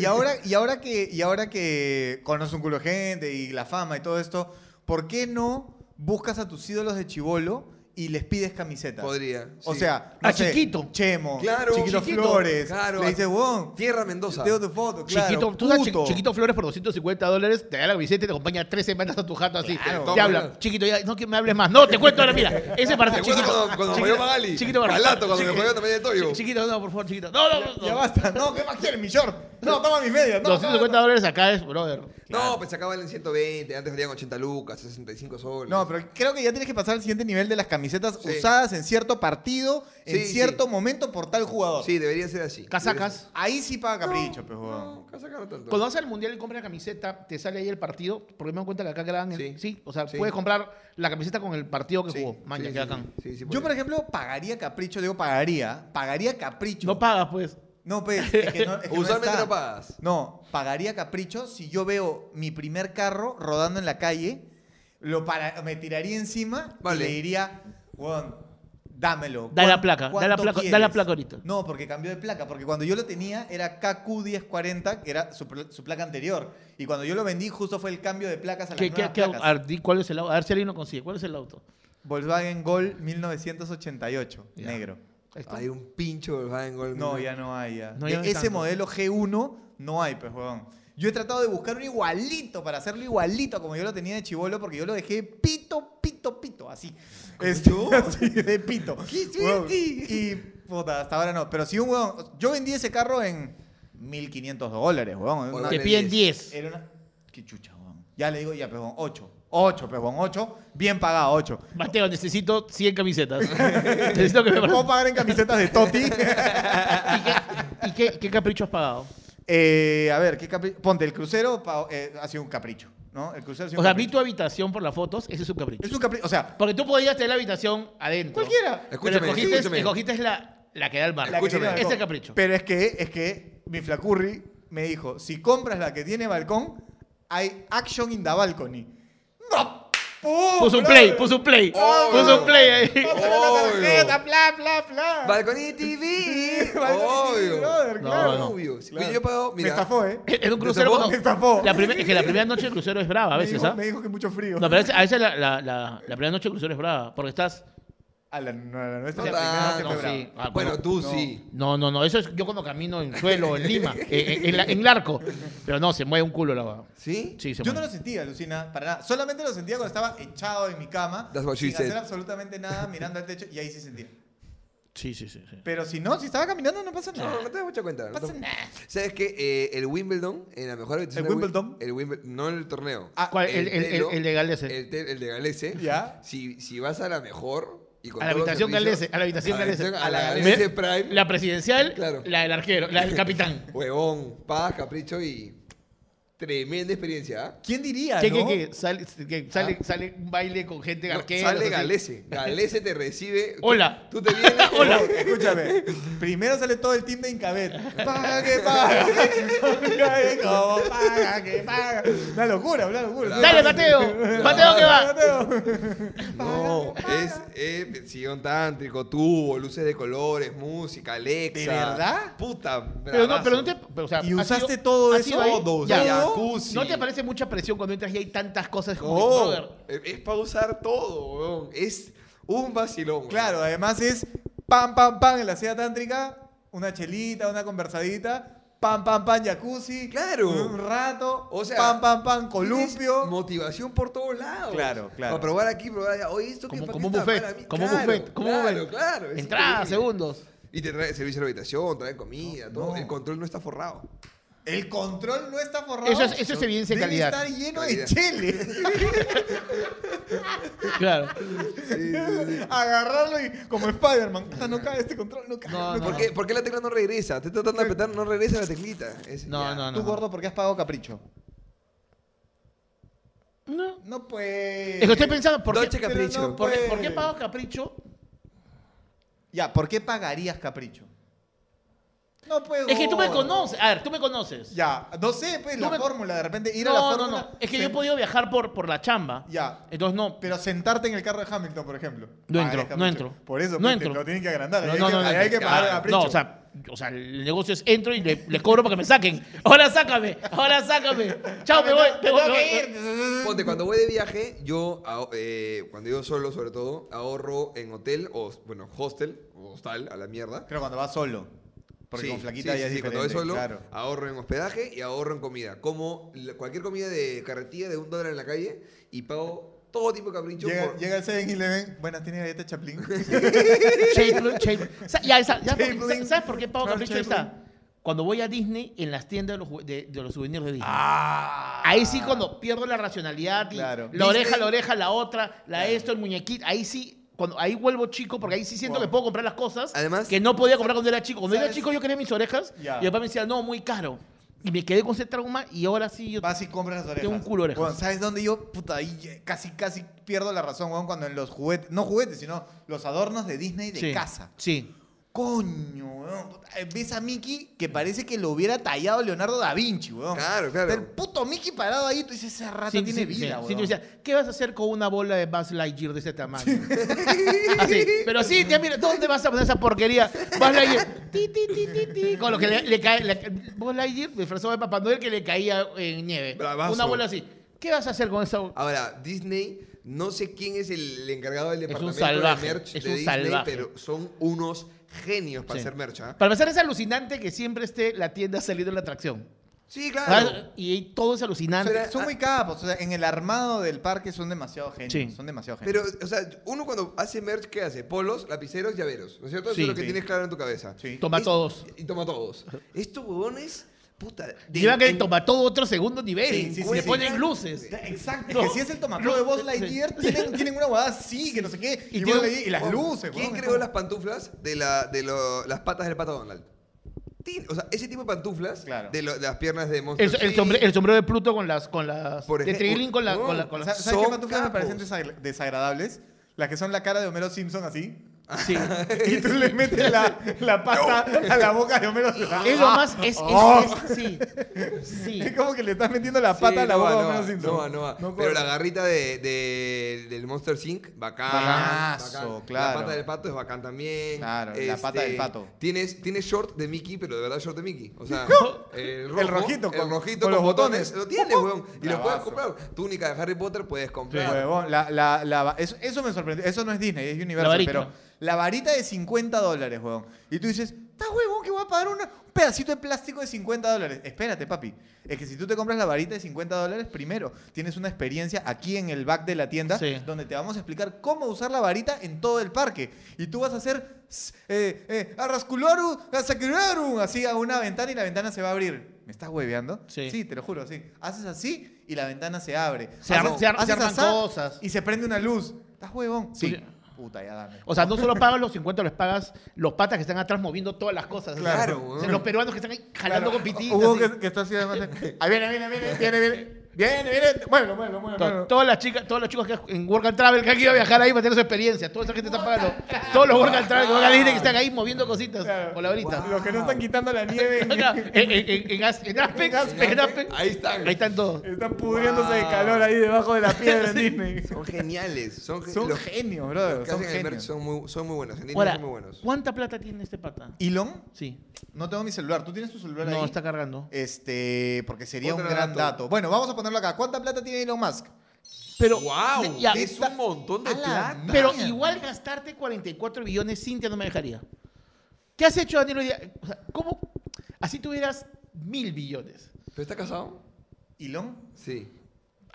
[SPEAKER 1] y ahora, y, ahora que, y ahora que conoces un culo de gente y la fama y todo esto, ¿por qué no buscas a tus ídolos de chivolo y les pides camisetas?
[SPEAKER 4] Podría.
[SPEAKER 1] O
[SPEAKER 4] sí.
[SPEAKER 1] sea,
[SPEAKER 2] A Chiquito.
[SPEAKER 1] Chemo,
[SPEAKER 4] Claro,
[SPEAKER 1] Chiquito,
[SPEAKER 4] Chiquito,
[SPEAKER 1] Flores.
[SPEAKER 4] claro.
[SPEAKER 1] le dices, wow,
[SPEAKER 4] Tierra Mendoza.
[SPEAKER 1] tengo tu foto, claro.
[SPEAKER 2] chiquito, tú sabes, chi-
[SPEAKER 1] puto.
[SPEAKER 2] chiquito Flores por 250 dólares, te da la camiseta y te acompaña tres semanas a tu jato así.
[SPEAKER 1] Claro.
[SPEAKER 2] te habla,
[SPEAKER 4] Toma.
[SPEAKER 2] chiquito, ya, no que me hables más. No, te cuento ahora, mira. Ese para ti,
[SPEAKER 4] ¿Te acuerdas
[SPEAKER 2] chiquito.
[SPEAKER 4] cuando, cuando me
[SPEAKER 2] Chiquito,
[SPEAKER 4] jodió Magali?
[SPEAKER 2] Chiquito, para-
[SPEAKER 4] Palato, cuando me
[SPEAKER 2] chiquito,
[SPEAKER 4] jodió también el Toyo.
[SPEAKER 2] Chiquito, no, por favor, chiquito. No, no, no.
[SPEAKER 1] Ya basta, no, ¿qué más quieres, mi short? No, toma mis medias. No,
[SPEAKER 2] 250
[SPEAKER 1] no,
[SPEAKER 2] dólares acá es, brother.
[SPEAKER 4] No, pues sacaban en 120, antes valían 80 lucas, 65 soles.
[SPEAKER 1] No, pero creo que ya tienes que pasar al siguiente nivel de las camisetas
[SPEAKER 4] Sí.
[SPEAKER 1] usadas en cierto partido, en
[SPEAKER 4] Sí,
[SPEAKER 1] cierto
[SPEAKER 4] sí.
[SPEAKER 1] momento por tal jugador.
[SPEAKER 4] Sí, debería ser así.
[SPEAKER 2] Casacas.
[SPEAKER 1] Ahí sí paga capricho, pues, huevón.
[SPEAKER 4] No, casacas no tanto.
[SPEAKER 2] Cuando vas al mundial y compras la camiseta, te sale ahí el partido, porque me doy cuenta que acá graban. el- Sí.
[SPEAKER 4] Sí.
[SPEAKER 2] o sea,
[SPEAKER 4] Sí.
[SPEAKER 2] puedes comprar la camiseta con el partido que
[SPEAKER 4] Sí,
[SPEAKER 2] jugó. Maña,
[SPEAKER 4] sí,
[SPEAKER 2] que
[SPEAKER 4] sí,
[SPEAKER 2] acá.
[SPEAKER 4] sí, sí, sí,
[SPEAKER 1] Yo, por
[SPEAKER 4] podría.
[SPEAKER 1] ejemplo, pagaría capricho, digo, pagaría, pagaría capricho.
[SPEAKER 2] No pagas, pues.
[SPEAKER 1] No, pues, es que no, es que no
[SPEAKER 4] Usualmente
[SPEAKER 1] está.
[SPEAKER 4] no pagas.
[SPEAKER 1] No, pagaría capricho si yo veo mi primer carro rodando en la calle, lo para, me tiraría encima
[SPEAKER 4] Vale.
[SPEAKER 1] y le diría, "Huevón, dámelo.
[SPEAKER 2] Da la
[SPEAKER 1] ¿Cuán-
[SPEAKER 2] placa, da
[SPEAKER 1] cuánto
[SPEAKER 2] la placa- da
[SPEAKER 1] quieres?".
[SPEAKER 2] la placa ahorita.
[SPEAKER 1] No, porque cambió de placa, porque cuando yo lo tenía era KQ1040, que era su, pl- su placa anterior. Y cuando yo lo vendí, justo fue el cambio de placas a las
[SPEAKER 2] ¿Qué, qué-
[SPEAKER 1] nuevas
[SPEAKER 2] qué-
[SPEAKER 1] placas.
[SPEAKER 2] a ver, di ¿Cuál es el auto? A ver si alguien lo consigue. ¿Cuál es el auto?
[SPEAKER 1] Volkswagen Gol 1988,
[SPEAKER 2] Ya.
[SPEAKER 1] negro.
[SPEAKER 2] Ahí está.
[SPEAKER 4] Hay un pincho del Bayern Gold.
[SPEAKER 1] No, ya no hay. Ya.
[SPEAKER 2] No,
[SPEAKER 1] De
[SPEAKER 2] ya no hay
[SPEAKER 1] ese
[SPEAKER 2] tanto.
[SPEAKER 1] modelo G1 no hay, pues, huevón. Yo he tratado de buscar un igualito para hacerlo igualito como yo lo tenía de chivolo porque yo lo dejé pito, pito, pito, así. Este, así de pito. Huevón. Y puta, hasta ahora no. Pero si un huevón. Yo vendí ese carro en 1500 dólares, huevón. Era una-
[SPEAKER 2] Te
[SPEAKER 4] Dale
[SPEAKER 2] piden 10.
[SPEAKER 1] Era una. Qué chucha, huevón. Ya le digo, ya, pejón, 8. 8, pejón, 8. Bien pagado, 8.
[SPEAKER 2] Mateo, necesito 100 camisetas. necesito que me
[SPEAKER 1] ¿Puedo pagar en camisetas de Toti?
[SPEAKER 2] ¿Y, qué, y qué- qué capricho has pagado?
[SPEAKER 1] Eh, a ver, ¿qué capri- ponte, el crucero pa- eh, ha sido un capricho, ¿no? El crucero ha sido
[SPEAKER 2] O
[SPEAKER 1] un
[SPEAKER 2] sea, vi tu
[SPEAKER 1] capricho.
[SPEAKER 2] habitación por las fotos, ese es un capricho.
[SPEAKER 1] Es un capricho, o sea,
[SPEAKER 2] Porque tú podías tener la habitación adentro.
[SPEAKER 1] cualquiera.
[SPEAKER 4] Escúchame,
[SPEAKER 2] pero escogiste,
[SPEAKER 4] escúchame.
[SPEAKER 2] escogiste la, la que da al mar.
[SPEAKER 1] La que tiene
[SPEAKER 4] Escúchame.
[SPEAKER 1] balcón.
[SPEAKER 2] Ese es capricho.
[SPEAKER 1] Pero es que, es que mi flacurri me dijo, si compras la que tiene balcón, hay action in the balcony. ¡No! ¡Pum!
[SPEAKER 2] Puso un
[SPEAKER 1] brother!
[SPEAKER 2] play, puso un play.
[SPEAKER 4] Oh,
[SPEAKER 2] puso un play ahí.
[SPEAKER 1] Pásale la
[SPEAKER 4] Obvio.
[SPEAKER 1] tarjeta, bla, bla, bla.
[SPEAKER 4] Balcony TV.
[SPEAKER 1] Balcony,
[SPEAKER 4] Obvio.
[SPEAKER 1] brother,
[SPEAKER 2] No,
[SPEAKER 1] claro.
[SPEAKER 2] no.
[SPEAKER 4] Obvio. Sí,
[SPEAKER 1] Claro.
[SPEAKER 4] Yo pago,
[SPEAKER 1] Me
[SPEAKER 4] mira.
[SPEAKER 1] estafó, ¿eh?
[SPEAKER 2] Es un
[SPEAKER 4] ¿Te
[SPEAKER 2] crucero.
[SPEAKER 4] tapó?
[SPEAKER 2] cuando-
[SPEAKER 1] ¿Te tapó?
[SPEAKER 2] La primer- es que la primera noche el crucero es brava a
[SPEAKER 1] Me
[SPEAKER 2] veces,
[SPEAKER 1] dijo,
[SPEAKER 2] ¿ah?
[SPEAKER 1] me dijo que mucho frío.
[SPEAKER 2] No, pero a veces, a veces la, la- la- la primera noche el crucero es brava, porque estás...
[SPEAKER 1] A la, no, a la
[SPEAKER 4] No
[SPEAKER 1] nuestra,
[SPEAKER 2] Sí,
[SPEAKER 1] la primera noche
[SPEAKER 4] tanto.
[SPEAKER 1] fue
[SPEAKER 2] no,
[SPEAKER 1] brava.
[SPEAKER 2] sí. Ah,
[SPEAKER 4] Bueno,
[SPEAKER 2] bueno,
[SPEAKER 4] tú
[SPEAKER 1] no.
[SPEAKER 4] sí.
[SPEAKER 2] No, no, no, eso es yo cuando camino en suelo, en Lima, eh, en, en, la- en Larco. Pero no, se mueve un culo la va.
[SPEAKER 4] ¿Sí?
[SPEAKER 2] Sí, se
[SPEAKER 1] Yo no
[SPEAKER 2] mueve.
[SPEAKER 1] lo sentía, Lucina, para nada. Solamente lo sentía cuando estaba echado en mi cama,
[SPEAKER 4] That's what she
[SPEAKER 1] sin hacer
[SPEAKER 4] said.
[SPEAKER 1] absolutamente nada, mirando al techo, y ahí sí sentía.
[SPEAKER 2] Sí, sí, sí. sí.
[SPEAKER 1] Pero si no, si estaba caminando no pasa
[SPEAKER 4] No,
[SPEAKER 1] nada.
[SPEAKER 4] no, no te das mucha cuenta.
[SPEAKER 1] no
[SPEAKER 4] no te-
[SPEAKER 1] pasa nada.
[SPEAKER 4] ¿Sabes qué? Eh, el Wimbledon, en la mejor habitación
[SPEAKER 1] ¿El
[SPEAKER 4] del Wim-
[SPEAKER 1] Wimbledon?
[SPEAKER 4] El Wimbledon, no el torneo.
[SPEAKER 1] Ah,
[SPEAKER 2] ¿Cuál? El, el, el,
[SPEAKER 4] telo,
[SPEAKER 2] el de Galese.
[SPEAKER 4] el te- el de Galese.
[SPEAKER 1] Ya.
[SPEAKER 4] Si, si vas a la mejor. Y con
[SPEAKER 2] A la
[SPEAKER 4] todos los
[SPEAKER 2] habitación
[SPEAKER 4] servicios-
[SPEAKER 2] Galese, a la habitación Galese.
[SPEAKER 4] A la
[SPEAKER 2] Me-
[SPEAKER 4] Galese Prime.
[SPEAKER 2] La presidencial,
[SPEAKER 4] Claro.
[SPEAKER 2] la del arquero, la del capitán.
[SPEAKER 4] Huevón, paz, capricho y. Tremenda experiencia. ¿ah?
[SPEAKER 1] ¿Quién diría,
[SPEAKER 2] ¿Qué,
[SPEAKER 1] no?
[SPEAKER 2] qué, qué? Sale, que sale, sale un baile con gente
[SPEAKER 4] No,
[SPEAKER 2] arquera.
[SPEAKER 4] sale Galese. Galese te recibe. Tú-
[SPEAKER 2] Hola.
[SPEAKER 4] Tú, te vienes. eh,
[SPEAKER 1] Hola. Escúchame. Primero sale todo el team de Incabet. Paga que paga. Paga que como, paga que paga. Una locura, una locura.
[SPEAKER 2] Dale, Mateo. Mateo que va.
[SPEAKER 1] Mateo.
[SPEAKER 4] No, es eh, sillón tántrico, tubo, luces de colores, música, Alexa.
[SPEAKER 1] ¿De verdad?
[SPEAKER 4] Puta.
[SPEAKER 2] Pero no, pero no te.
[SPEAKER 4] bravazo.
[SPEAKER 2] pero, o sea,
[SPEAKER 1] ¿Y
[SPEAKER 2] ha
[SPEAKER 1] usaste
[SPEAKER 2] sido-
[SPEAKER 1] todo
[SPEAKER 2] ha
[SPEAKER 1] eso?
[SPEAKER 2] sido ahí.
[SPEAKER 1] Todo,
[SPEAKER 2] Ya.
[SPEAKER 4] jacuzzi.
[SPEAKER 2] ¿No te parece mucha presión cuando entras y hay tantas cosas como que,
[SPEAKER 4] No,
[SPEAKER 2] brother,
[SPEAKER 4] Oh, eh, es, para usar todo, huevón. Es un vacilón. huevón.
[SPEAKER 1] Claro, además es pam, pam, pam en la seda tántrica. Una chelita, una conversadita. Pam, pam, pam, jacuzzi.
[SPEAKER 4] Claro.
[SPEAKER 1] Un rato.
[SPEAKER 4] O sea,
[SPEAKER 1] pam, pam, pam,
[SPEAKER 4] Tienes
[SPEAKER 1] columpio.
[SPEAKER 4] Motivación por todos lados.
[SPEAKER 1] Claro, claro.
[SPEAKER 4] Para probar aquí, probar allá. Oye, esto que
[SPEAKER 2] Como,
[SPEAKER 4] para
[SPEAKER 2] como un
[SPEAKER 4] qué está para mí.
[SPEAKER 2] buffet. Como un
[SPEAKER 4] Claro,
[SPEAKER 2] buffet. Como un
[SPEAKER 4] claro,
[SPEAKER 2] buffet.
[SPEAKER 4] Claro, es
[SPEAKER 2] Entrada,
[SPEAKER 4] increíble.
[SPEAKER 2] segundos.
[SPEAKER 4] Y te trae servicio de habitación, trae comida, todo.
[SPEAKER 1] no.
[SPEAKER 4] El control no está forrado.
[SPEAKER 1] El control no está forrado.
[SPEAKER 2] Eso es- eso es evidencia de
[SPEAKER 1] Debe
[SPEAKER 2] calidad.
[SPEAKER 1] estar lleno
[SPEAKER 4] Calidad.
[SPEAKER 1] de chele.
[SPEAKER 2] Claro.
[SPEAKER 1] Agarrarlo y como Spider-Man. "Puta, No cae este control, no cae.
[SPEAKER 2] No,
[SPEAKER 1] no
[SPEAKER 2] no.
[SPEAKER 1] cae".
[SPEAKER 4] ¿Por, qué, por qué la tecla no regresa? Te tratando de apretar, no regresa la teclita. Es- ya.
[SPEAKER 2] No, no, no.
[SPEAKER 1] Tú, gordo, ¿por qué has pagado capricho?
[SPEAKER 2] No.
[SPEAKER 1] No, pues.
[SPEAKER 2] Es que estoy pensando, ¿por
[SPEAKER 4] Dolce
[SPEAKER 2] qué,
[SPEAKER 4] Capricho.
[SPEAKER 1] Pero no
[SPEAKER 2] por,
[SPEAKER 1] puede.
[SPEAKER 2] por qué pago capricho?
[SPEAKER 1] Ya, ¿por qué pagarías capricho? No puedo.
[SPEAKER 2] Es que tú me conoces. A ver, tú me conoces.
[SPEAKER 1] Ya, no sé, pues,
[SPEAKER 2] Tú
[SPEAKER 1] la
[SPEAKER 2] me-
[SPEAKER 1] fórmula. De repente ir a la
[SPEAKER 2] No, no,
[SPEAKER 1] fórmula.
[SPEAKER 2] no. Es que
[SPEAKER 1] sen-
[SPEAKER 2] yo he podido viajar por, por la chamba.
[SPEAKER 1] Ya.
[SPEAKER 2] Entonces no.
[SPEAKER 1] Pero sentarte en el carro de Hamilton, por ejemplo.
[SPEAKER 2] No entro,
[SPEAKER 1] Pagarías
[SPEAKER 2] no
[SPEAKER 1] capricho.
[SPEAKER 2] entro.
[SPEAKER 1] Por eso,
[SPEAKER 2] No
[SPEAKER 1] pues, te
[SPEAKER 2] entro.
[SPEAKER 1] lo tienen que agrandar.
[SPEAKER 2] No,
[SPEAKER 1] ahí
[SPEAKER 2] no,
[SPEAKER 1] hay que,
[SPEAKER 2] no, no.
[SPEAKER 1] ahí hay que pagar capricho.
[SPEAKER 2] No, o sea, o sea, el negocio es entro y le, le cobro para que me saquen. Ahora sácame, ahora sácame. Chao, me voy, me
[SPEAKER 1] Tengo
[SPEAKER 2] voy. me
[SPEAKER 1] que
[SPEAKER 2] voy.
[SPEAKER 1] ir.
[SPEAKER 4] Ponte, cuando voy de viaje, yo, aho- eh, cuando yo solo sobre todo, ahorro en hotel o, bueno, hostel o hostal, a la mierda.
[SPEAKER 1] Pero cuando vas solo. Porque
[SPEAKER 4] Sí,
[SPEAKER 1] con flaquita
[SPEAKER 4] sí,
[SPEAKER 1] ya
[SPEAKER 4] sí,
[SPEAKER 1] es
[SPEAKER 4] sí, cuando
[SPEAKER 1] diferente.
[SPEAKER 4] voy solo,
[SPEAKER 1] Claro.
[SPEAKER 4] ahorro en hospedaje y ahorro en comida. Como la- cualquier comida de carretilla de un dólar en la calle y pago todo tipo de capricho.
[SPEAKER 1] Llega,
[SPEAKER 4] por-
[SPEAKER 1] llega el 7-Eleven. Buenas, ¿tiene galleta Chaplin?
[SPEAKER 2] Chaplin, Chaplin. Sa- ya, esa- ya,
[SPEAKER 1] Chaplin.
[SPEAKER 2] porque- ¿Sabes por qué pago
[SPEAKER 1] Charles
[SPEAKER 2] capricho está?
[SPEAKER 1] Chaplin.
[SPEAKER 2] Cuando voy a Disney, en las tiendas de los, ju- de, de los souvenirs de Disney.
[SPEAKER 1] ah.
[SPEAKER 2] Ahí sí cuando pierdo la racionalidad y
[SPEAKER 1] Claro.
[SPEAKER 2] la oreja,
[SPEAKER 4] Disney-
[SPEAKER 2] la oreja, la otra, la esto, el muñequito. Ahí sí, cuando, ahí vuelvo chico porque ahí sí siento
[SPEAKER 1] Wow.
[SPEAKER 2] que puedo comprar las cosas
[SPEAKER 4] Además-
[SPEAKER 2] que no podía comprar cuando era chico. Cuando era
[SPEAKER 1] ¿Sabes?
[SPEAKER 2] chico yo quería mis orejas
[SPEAKER 1] Ya.
[SPEAKER 2] y mi papá me decía, no, muy caro. Y me quedé con ese trauma y ahora sí yo...
[SPEAKER 1] Vas y compras las orejas.
[SPEAKER 2] Tengo un culo de orejas.
[SPEAKER 1] Bueno, ¿Sabes dónde yo? Puta, ahí eh, casi, casi pierdo la razón, weón, cuando en los juguetes, no juguetes, sino los adornos de Disney de
[SPEAKER 2] Sí,
[SPEAKER 1] casa.
[SPEAKER 2] Sí.
[SPEAKER 1] Coño, weón. puta, eh, Ves a Mickey que parece que lo hubiera tallado Leonardo da Vinci, weón.
[SPEAKER 4] Claro, claro.
[SPEAKER 1] El puto Mickey parado ahí, tú dices, ese rata
[SPEAKER 2] Sí,
[SPEAKER 1] Ah, tiene
[SPEAKER 2] sí, sí,
[SPEAKER 1] vida,
[SPEAKER 2] sí,
[SPEAKER 1] weón.
[SPEAKER 2] tú decías, ¿qué vas a hacer con una bola de Buzz Lightyear de ese tamaño? Así, pero sí, ya mira, ¿dónde vas a poner esa porquería? Buzz Lightyear, ti, ti, ti, ti, ti, con lo que le, le cae, le- Buzz Lightyear disfrazado de Papá Noel que le caía en nieve.
[SPEAKER 4] Bravazo.
[SPEAKER 2] Una bola así. ¿Qué vas a hacer con esa bola?
[SPEAKER 4] Ahora, Disney, no sé quién es el encargado del
[SPEAKER 2] un
[SPEAKER 4] departamento
[SPEAKER 2] salvaje,
[SPEAKER 4] de merch
[SPEAKER 2] es
[SPEAKER 4] de
[SPEAKER 2] un
[SPEAKER 4] Disney,
[SPEAKER 2] salvaje.
[SPEAKER 4] pero son unos genios para
[SPEAKER 2] Sí.
[SPEAKER 4] hacer merch, ¿ah?
[SPEAKER 2] Para empezar, es alucinante que siempre esté la tienda saliendo de la atracción.
[SPEAKER 4] Sí, claro.
[SPEAKER 2] ¿Sabes? Y todo es alucinante.
[SPEAKER 4] Será-
[SPEAKER 1] Son muy capos, o sea, en el armado del parque son demasiado genios.
[SPEAKER 2] Sí.
[SPEAKER 1] Son demasiado genios.
[SPEAKER 4] Pero, o sea, uno cuando hace merch, ¿qué hace? Polos, lapiceros, llaveros. ¿No es cierto? Eso
[SPEAKER 2] Sí,
[SPEAKER 4] es lo que
[SPEAKER 1] sí.
[SPEAKER 4] tienes claro en tu cabeza.
[SPEAKER 1] Sí.
[SPEAKER 2] Toma
[SPEAKER 4] Es-
[SPEAKER 2] todos.
[SPEAKER 4] Y toma todos. Estos huevones, puta. de-
[SPEAKER 2] Lleva que
[SPEAKER 4] en-
[SPEAKER 2] toma todo otro segundo nivel.
[SPEAKER 1] Sí, sí, sí,
[SPEAKER 2] le
[SPEAKER 1] sí.
[SPEAKER 2] ponen luces.
[SPEAKER 1] Exacto. Es que si es el tomacro de Buzz Lightyear, tienen, tienen una guada así, que no sé qué.
[SPEAKER 2] Y
[SPEAKER 1] Y,
[SPEAKER 2] tiene
[SPEAKER 1] Buzz
[SPEAKER 2] un-
[SPEAKER 1] Lightyear- y las luces,
[SPEAKER 4] ¿Quién
[SPEAKER 1] weón,
[SPEAKER 4] creó las pantuflas de, la, de lo- las patas del pato Donald? Tin- O sea, ese tipo de pantuflas
[SPEAKER 1] Claro.
[SPEAKER 4] de, lo- de las piernas de Monster
[SPEAKER 2] El, el
[SPEAKER 4] Inc.
[SPEAKER 2] sombre- el sombrero de Pluto con las. Con las
[SPEAKER 4] Por
[SPEAKER 2] de
[SPEAKER 4] ejemplo, Uh,
[SPEAKER 2] Triglin con la.
[SPEAKER 4] no,
[SPEAKER 2] Con la, con la-
[SPEAKER 1] ¿Sabes qué
[SPEAKER 4] Son
[SPEAKER 1] pantuflas me parecen
[SPEAKER 4] capos.
[SPEAKER 1] desagra- desagradables? Las que son la cara de Homero Simpson así.
[SPEAKER 2] sí.
[SPEAKER 1] Y tú le metes la, la pasta a la boca de Homero Simpson.
[SPEAKER 2] Es lo más. Es, es-
[SPEAKER 1] Oh.
[SPEAKER 2] es- sí. Sí.
[SPEAKER 1] Es como que le estás metiendo la
[SPEAKER 4] Sí,
[SPEAKER 1] pata a la
[SPEAKER 4] no
[SPEAKER 1] boca
[SPEAKER 4] va,
[SPEAKER 1] de
[SPEAKER 4] no
[SPEAKER 1] Homero
[SPEAKER 4] va,
[SPEAKER 1] Simpson.
[SPEAKER 4] no va, no va.
[SPEAKER 1] No
[SPEAKER 4] Pero
[SPEAKER 1] corre.
[SPEAKER 4] la garrita de, de- del Monster Inc. bacán.
[SPEAKER 1] Bacanazo,
[SPEAKER 4] bacán.
[SPEAKER 1] claro.
[SPEAKER 4] La pata del pato es bacán también. Este,
[SPEAKER 1] Claro, la pata del pato.
[SPEAKER 4] Tienes, tienes short de Mickey, pero de verdad short de Mickey. O sea, el, rojo,
[SPEAKER 1] El rojito
[SPEAKER 4] El
[SPEAKER 1] con-
[SPEAKER 4] rojito
[SPEAKER 1] con
[SPEAKER 4] con,
[SPEAKER 1] los
[SPEAKER 4] botones.
[SPEAKER 1] botones. Uh,
[SPEAKER 4] Lo tienes, weón. Y lo puedes
[SPEAKER 1] Bravazo.
[SPEAKER 4] comprar. Túnica de Harry Potter puedes comprar.
[SPEAKER 1] Huevón, la- la- la- eso, eso me sorprendió. Eso no es Disney, es
[SPEAKER 2] La
[SPEAKER 1] Universal.
[SPEAKER 2] varita.
[SPEAKER 1] pero la varita de 50 dólares, huevón. Y tú dices, ¿Estás huevón que voy a pagar una- un pedacito de plástico de 50 dólares? Espérate, papi. Es que si tú te compras la varita de 50 dólares, primero tienes una experiencia aquí en el back de la tienda
[SPEAKER 2] Sí.
[SPEAKER 1] donde te vamos a explicar cómo usar la varita en todo el parque. Y tú vas a hacer s- eh, eh, arrascularu, asacularu, así a una ventana y la ventana se va a abrir. ¿Me estás hueveando?
[SPEAKER 2] Sí.
[SPEAKER 1] te lo juro, así. Haces así y la ventana se abre.
[SPEAKER 2] Se
[SPEAKER 1] Haces-
[SPEAKER 2] ar- se ar- se
[SPEAKER 1] haces
[SPEAKER 2] arman
[SPEAKER 1] asá
[SPEAKER 2] cosas.
[SPEAKER 1] Y se prende una luz. ¿Estás huevón? Sí.
[SPEAKER 2] Sí.
[SPEAKER 1] Puta, ya dame.
[SPEAKER 2] O sea, no solo pagas los 50, los pagas los patas que están atrás moviendo todas las cosas.
[SPEAKER 4] Claro,
[SPEAKER 2] O sea,
[SPEAKER 4] weón.
[SPEAKER 2] los peruanos que están ahí jalando con pititas.
[SPEAKER 1] Hugo
[SPEAKER 2] así.
[SPEAKER 1] que, que está así además. de- Ahí viene, viene, viene, viene, viene. Viene, viene. Muévelo, muévelo,
[SPEAKER 2] To-
[SPEAKER 1] muévelo.
[SPEAKER 2] todas las chicas, todos los chicos que en Work and Travel que han ido a viajar ahí para tener su experiencia. Toda esa gente está pagando. Todos los Work and Travel que van a Disney que están ahí moviendo cositas
[SPEAKER 1] Claro.
[SPEAKER 2] con la varita.
[SPEAKER 1] Los que no están quitando la nieve.
[SPEAKER 2] Acá, en, en, en, en As- en Aspen,
[SPEAKER 1] En Aspen.
[SPEAKER 2] en Aspen,
[SPEAKER 4] Ahí están.
[SPEAKER 2] ahí están todos.
[SPEAKER 1] Están pudriéndose
[SPEAKER 2] Ah.
[SPEAKER 1] de calor ahí debajo de la piedra en Disney.
[SPEAKER 4] Son geniales. Son, ge-
[SPEAKER 1] Son
[SPEAKER 4] los-
[SPEAKER 1] genios, brother.
[SPEAKER 4] los que
[SPEAKER 1] Son
[SPEAKER 4] hacen el merch
[SPEAKER 1] genios.
[SPEAKER 4] son muy, son muy buenos. En Disney
[SPEAKER 2] Ahora,
[SPEAKER 4] son muy buenos.
[SPEAKER 2] ¿cuánta plata tiene este pata?
[SPEAKER 1] Elon,
[SPEAKER 2] Sí.
[SPEAKER 1] no tengo mi celular. ¿Tú tienes tu celular ahí?
[SPEAKER 2] No, está cargando.
[SPEAKER 1] Este, porque sería un
[SPEAKER 4] Otro
[SPEAKER 1] gran
[SPEAKER 4] dato.
[SPEAKER 1] dato. Bueno, vamos a ponerlo acá. ¿Cuánta plata tiene Elon Musk?
[SPEAKER 2] Pero,
[SPEAKER 4] ¡Wow!
[SPEAKER 2] ya,
[SPEAKER 4] es
[SPEAKER 2] está-
[SPEAKER 4] un montón de
[SPEAKER 1] a la
[SPEAKER 4] plata.
[SPEAKER 1] mierda.
[SPEAKER 2] pero igual gastarte 44 billones, Cintia no me dejaría. ¿Qué has hecho, Daniel? hoy día? O sea, ¿Cómo? Así tuvieras mil billones.
[SPEAKER 4] ¿Pero está casado?
[SPEAKER 1] Elon,
[SPEAKER 4] Sí.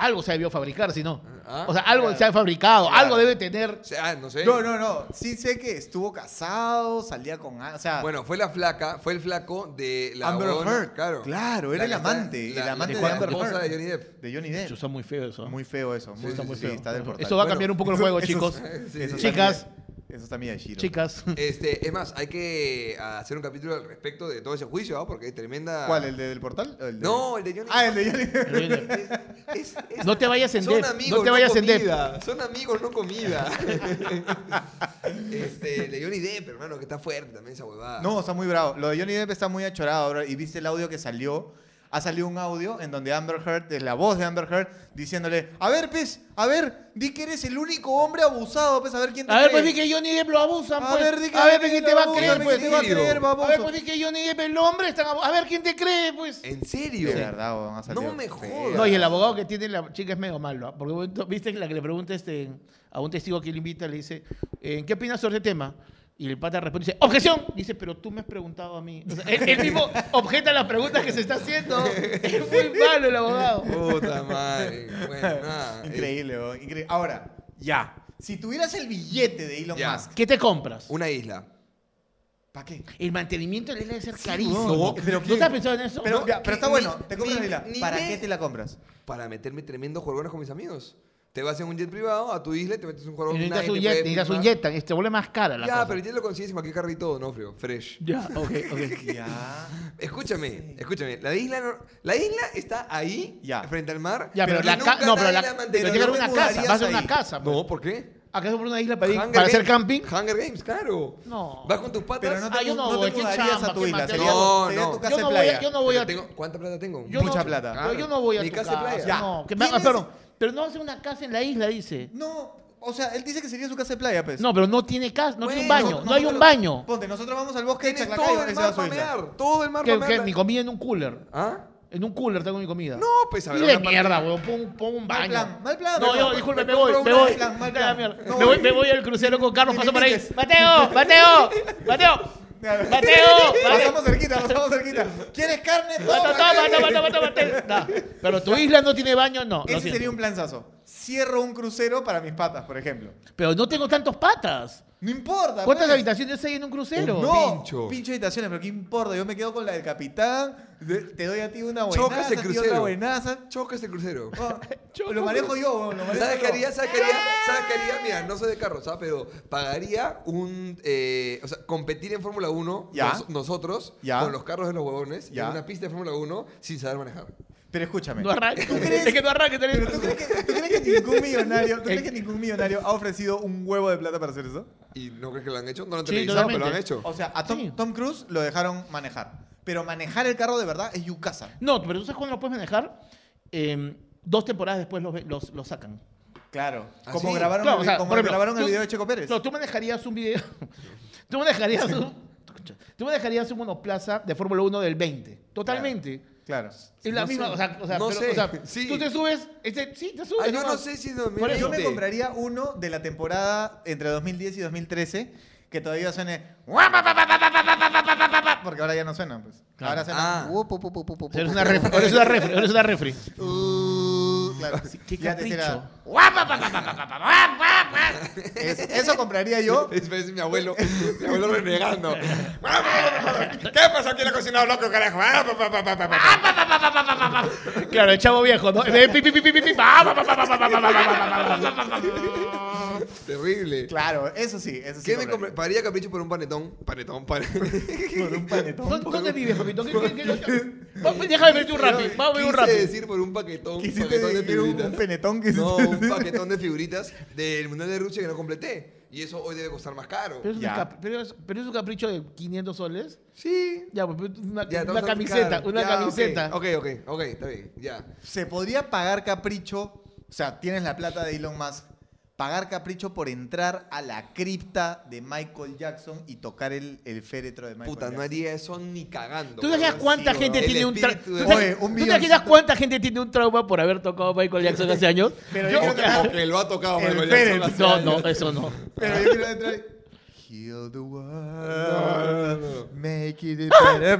[SPEAKER 2] Algo se debió fabricar, si no.
[SPEAKER 4] Ah,
[SPEAKER 2] o sea, algo se ha fabricado,
[SPEAKER 1] Claro.
[SPEAKER 2] algo debe tener.
[SPEAKER 4] O sea, ah, no sé.
[SPEAKER 1] No, no, no. Sí sé que estuvo casado, salía con... O sea,
[SPEAKER 4] Bueno, fue la flaca, fue el flaco de la
[SPEAKER 1] Ah. Amber
[SPEAKER 4] huevona,
[SPEAKER 1] Heard.
[SPEAKER 4] Claro.
[SPEAKER 1] Claro, era
[SPEAKER 4] La
[SPEAKER 1] el
[SPEAKER 4] que está-
[SPEAKER 1] amante, el amante
[SPEAKER 2] de
[SPEAKER 4] la
[SPEAKER 2] Amber
[SPEAKER 4] esposa
[SPEAKER 1] Heard.
[SPEAKER 4] de Johnny Depp.
[SPEAKER 1] de Johnny Depp.
[SPEAKER 2] Eso está muy feo eso. ¿ah?
[SPEAKER 1] Muy feo eso.
[SPEAKER 4] Sí, está muy
[SPEAKER 1] sí,
[SPEAKER 4] feo.
[SPEAKER 1] está del portal.
[SPEAKER 2] Eso va a cambiar un poco el juego, chicos.
[SPEAKER 4] Sí, sí.
[SPEAKER 1] está
[SPEAKER 2] Chicas.
[SPEAKER 1] bien. Eso está mía, Shiro.
[SPEAKER 2] Chicas.
[SPEAKER 4] Este, es más, hay que ah, hacer un capítulo al respecto de todo ese juicio, ¿ah? porque es tremenda.
[SPEAKER 1] ¿Cuál? ¿El de- del portal? ¿O el de-
[SPEAKER 4] No, el de Johnny
[SPEAKER 1] Ah, el de Johnny Depp.
[SPEAKER 4] Es- es-
[SPEAKER 2] No te vayas en
[SPEAKER 4] Son
[SPEAKER 2] dep,
[SPEAKER 4] amigos,
[SPEAKER 2] no te vayas en dep.
[SPEAKER 4] comida. Son amigos, no comida. este, el de Johnny Depp, hermano, que está fuerte también esa huevada.
[SPEAKER 1] No, está muy bravo. Lo de Johnny Depp está muy achorado ahora. Y viste el audio que salió. Ha salido un audio en donde Amber Heard, es la voz de Amber Heard, diciéndole: A ver, pez, a ver, di que eres el único hombre abusado, pez, a ver quién te
[SPEAKER 2] A ver,
[SPEAKER 1] cree".
[SPEAKER 2] pues di que Johnny Depp lo abusan,
[SPEAKER 1] A
[SPEAKER 2] pues.
[SPEAKER 1] ver, di que
[SPEAKER 2] a ver,
[SPEAKER 1] Johnny
[SPEAKER 2] pues, ¿quién
[SPEAKER 1] Depp
[SPEAKER 2] te va
[SPEAKER 1] lo
[SPEAKER 2] a
[SPEAKER 1] abusan,
[SPEAKER 2] creer,
[SPEAKER 4] ¿quién
[SPEAKER 2] pues?
[SPEAKER 1] te va a creer,
[SPEAKER 2] A ver,
[SPEAKER 1] baboso?
[SPEAKER 2] pues di que Johnny Depp, el hombre, están abu- A ver, ¿quién te cree, pues?
[SPEAKER 1] Eh,
[SPEAKER 4] ¿En serio?
[SPEAKER 1] De verdad, weón, ha salido.
[SPEAKER 4] No me
[SPEAKER 1] feo.
[SPEAKER 4] jodas.
[SPEAKER 2] No, y el abogado que tiene la chica es medio malo, ¿ah? porque bueno, viste que la que le pregunta este, a un testigo que le invita, le dice, ¿en qué opinas sobre este tema? Y el pata responde, dice, ¡objeción! Dice, pero tú me has preguntado a mí. O sea, él, él mismo objeta las preguntas que se está haciendo. Es muy malo el abogado.
[SPEAKER 4] Puta madre. Bueno, nada.
[SPEAKER 1] Increíble, weón, increíble. Ahora, ya. Si tuvieras el billete de Elon
[SPEAKER 4] Ya.
[SPEAKER 1] Musk,
[SPEAKER 2] ¿Qué te compras?
[SPEAKER 4] Una isla.
[SPEAKER 1] ¿para qué?
[SPEAKER 2] El mantenimiento le debe ser carísimo.
[SPEAKER 1] no,
[SPEAKER 2] ¿No,
[SPEAKER 1] pero
[SPEAKER 2] ¿No
[SPEAKER 1] ¿qué?
[SPEAKER 2] te has pensado en eso?
[SPEAKER 1] Pero,
[SPEAKER 4] No,
[SPEAKER 1] ya,
[SPEAKER 4] que
[SPEAKER 1] pero está
[SPEAKER 4] ni-
[SPEAKER 1] bueno, te compras
[SPEAKER 4] ni-
[SPEAKER 1] la isla.
[SPEAKER 4] ni
[SPEAKER 1] ¿Para
[SPEAKER 4] ve-
[SPEAKER 1] qué te la compras?
[SPEAKER 4] Para meterme tremendos jugadores con mis amigos. Te vas en un jet privado a tu isla y te metes un jugador
[SPEAKER 2] necesitas
[SPEAKER 4] online,
[SPEAKER 2] un
[SPEAKER 4] te
[SPEAKER 2] jet,
[SPEAKER 4] puedes
[SPEAKER 2] necesitas un
[SPEAKER 4] filmar.
[SPEAKER 2] jet, te vuelve más cara la
[SPEAKER 4] Ya,
[SPEAKER 2] cosa.
[SPEAKER 4] pero el jet lo consigues en cualquier carro y todo, ¿no, Frío? Fresh.
[SPEAKER 2] Ya, ok, ok.
[SPEAKER 1] Ya.
[SPEAKER 4] Escúchame, escúchame. La isla, no- la isla está ahí,
[SPEAKER 1] Ya.
[SPEAKER 4] frente al mar.
[SPEAKER 2] Ya, pero,
[SPEAKER 4] y
[SPEAKER 2] la
[SPEAKER 4] nunca
[SPEAKER 2] casa. No, pero
[SPEAKER 4] nadie
[SPEAKER 2] la.
[SPEAKER 4] ha
[SPEAKER 2] Pero
[SPEAKER 4] mantenido.
[SPEAKER 2] tiene que haber
[SPEAKER 1] no te
[SPEAKER 2] una casa. Vas a
[SPEAKER 1] mudarías
[SPEAKER 2] una
[SPEAKER 1] ahí.
[SPEAKER 2] casa. pues.
[SPEAKER 4] No, ¿por qué?
[SPEAKER 2] ¿Acaso por una isla para, ir-
[SPEAKER 4] Hunger
[SPEAKER 2] para hacer
[SPEAKER 4] Games.
[SPEAKER 2] camping?
[SPEAKER 4] Hunger Games, claro.
[SPEAKER 2] No.
[SPEAKER 4] Vas con tus patas.
[SPEAKER 1] Pero no te,
[SPEAKER 2] Ah, yo no
[SPEAKER 1] no te
[SPEAKER 2] voy, qué
[SPEAKER 1] mudarías
[SPEAKER 2] chamba,
[SPEAKER 1] a tu
[SPEAKER 2] qué
[SPEAKER 1] isla.
[SPEAKER 2] material.
[SPEAKER 1] Sería,
[SPEAKER 4] No,
[SPEAKER 1] sería
[SPEAKER 4] no.
[SPEAKER 1] tu
[SPEAKER 4] Yo
[SPEAKER 1] casa
[SPEAKER 2] Yo
[SPEAKER 1] de
[SPEAKER 2] no, voy
[SPEAKER 1] playa.
[SPEAKER 2] a, yo no voy
[SPEAKER 4] ah, Pero
[SPEAKER 2] a.
[SPEAKER 4] tengo- ¿Cuánta plata tengo?
[SPEAKER 2] yo no-
[SPEAKER 1] mucha plata.
[SPEAKER 2] pero Yo no voy a.
[SPEAKER 4] Ni
[SPEAKER 2] tu
[SPEAKER 4] casa de playa.
[SPEAKER 1] Ya.
[SPEAKER 2] No, que me, ah,
[SPEAKER 1] ¿Tienes-
[SPEAKER 2] perdón. Pero no hace una casa en la isla, dice.
[SPEAKER 1] No, o sea, él dice que sería su casa de playa, pues.
[SPEAKER 2] No, pero no tiene casa, no tiene un
[SPEAKER 4] Bueno,
[SPEAKER 2] baño. No,
[SPEAKER 4] no,
[SPEAKER 2] hay
[SPEAKER 4] no,
[SPEAKER 2] un
[SPEAKER 4] pero-
[SPEAKER 2] baño.
[SPEAKER 1] Ponte, nosotros vamos al bosque de
[SPEAKER 4] Tienes
[SPEAKER 1] Chaclacayo
[SPEAKER 4] todo
[SPEAKER 1] y se
[SPEAKER 4] el
[SPEAKER 1] va a
[SPEAKER 4] mar
[SPEAKER 1] su
[SPEAKER 4] para
[SPEAKER 1] isla.
[SPEAKER 4] mear. Todo el mar
[SPEAKER 2] Que,
[SPEAKER 4] para
[SPEAKER 2] que
[SPEAKER 4] mear.
[SPEAKER 2] mi comida en un cooler.
[SPEAKER 4] ¿Ah?
[SPEAKER 2] En un cooler tengo mi comida.
[SPEAKER 4] No, pues a ver.
[SPEAKER 2] Dile
[SPEAKER 4] una parte-
[SPEAKER 2] mierda, weón. Pon, pon un baño.
[SPEAKER 1] Mal plan, mal plan.
[SPEAKER 2] No,
[SPEAKER 1] me
[SPEAKER 2] yo,
[SPEAKER 1] compro-
[SPEAKER 2] disculpe, me
[SPEAKER 1] compro
[SPEAKER 2] voy, me
[SPEAKER 1] una-
[SPEAKER 2] voy.
[SPEAKER 1] Mal plan, mal
[SPEAKER 2] Me da
[SPEAKER 1] plan.
[SPEAKER 2] mierda.
[SPEAKER 1] No
[SPEAKER 2] Me voy, me voy al crucero con Carlos,
[SPEAKER 1] Ni
[SPEAKER 2] paso por ahí.
[SPEAKER 1] limites.
[SPEAKER 2] Mateo, Mateo, Mateo, Mateo, Mateo.
[SPEAKER 1] Pasamos cerquita, pasamos cerquita. ¿Quieres carne?
[SPEAKER 2] Mateo,
[SPEAKER 1] Toma,
[SPEAKER 2] Mateo, Mateo, Mateo, Mateo. No, Pero tu isla no tiene baño, no. lo
[SPEAKER 1] Ese sería
[SPEAKER 2] siento.
[SPEAKER 1] un planzazo. Cierro un crucero para mis patas, por ejemplo.
[SPEAKER 2] Pero no tengo tantos patas.
[SPEAKER 1] No importa.
[SPEAKER 2] ¿Cuántas
[SPEAKER 1] pues.
[SPEAKER 2] habitaciones hay en un crucero?
[SPEAKER 1] No, pincho.
[SPEAKER 4] Pincho.
[SPEAKER 1] de habitaciones, pero qué importa. Yo me quedo con la del capitán. de- Te doy a ti una buenaza,
[SPEAKER 4] Chocas el
[SPEAKER 1] a ti otra
[SPEAKER 4] crucero.
[SPEAKER 1] buenaza.
[SPEAKER 4] Choca este
[SPEAKER 2] Ah.
[SPEAKER 4] crucero.
[SPEAKER 1] Oh, lo manejo yo, weón, lo manejo
[SPEAKER 4] ¿Sabes
[SPEAKER 1] yo.
[SPEAKER 4] qué haría? ¿Sabes qué haría? ¿Sabes qué haría? Mira, no soy de carros, ¿sabes? Pero pagaría un. eh, o sea, competir en Fórmula 1
[SPEAKER 1] Ya.
[SPEAKER 4] nos- nosotros
[SPEAKER 1] Ya.
[SPEAKER 4] con los carros de los huevones
[SPEAKER 1] Ya.
[SPEAKER 4] en una pista de Fórmula 1 sin saber manejar.
[SPEAKER 1] Pero escúchame.
[SPEAKER 2] No arranca.
[SPEAKER 1] ¿Tú crees-
[SPEAKER 2] Es que no arranca. tenés-
[SPEAKER 1] ¿Pero tú crees, que, tú crees que ningún millonario, ¿tú
[SPEAKER 2] Eh.
[SPEAKER 1] crees que ningún millonario ha ofrecido un huevo de plata para hacer eso?
[SPEAKER 4] ¿Y no crees que lo han hecho? No lo han
[SPEAKER 2] Sí,
[SPEAKER 4] televisado, pero lo han
[SPEAKER 2] totalmente.
[SPEAKER 4] hecho.
[SPEAKER 1] O sea, a Tom,
[SPEAKER 2] Sí.
[SPEAKER 1] Tom Cruise lo dejaron manejar. Pero manejar el carro de verdad es Yucasa.
[SPEAKER 2] No, pero tú sabes cuándo lo puedes manejar. Eh, dos temporadas después los, los, los sacan.
[SPEAKER 1] Claro.
[SPEAKER 4] ¿Ah,
[SPEAKER 1] Como
[SPEAKER 4] sí?
[SPEAKER 1] grabaron,
[SPEAKER 2] Claro,
[SPEAKER 1] el,
[SPEAKER 2] o sea,
[SPEAKER 1] como
[SPEAKER 2] por ejemplo,
[SPEAKER 1] grabaron el
[SPEAKER 2] tú-
[SPEAKER 1] video de Checo Pérez.
[SPEAKER 2] No, tú manejarías un video. tú manejarías un. Tú manejarías un monoplaza de Fórmula 1 del 20. Totalmente.
[SPEAKER 1] Claro.
[SPEAKER 2] Es la
[SPEAKER 4] No
[SPEAKER 2] misma.
[SPEAKER 4] sé.
[SPEAKER 2] O sea, o sea,
[SPEAKER 4] No
[SPEAKER 2] pero,
[SPEAKER 4] sé.
[SPEAKER 2] o sea,
[SPEAKER 4] Sí.
[SPEAKER 2] tú te subes. este, sí, te subes.
[SPEAKER 4] Ah, yo no
[SPEAKER 2] nomás.
[SPEAKER 4] sé si es
[SPEAKER 2] Por eso.
[SPEAKER 1] Yo me
[SPEAKER 4] 2020.
[SPEAKER 1] compraría uno de la temporada entre 2010 y 2013 que todavía suene. ¡Ah! Porque ahora ya no suenan, pues.
[SPEAKER 2] Claro.
[SPEAKER 1] Ahora suena.
[SPEAKER 4] Ah.
[SPEAKER 1] Uh, pu, pu, pu, pu, pu, pu,
[SPEAKER 2] Eres
[SPEAKER 1] pu,
[SPEAKER 2] una refri. Eres una refri. Eres una refri.
[SPEAKER 1] pu. Uh, claro.
[SPEAKER 2] Sí, qué
[SPEAKER 1] Ya antes era-
[SPEAKER 2] capricho.
[SPEAKER 1] ¡Guapa, pa, pa, pa, pa, pa, pa, pa, pa, pa! Es- eso compraría yo.
[SPEAKER 4] Es, es mi abuelo, mi abuelo renegando. ¿Qué pasó aquí en la cocina, loco, carajo? Ah, pa, pa, pa, pa, pa, pa.
[SPEAKER 2] Claro, el chavo viejo, ¿no? En vez de pi, pi, pi, pi, pi, pi, pa, pa, pa, pa, pa, pa, pa, pa, pa, pa, pa, pa, pa, pa.
[SPEAKER 4] Terrible.
[SPEAKER 1] Claro, eso sí, eso sí.
[SPEAKER 4] ¿Qué me
[SPEAKER 1] compraría.
[SPEAKER 4] compré? Pagaría capricho por un panetón. Panetón, panetón.
[SPEAKER 1] Por un panetón.
[SPEAKER 2] ¿Dó- ¿Dónde vives, papito? ¿Qué- qué- qué- Va- pues, Déjame verte un rapi. Vamos a ver un
[SPEAKER 4] Quise
[SPEAKER 2] rapi.
[SPEAKER 4] decir por un paquetón,
[SPEAKER 1] Quisiste
[SPEAKER 4] paquetón de
[SPEAKER 1] decir un
[SPEAKER 4] figuritas.
[SPEAKER 1] penetón, quisiste
[SPEAKER 4] No, un
[SPEAKER 1] decir.
[SPEAKER 4] paquetón de figuritas del Mundial de Rusia que no completé. Y eso hoy debe costar más caro.
[SPEAKER 2] Pero es, un
[SPEAKER 1] Ya.
[SPEAKER 2] cap- pero es- pero es un capricho de 500 soles.
[SPEAKER 4] Sí.
[SPEAKER 2] Ya, pues, pero una,
[SPEAKER 4] Ya,
[SPEAKER 2] una
[SPEAKER 4] estamos
[SPEAKER 2] camiseta,
[SPEAKER 4] caro.
[SPEAKER 2] una
[SPEAKER 4] Ya, ok,
[SPEAKER 2] camiseta.
[SPEAKER 4] Ok, ok, ok, está bien, ya.
[SPEAKER 1] ¿Se podría pagar capricho? O sea, tienes la plata de Elon Musk. Pagar capricho por entrar a la cripta de Michael Jackson y tocar el, el féretro de Michael
[SPEAKER 4] Puta, no
[SPEAKER 1] Jackson.
[SPEAKER 4] haría eso ni cagando.
[SPEAKER 2] ¿Tú te imaginas
[SPEAKER 4] weón.
[SPEAKER 2] cuánta
[SPEAKER 1] sí,
[SPEAKER 2] gente
[SPEAKER 1] weón.
[SPEAKER 2] tiene
[SPEAKER 4] El
[SPEAKER 2] un trauma?
[SPEAKER 4] espíritu de-
[SPEAKER 1] Oye, un
[SPEAKER 2] ¿Tú te imaginas
[SPEAKER 1] milloncito.
[SPEAKER 2] cuánta gente tiene un trauma por haber tocado Michael Jackson hace años?
[SPEAKER 1] Pero
[SPEAKER 2] Yo-
[SPEAKER 1] yo creo
[SPEAKER 4] O que lo ha tocado
[SPEAKER 1] El
[SPEAKER 4] Michael
[SPEAKER 1] Feren.
[SPEAKER 4] Jackson.
[SPEAKER 2] No, no, eso no.
[SPEAKER 1] Pero yo quiero entrar y- Heal the world.
[SPEAKER 4] No, no, no.
[SPEAKER 1] Make it better.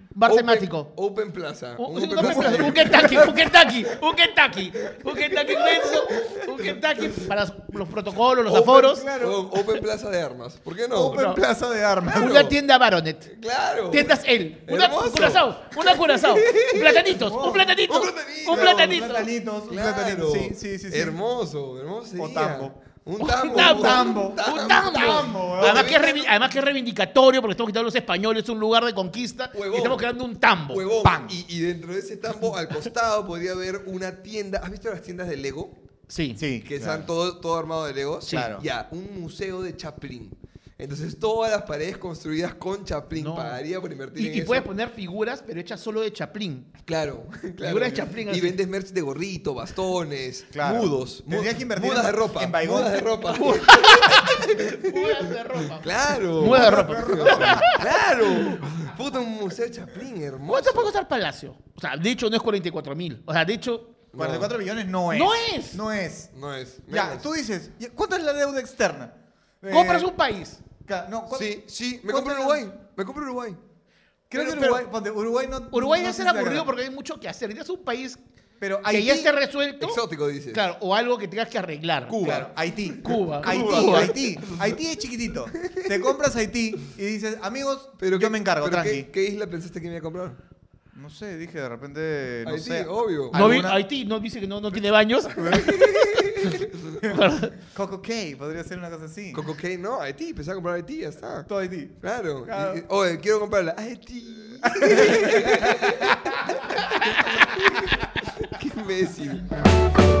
[SPEAKER 2] bar
[SPEAKER 4] Open-
[SPEAKER 2] temático.
[SPEAKER 4] Open Plaza.
[SPEAKER 2] Un,
[SPEAKER 4] un
[SPEAKER 2] un Open Plaza, un Kentucky, un Kentucky, un Kentucky, un Kentucky inmenso, un Kentucky para los protocolos, los
[SPEAKER 4] Open-
[SPEAKER 2] aforos,
[SPEAKER 1] claro.
[SPEAKER 4] O- Open Plaza de armas. ¿Por qué no?
[SPEAKER 1] Open
[SPEAKER 2] No.
[SPEAKER 1] Plaza de Armas.
[SPEAKER 2] una tienda Baronet,
[SPEAKER 4] Claro.
[SPEAKER 2] tiendas él, una
[SPEAKER 4] Hermoso.
[SPEAKER 2] un curazao, una curazao, un platanitos, un platanito,
[SPEAKER 4] Un platanito.
[SPEAKER 2] un
[SPEAKER 1] Un
[SPEAKER 2] platanito.
[SPEAKER 1] platanito, un
[SPEAKER 4] Claro.
[SPEAKER 1] platanito. Sí, sí, sí. sí.
[SPEAKER 4] Hermoso, hermoso. Sería.
[SPEAKER 1] tambo.
[SPEAKER 4] Un tambo.
[SPEAKER 2] Un tambo.
[SPEAKER 1] tambo.
[SPEAKER 2] Un
[SPEAKER 1] tambo, ¿eh?
[SPEAKER 2] tambo.
[SPEAKER 1] weón.
[SPEAKER 2] Además que, es revi- además que es reivindicatorio porque estamos quitando a los españoles un lugar de conquista
[SPEAKER 4] Huevón.
[SPEAKER 2] y estamos creando un tambo.
[SPEAKER 4] Huevón.
[SPEAKER 2] ¡Pam!
[SPEAKER 4] Y, y dentro de ese tambo, al costado, podría haber una tienda. ¿Has visto las tiendas de Lego?
[SPEAKER 2] Sí.
[SPEAKER 1] Sí.
[SPEAKER 4] Que
[SPEAKER 1] claro.
[SPEAKER 4] están todo, todo armado de Legos.
[SPEAKER 2] Sí. Claro.
[SPEAKER 4] Ya, un museo de Chaplin. Entonces, todas las paredes construidas con Chaplin.
[SPEAKER 2] No.
[SPEAKER 4] Pagaría por invertir
[SPEAKER 2] Y,
[SPEAKER 4] en
[SPEAKER 2] y
[SPEAKER 4] eso.
[SPEAKER 2] puedes poner figuras, pero hechas solo de chaplín.
[SPEAKER 4] Claro, claro.
[SPEAKER 2] de Chaplin,
[SPEAKER 4] Y
[SPEAKER 2] así.
[SPEAKER 4] vendes merch de gorrito, bastones,
[SPEAKER 1] Claro.
[SPEAKER 4] mudos. mu-
[SPEAKER 1] Tendrías que invertir
[SPEAKER 4] mudas de
[SPEAKER 1] en-
[SPEAKER 4] ropa.
[SPEAKER 1] en Baigón.
[SPEAKER 4] mudas de ropa.
[SPEAKER 2] Mudas de ropa.
[SPEAKER 4] claro.
[SPEAKER 2] Mudas de ropa.
[SPEAKER 4] Claro. Puta, un museo de Chaplin, hermoso.
[SPEAKER 2] ¿Cuánto puede costar Palacio? O sea, de hecho no es 44 mil. O sea, de hecho,
[SPEAKER 1] 44 millones no es.
[SPEAKER 2] No es.
[SPEAKER 1] No es.
[SPEAKER 4] No es.
[SPEAKER 1] Ya,
[SPEAKER 4] menos.
[SPEAKER 1] tú dices, ¿y ¿cuánto es la deuda externa? Eh,
[SPEAKER 2] compras un país.
[SPEAKER 1] ca- No, ¿cuánto?
[SPEAKER 4] Sí, sí, me
[SPEAKER 1] ¿Cuánto
[SPEAKER 4] compro
[SPEAKER 1] era?
[SPEAKER 4] Uruguay. Me compro Uruguay.
[SPEAKER 1] Creo
[SPEAKER 4] Pero-
[SPEAKER 1] que Uruguay,
[SPEAKER 4] pero-
[SPEAKER 1] ponte, Uruguay no.
[SPEAKER 2] Uruguay
[SPEAKER 1] no
[SPEAKER 2] debe
[SPEAKER 1] sé
[SPEAKER 2] ser
[SPEAKER 1] si
[SPEAKER 2] aburrido
[SPEAKER 1] agarra.
[SPEAKER 2] porque hay mucho que hacer. Es un país
[SPEAKER 1] Pero
[SPEAKER 2] que este
[SPEAKER 1] Haití-
[SPEAKER 2] ya esté resuelto.
[SPEAKER 4] Exótico, dices.
[SPEAKER 2] Claro, o algo que tengas que arreglar.
[SPEAKER 4] Cuba.
[SPEAKER 1] Claro, Haití.
[SPEAKER 2] Cuba.
[SPEAKER 1] Haití,
[SPEAKER 2] Cuba.
[SPEAKER 1] Haití. Haití es chiquitito. Te compras Haití y dices, amigos,
[SPEAKER 4] Pero
[SPEAKER 1] yo
[SPEAKER 4] qué-
[SPEAKER 1] me encargo,
[SPEAKER 4] pero
[SPEAKER 1] tranqui.
[SPEAKER 4] ¿qué, qué isla pensaste que me iba a comprar?
[SPEAKER 1] No sé, dije de repente. No
[SPEAKER 4] Haití,
[SPEAKER 1] sé, Ah,
[SPEAKER 4] obvio.
[SPEAKER 2] No vi-
[SPEAKER 1] alguna-
[SPEAKER 2] Haití no dice que no, no tiene baños.
[SPEAKER 1] Coco Cay, podría ser una cosa así.
[SPEAKER 4] Coco Cay, no, Haití. Pensaba comprar Haití, ya está.
[SPEAKER 1] Todo Haití.
[SPEAKER 4] Claro.
[SPEAKER 1] Claro.
[SPEAKER 4] Y- y- oye, quiero comprarla. Haití. qué imbécil.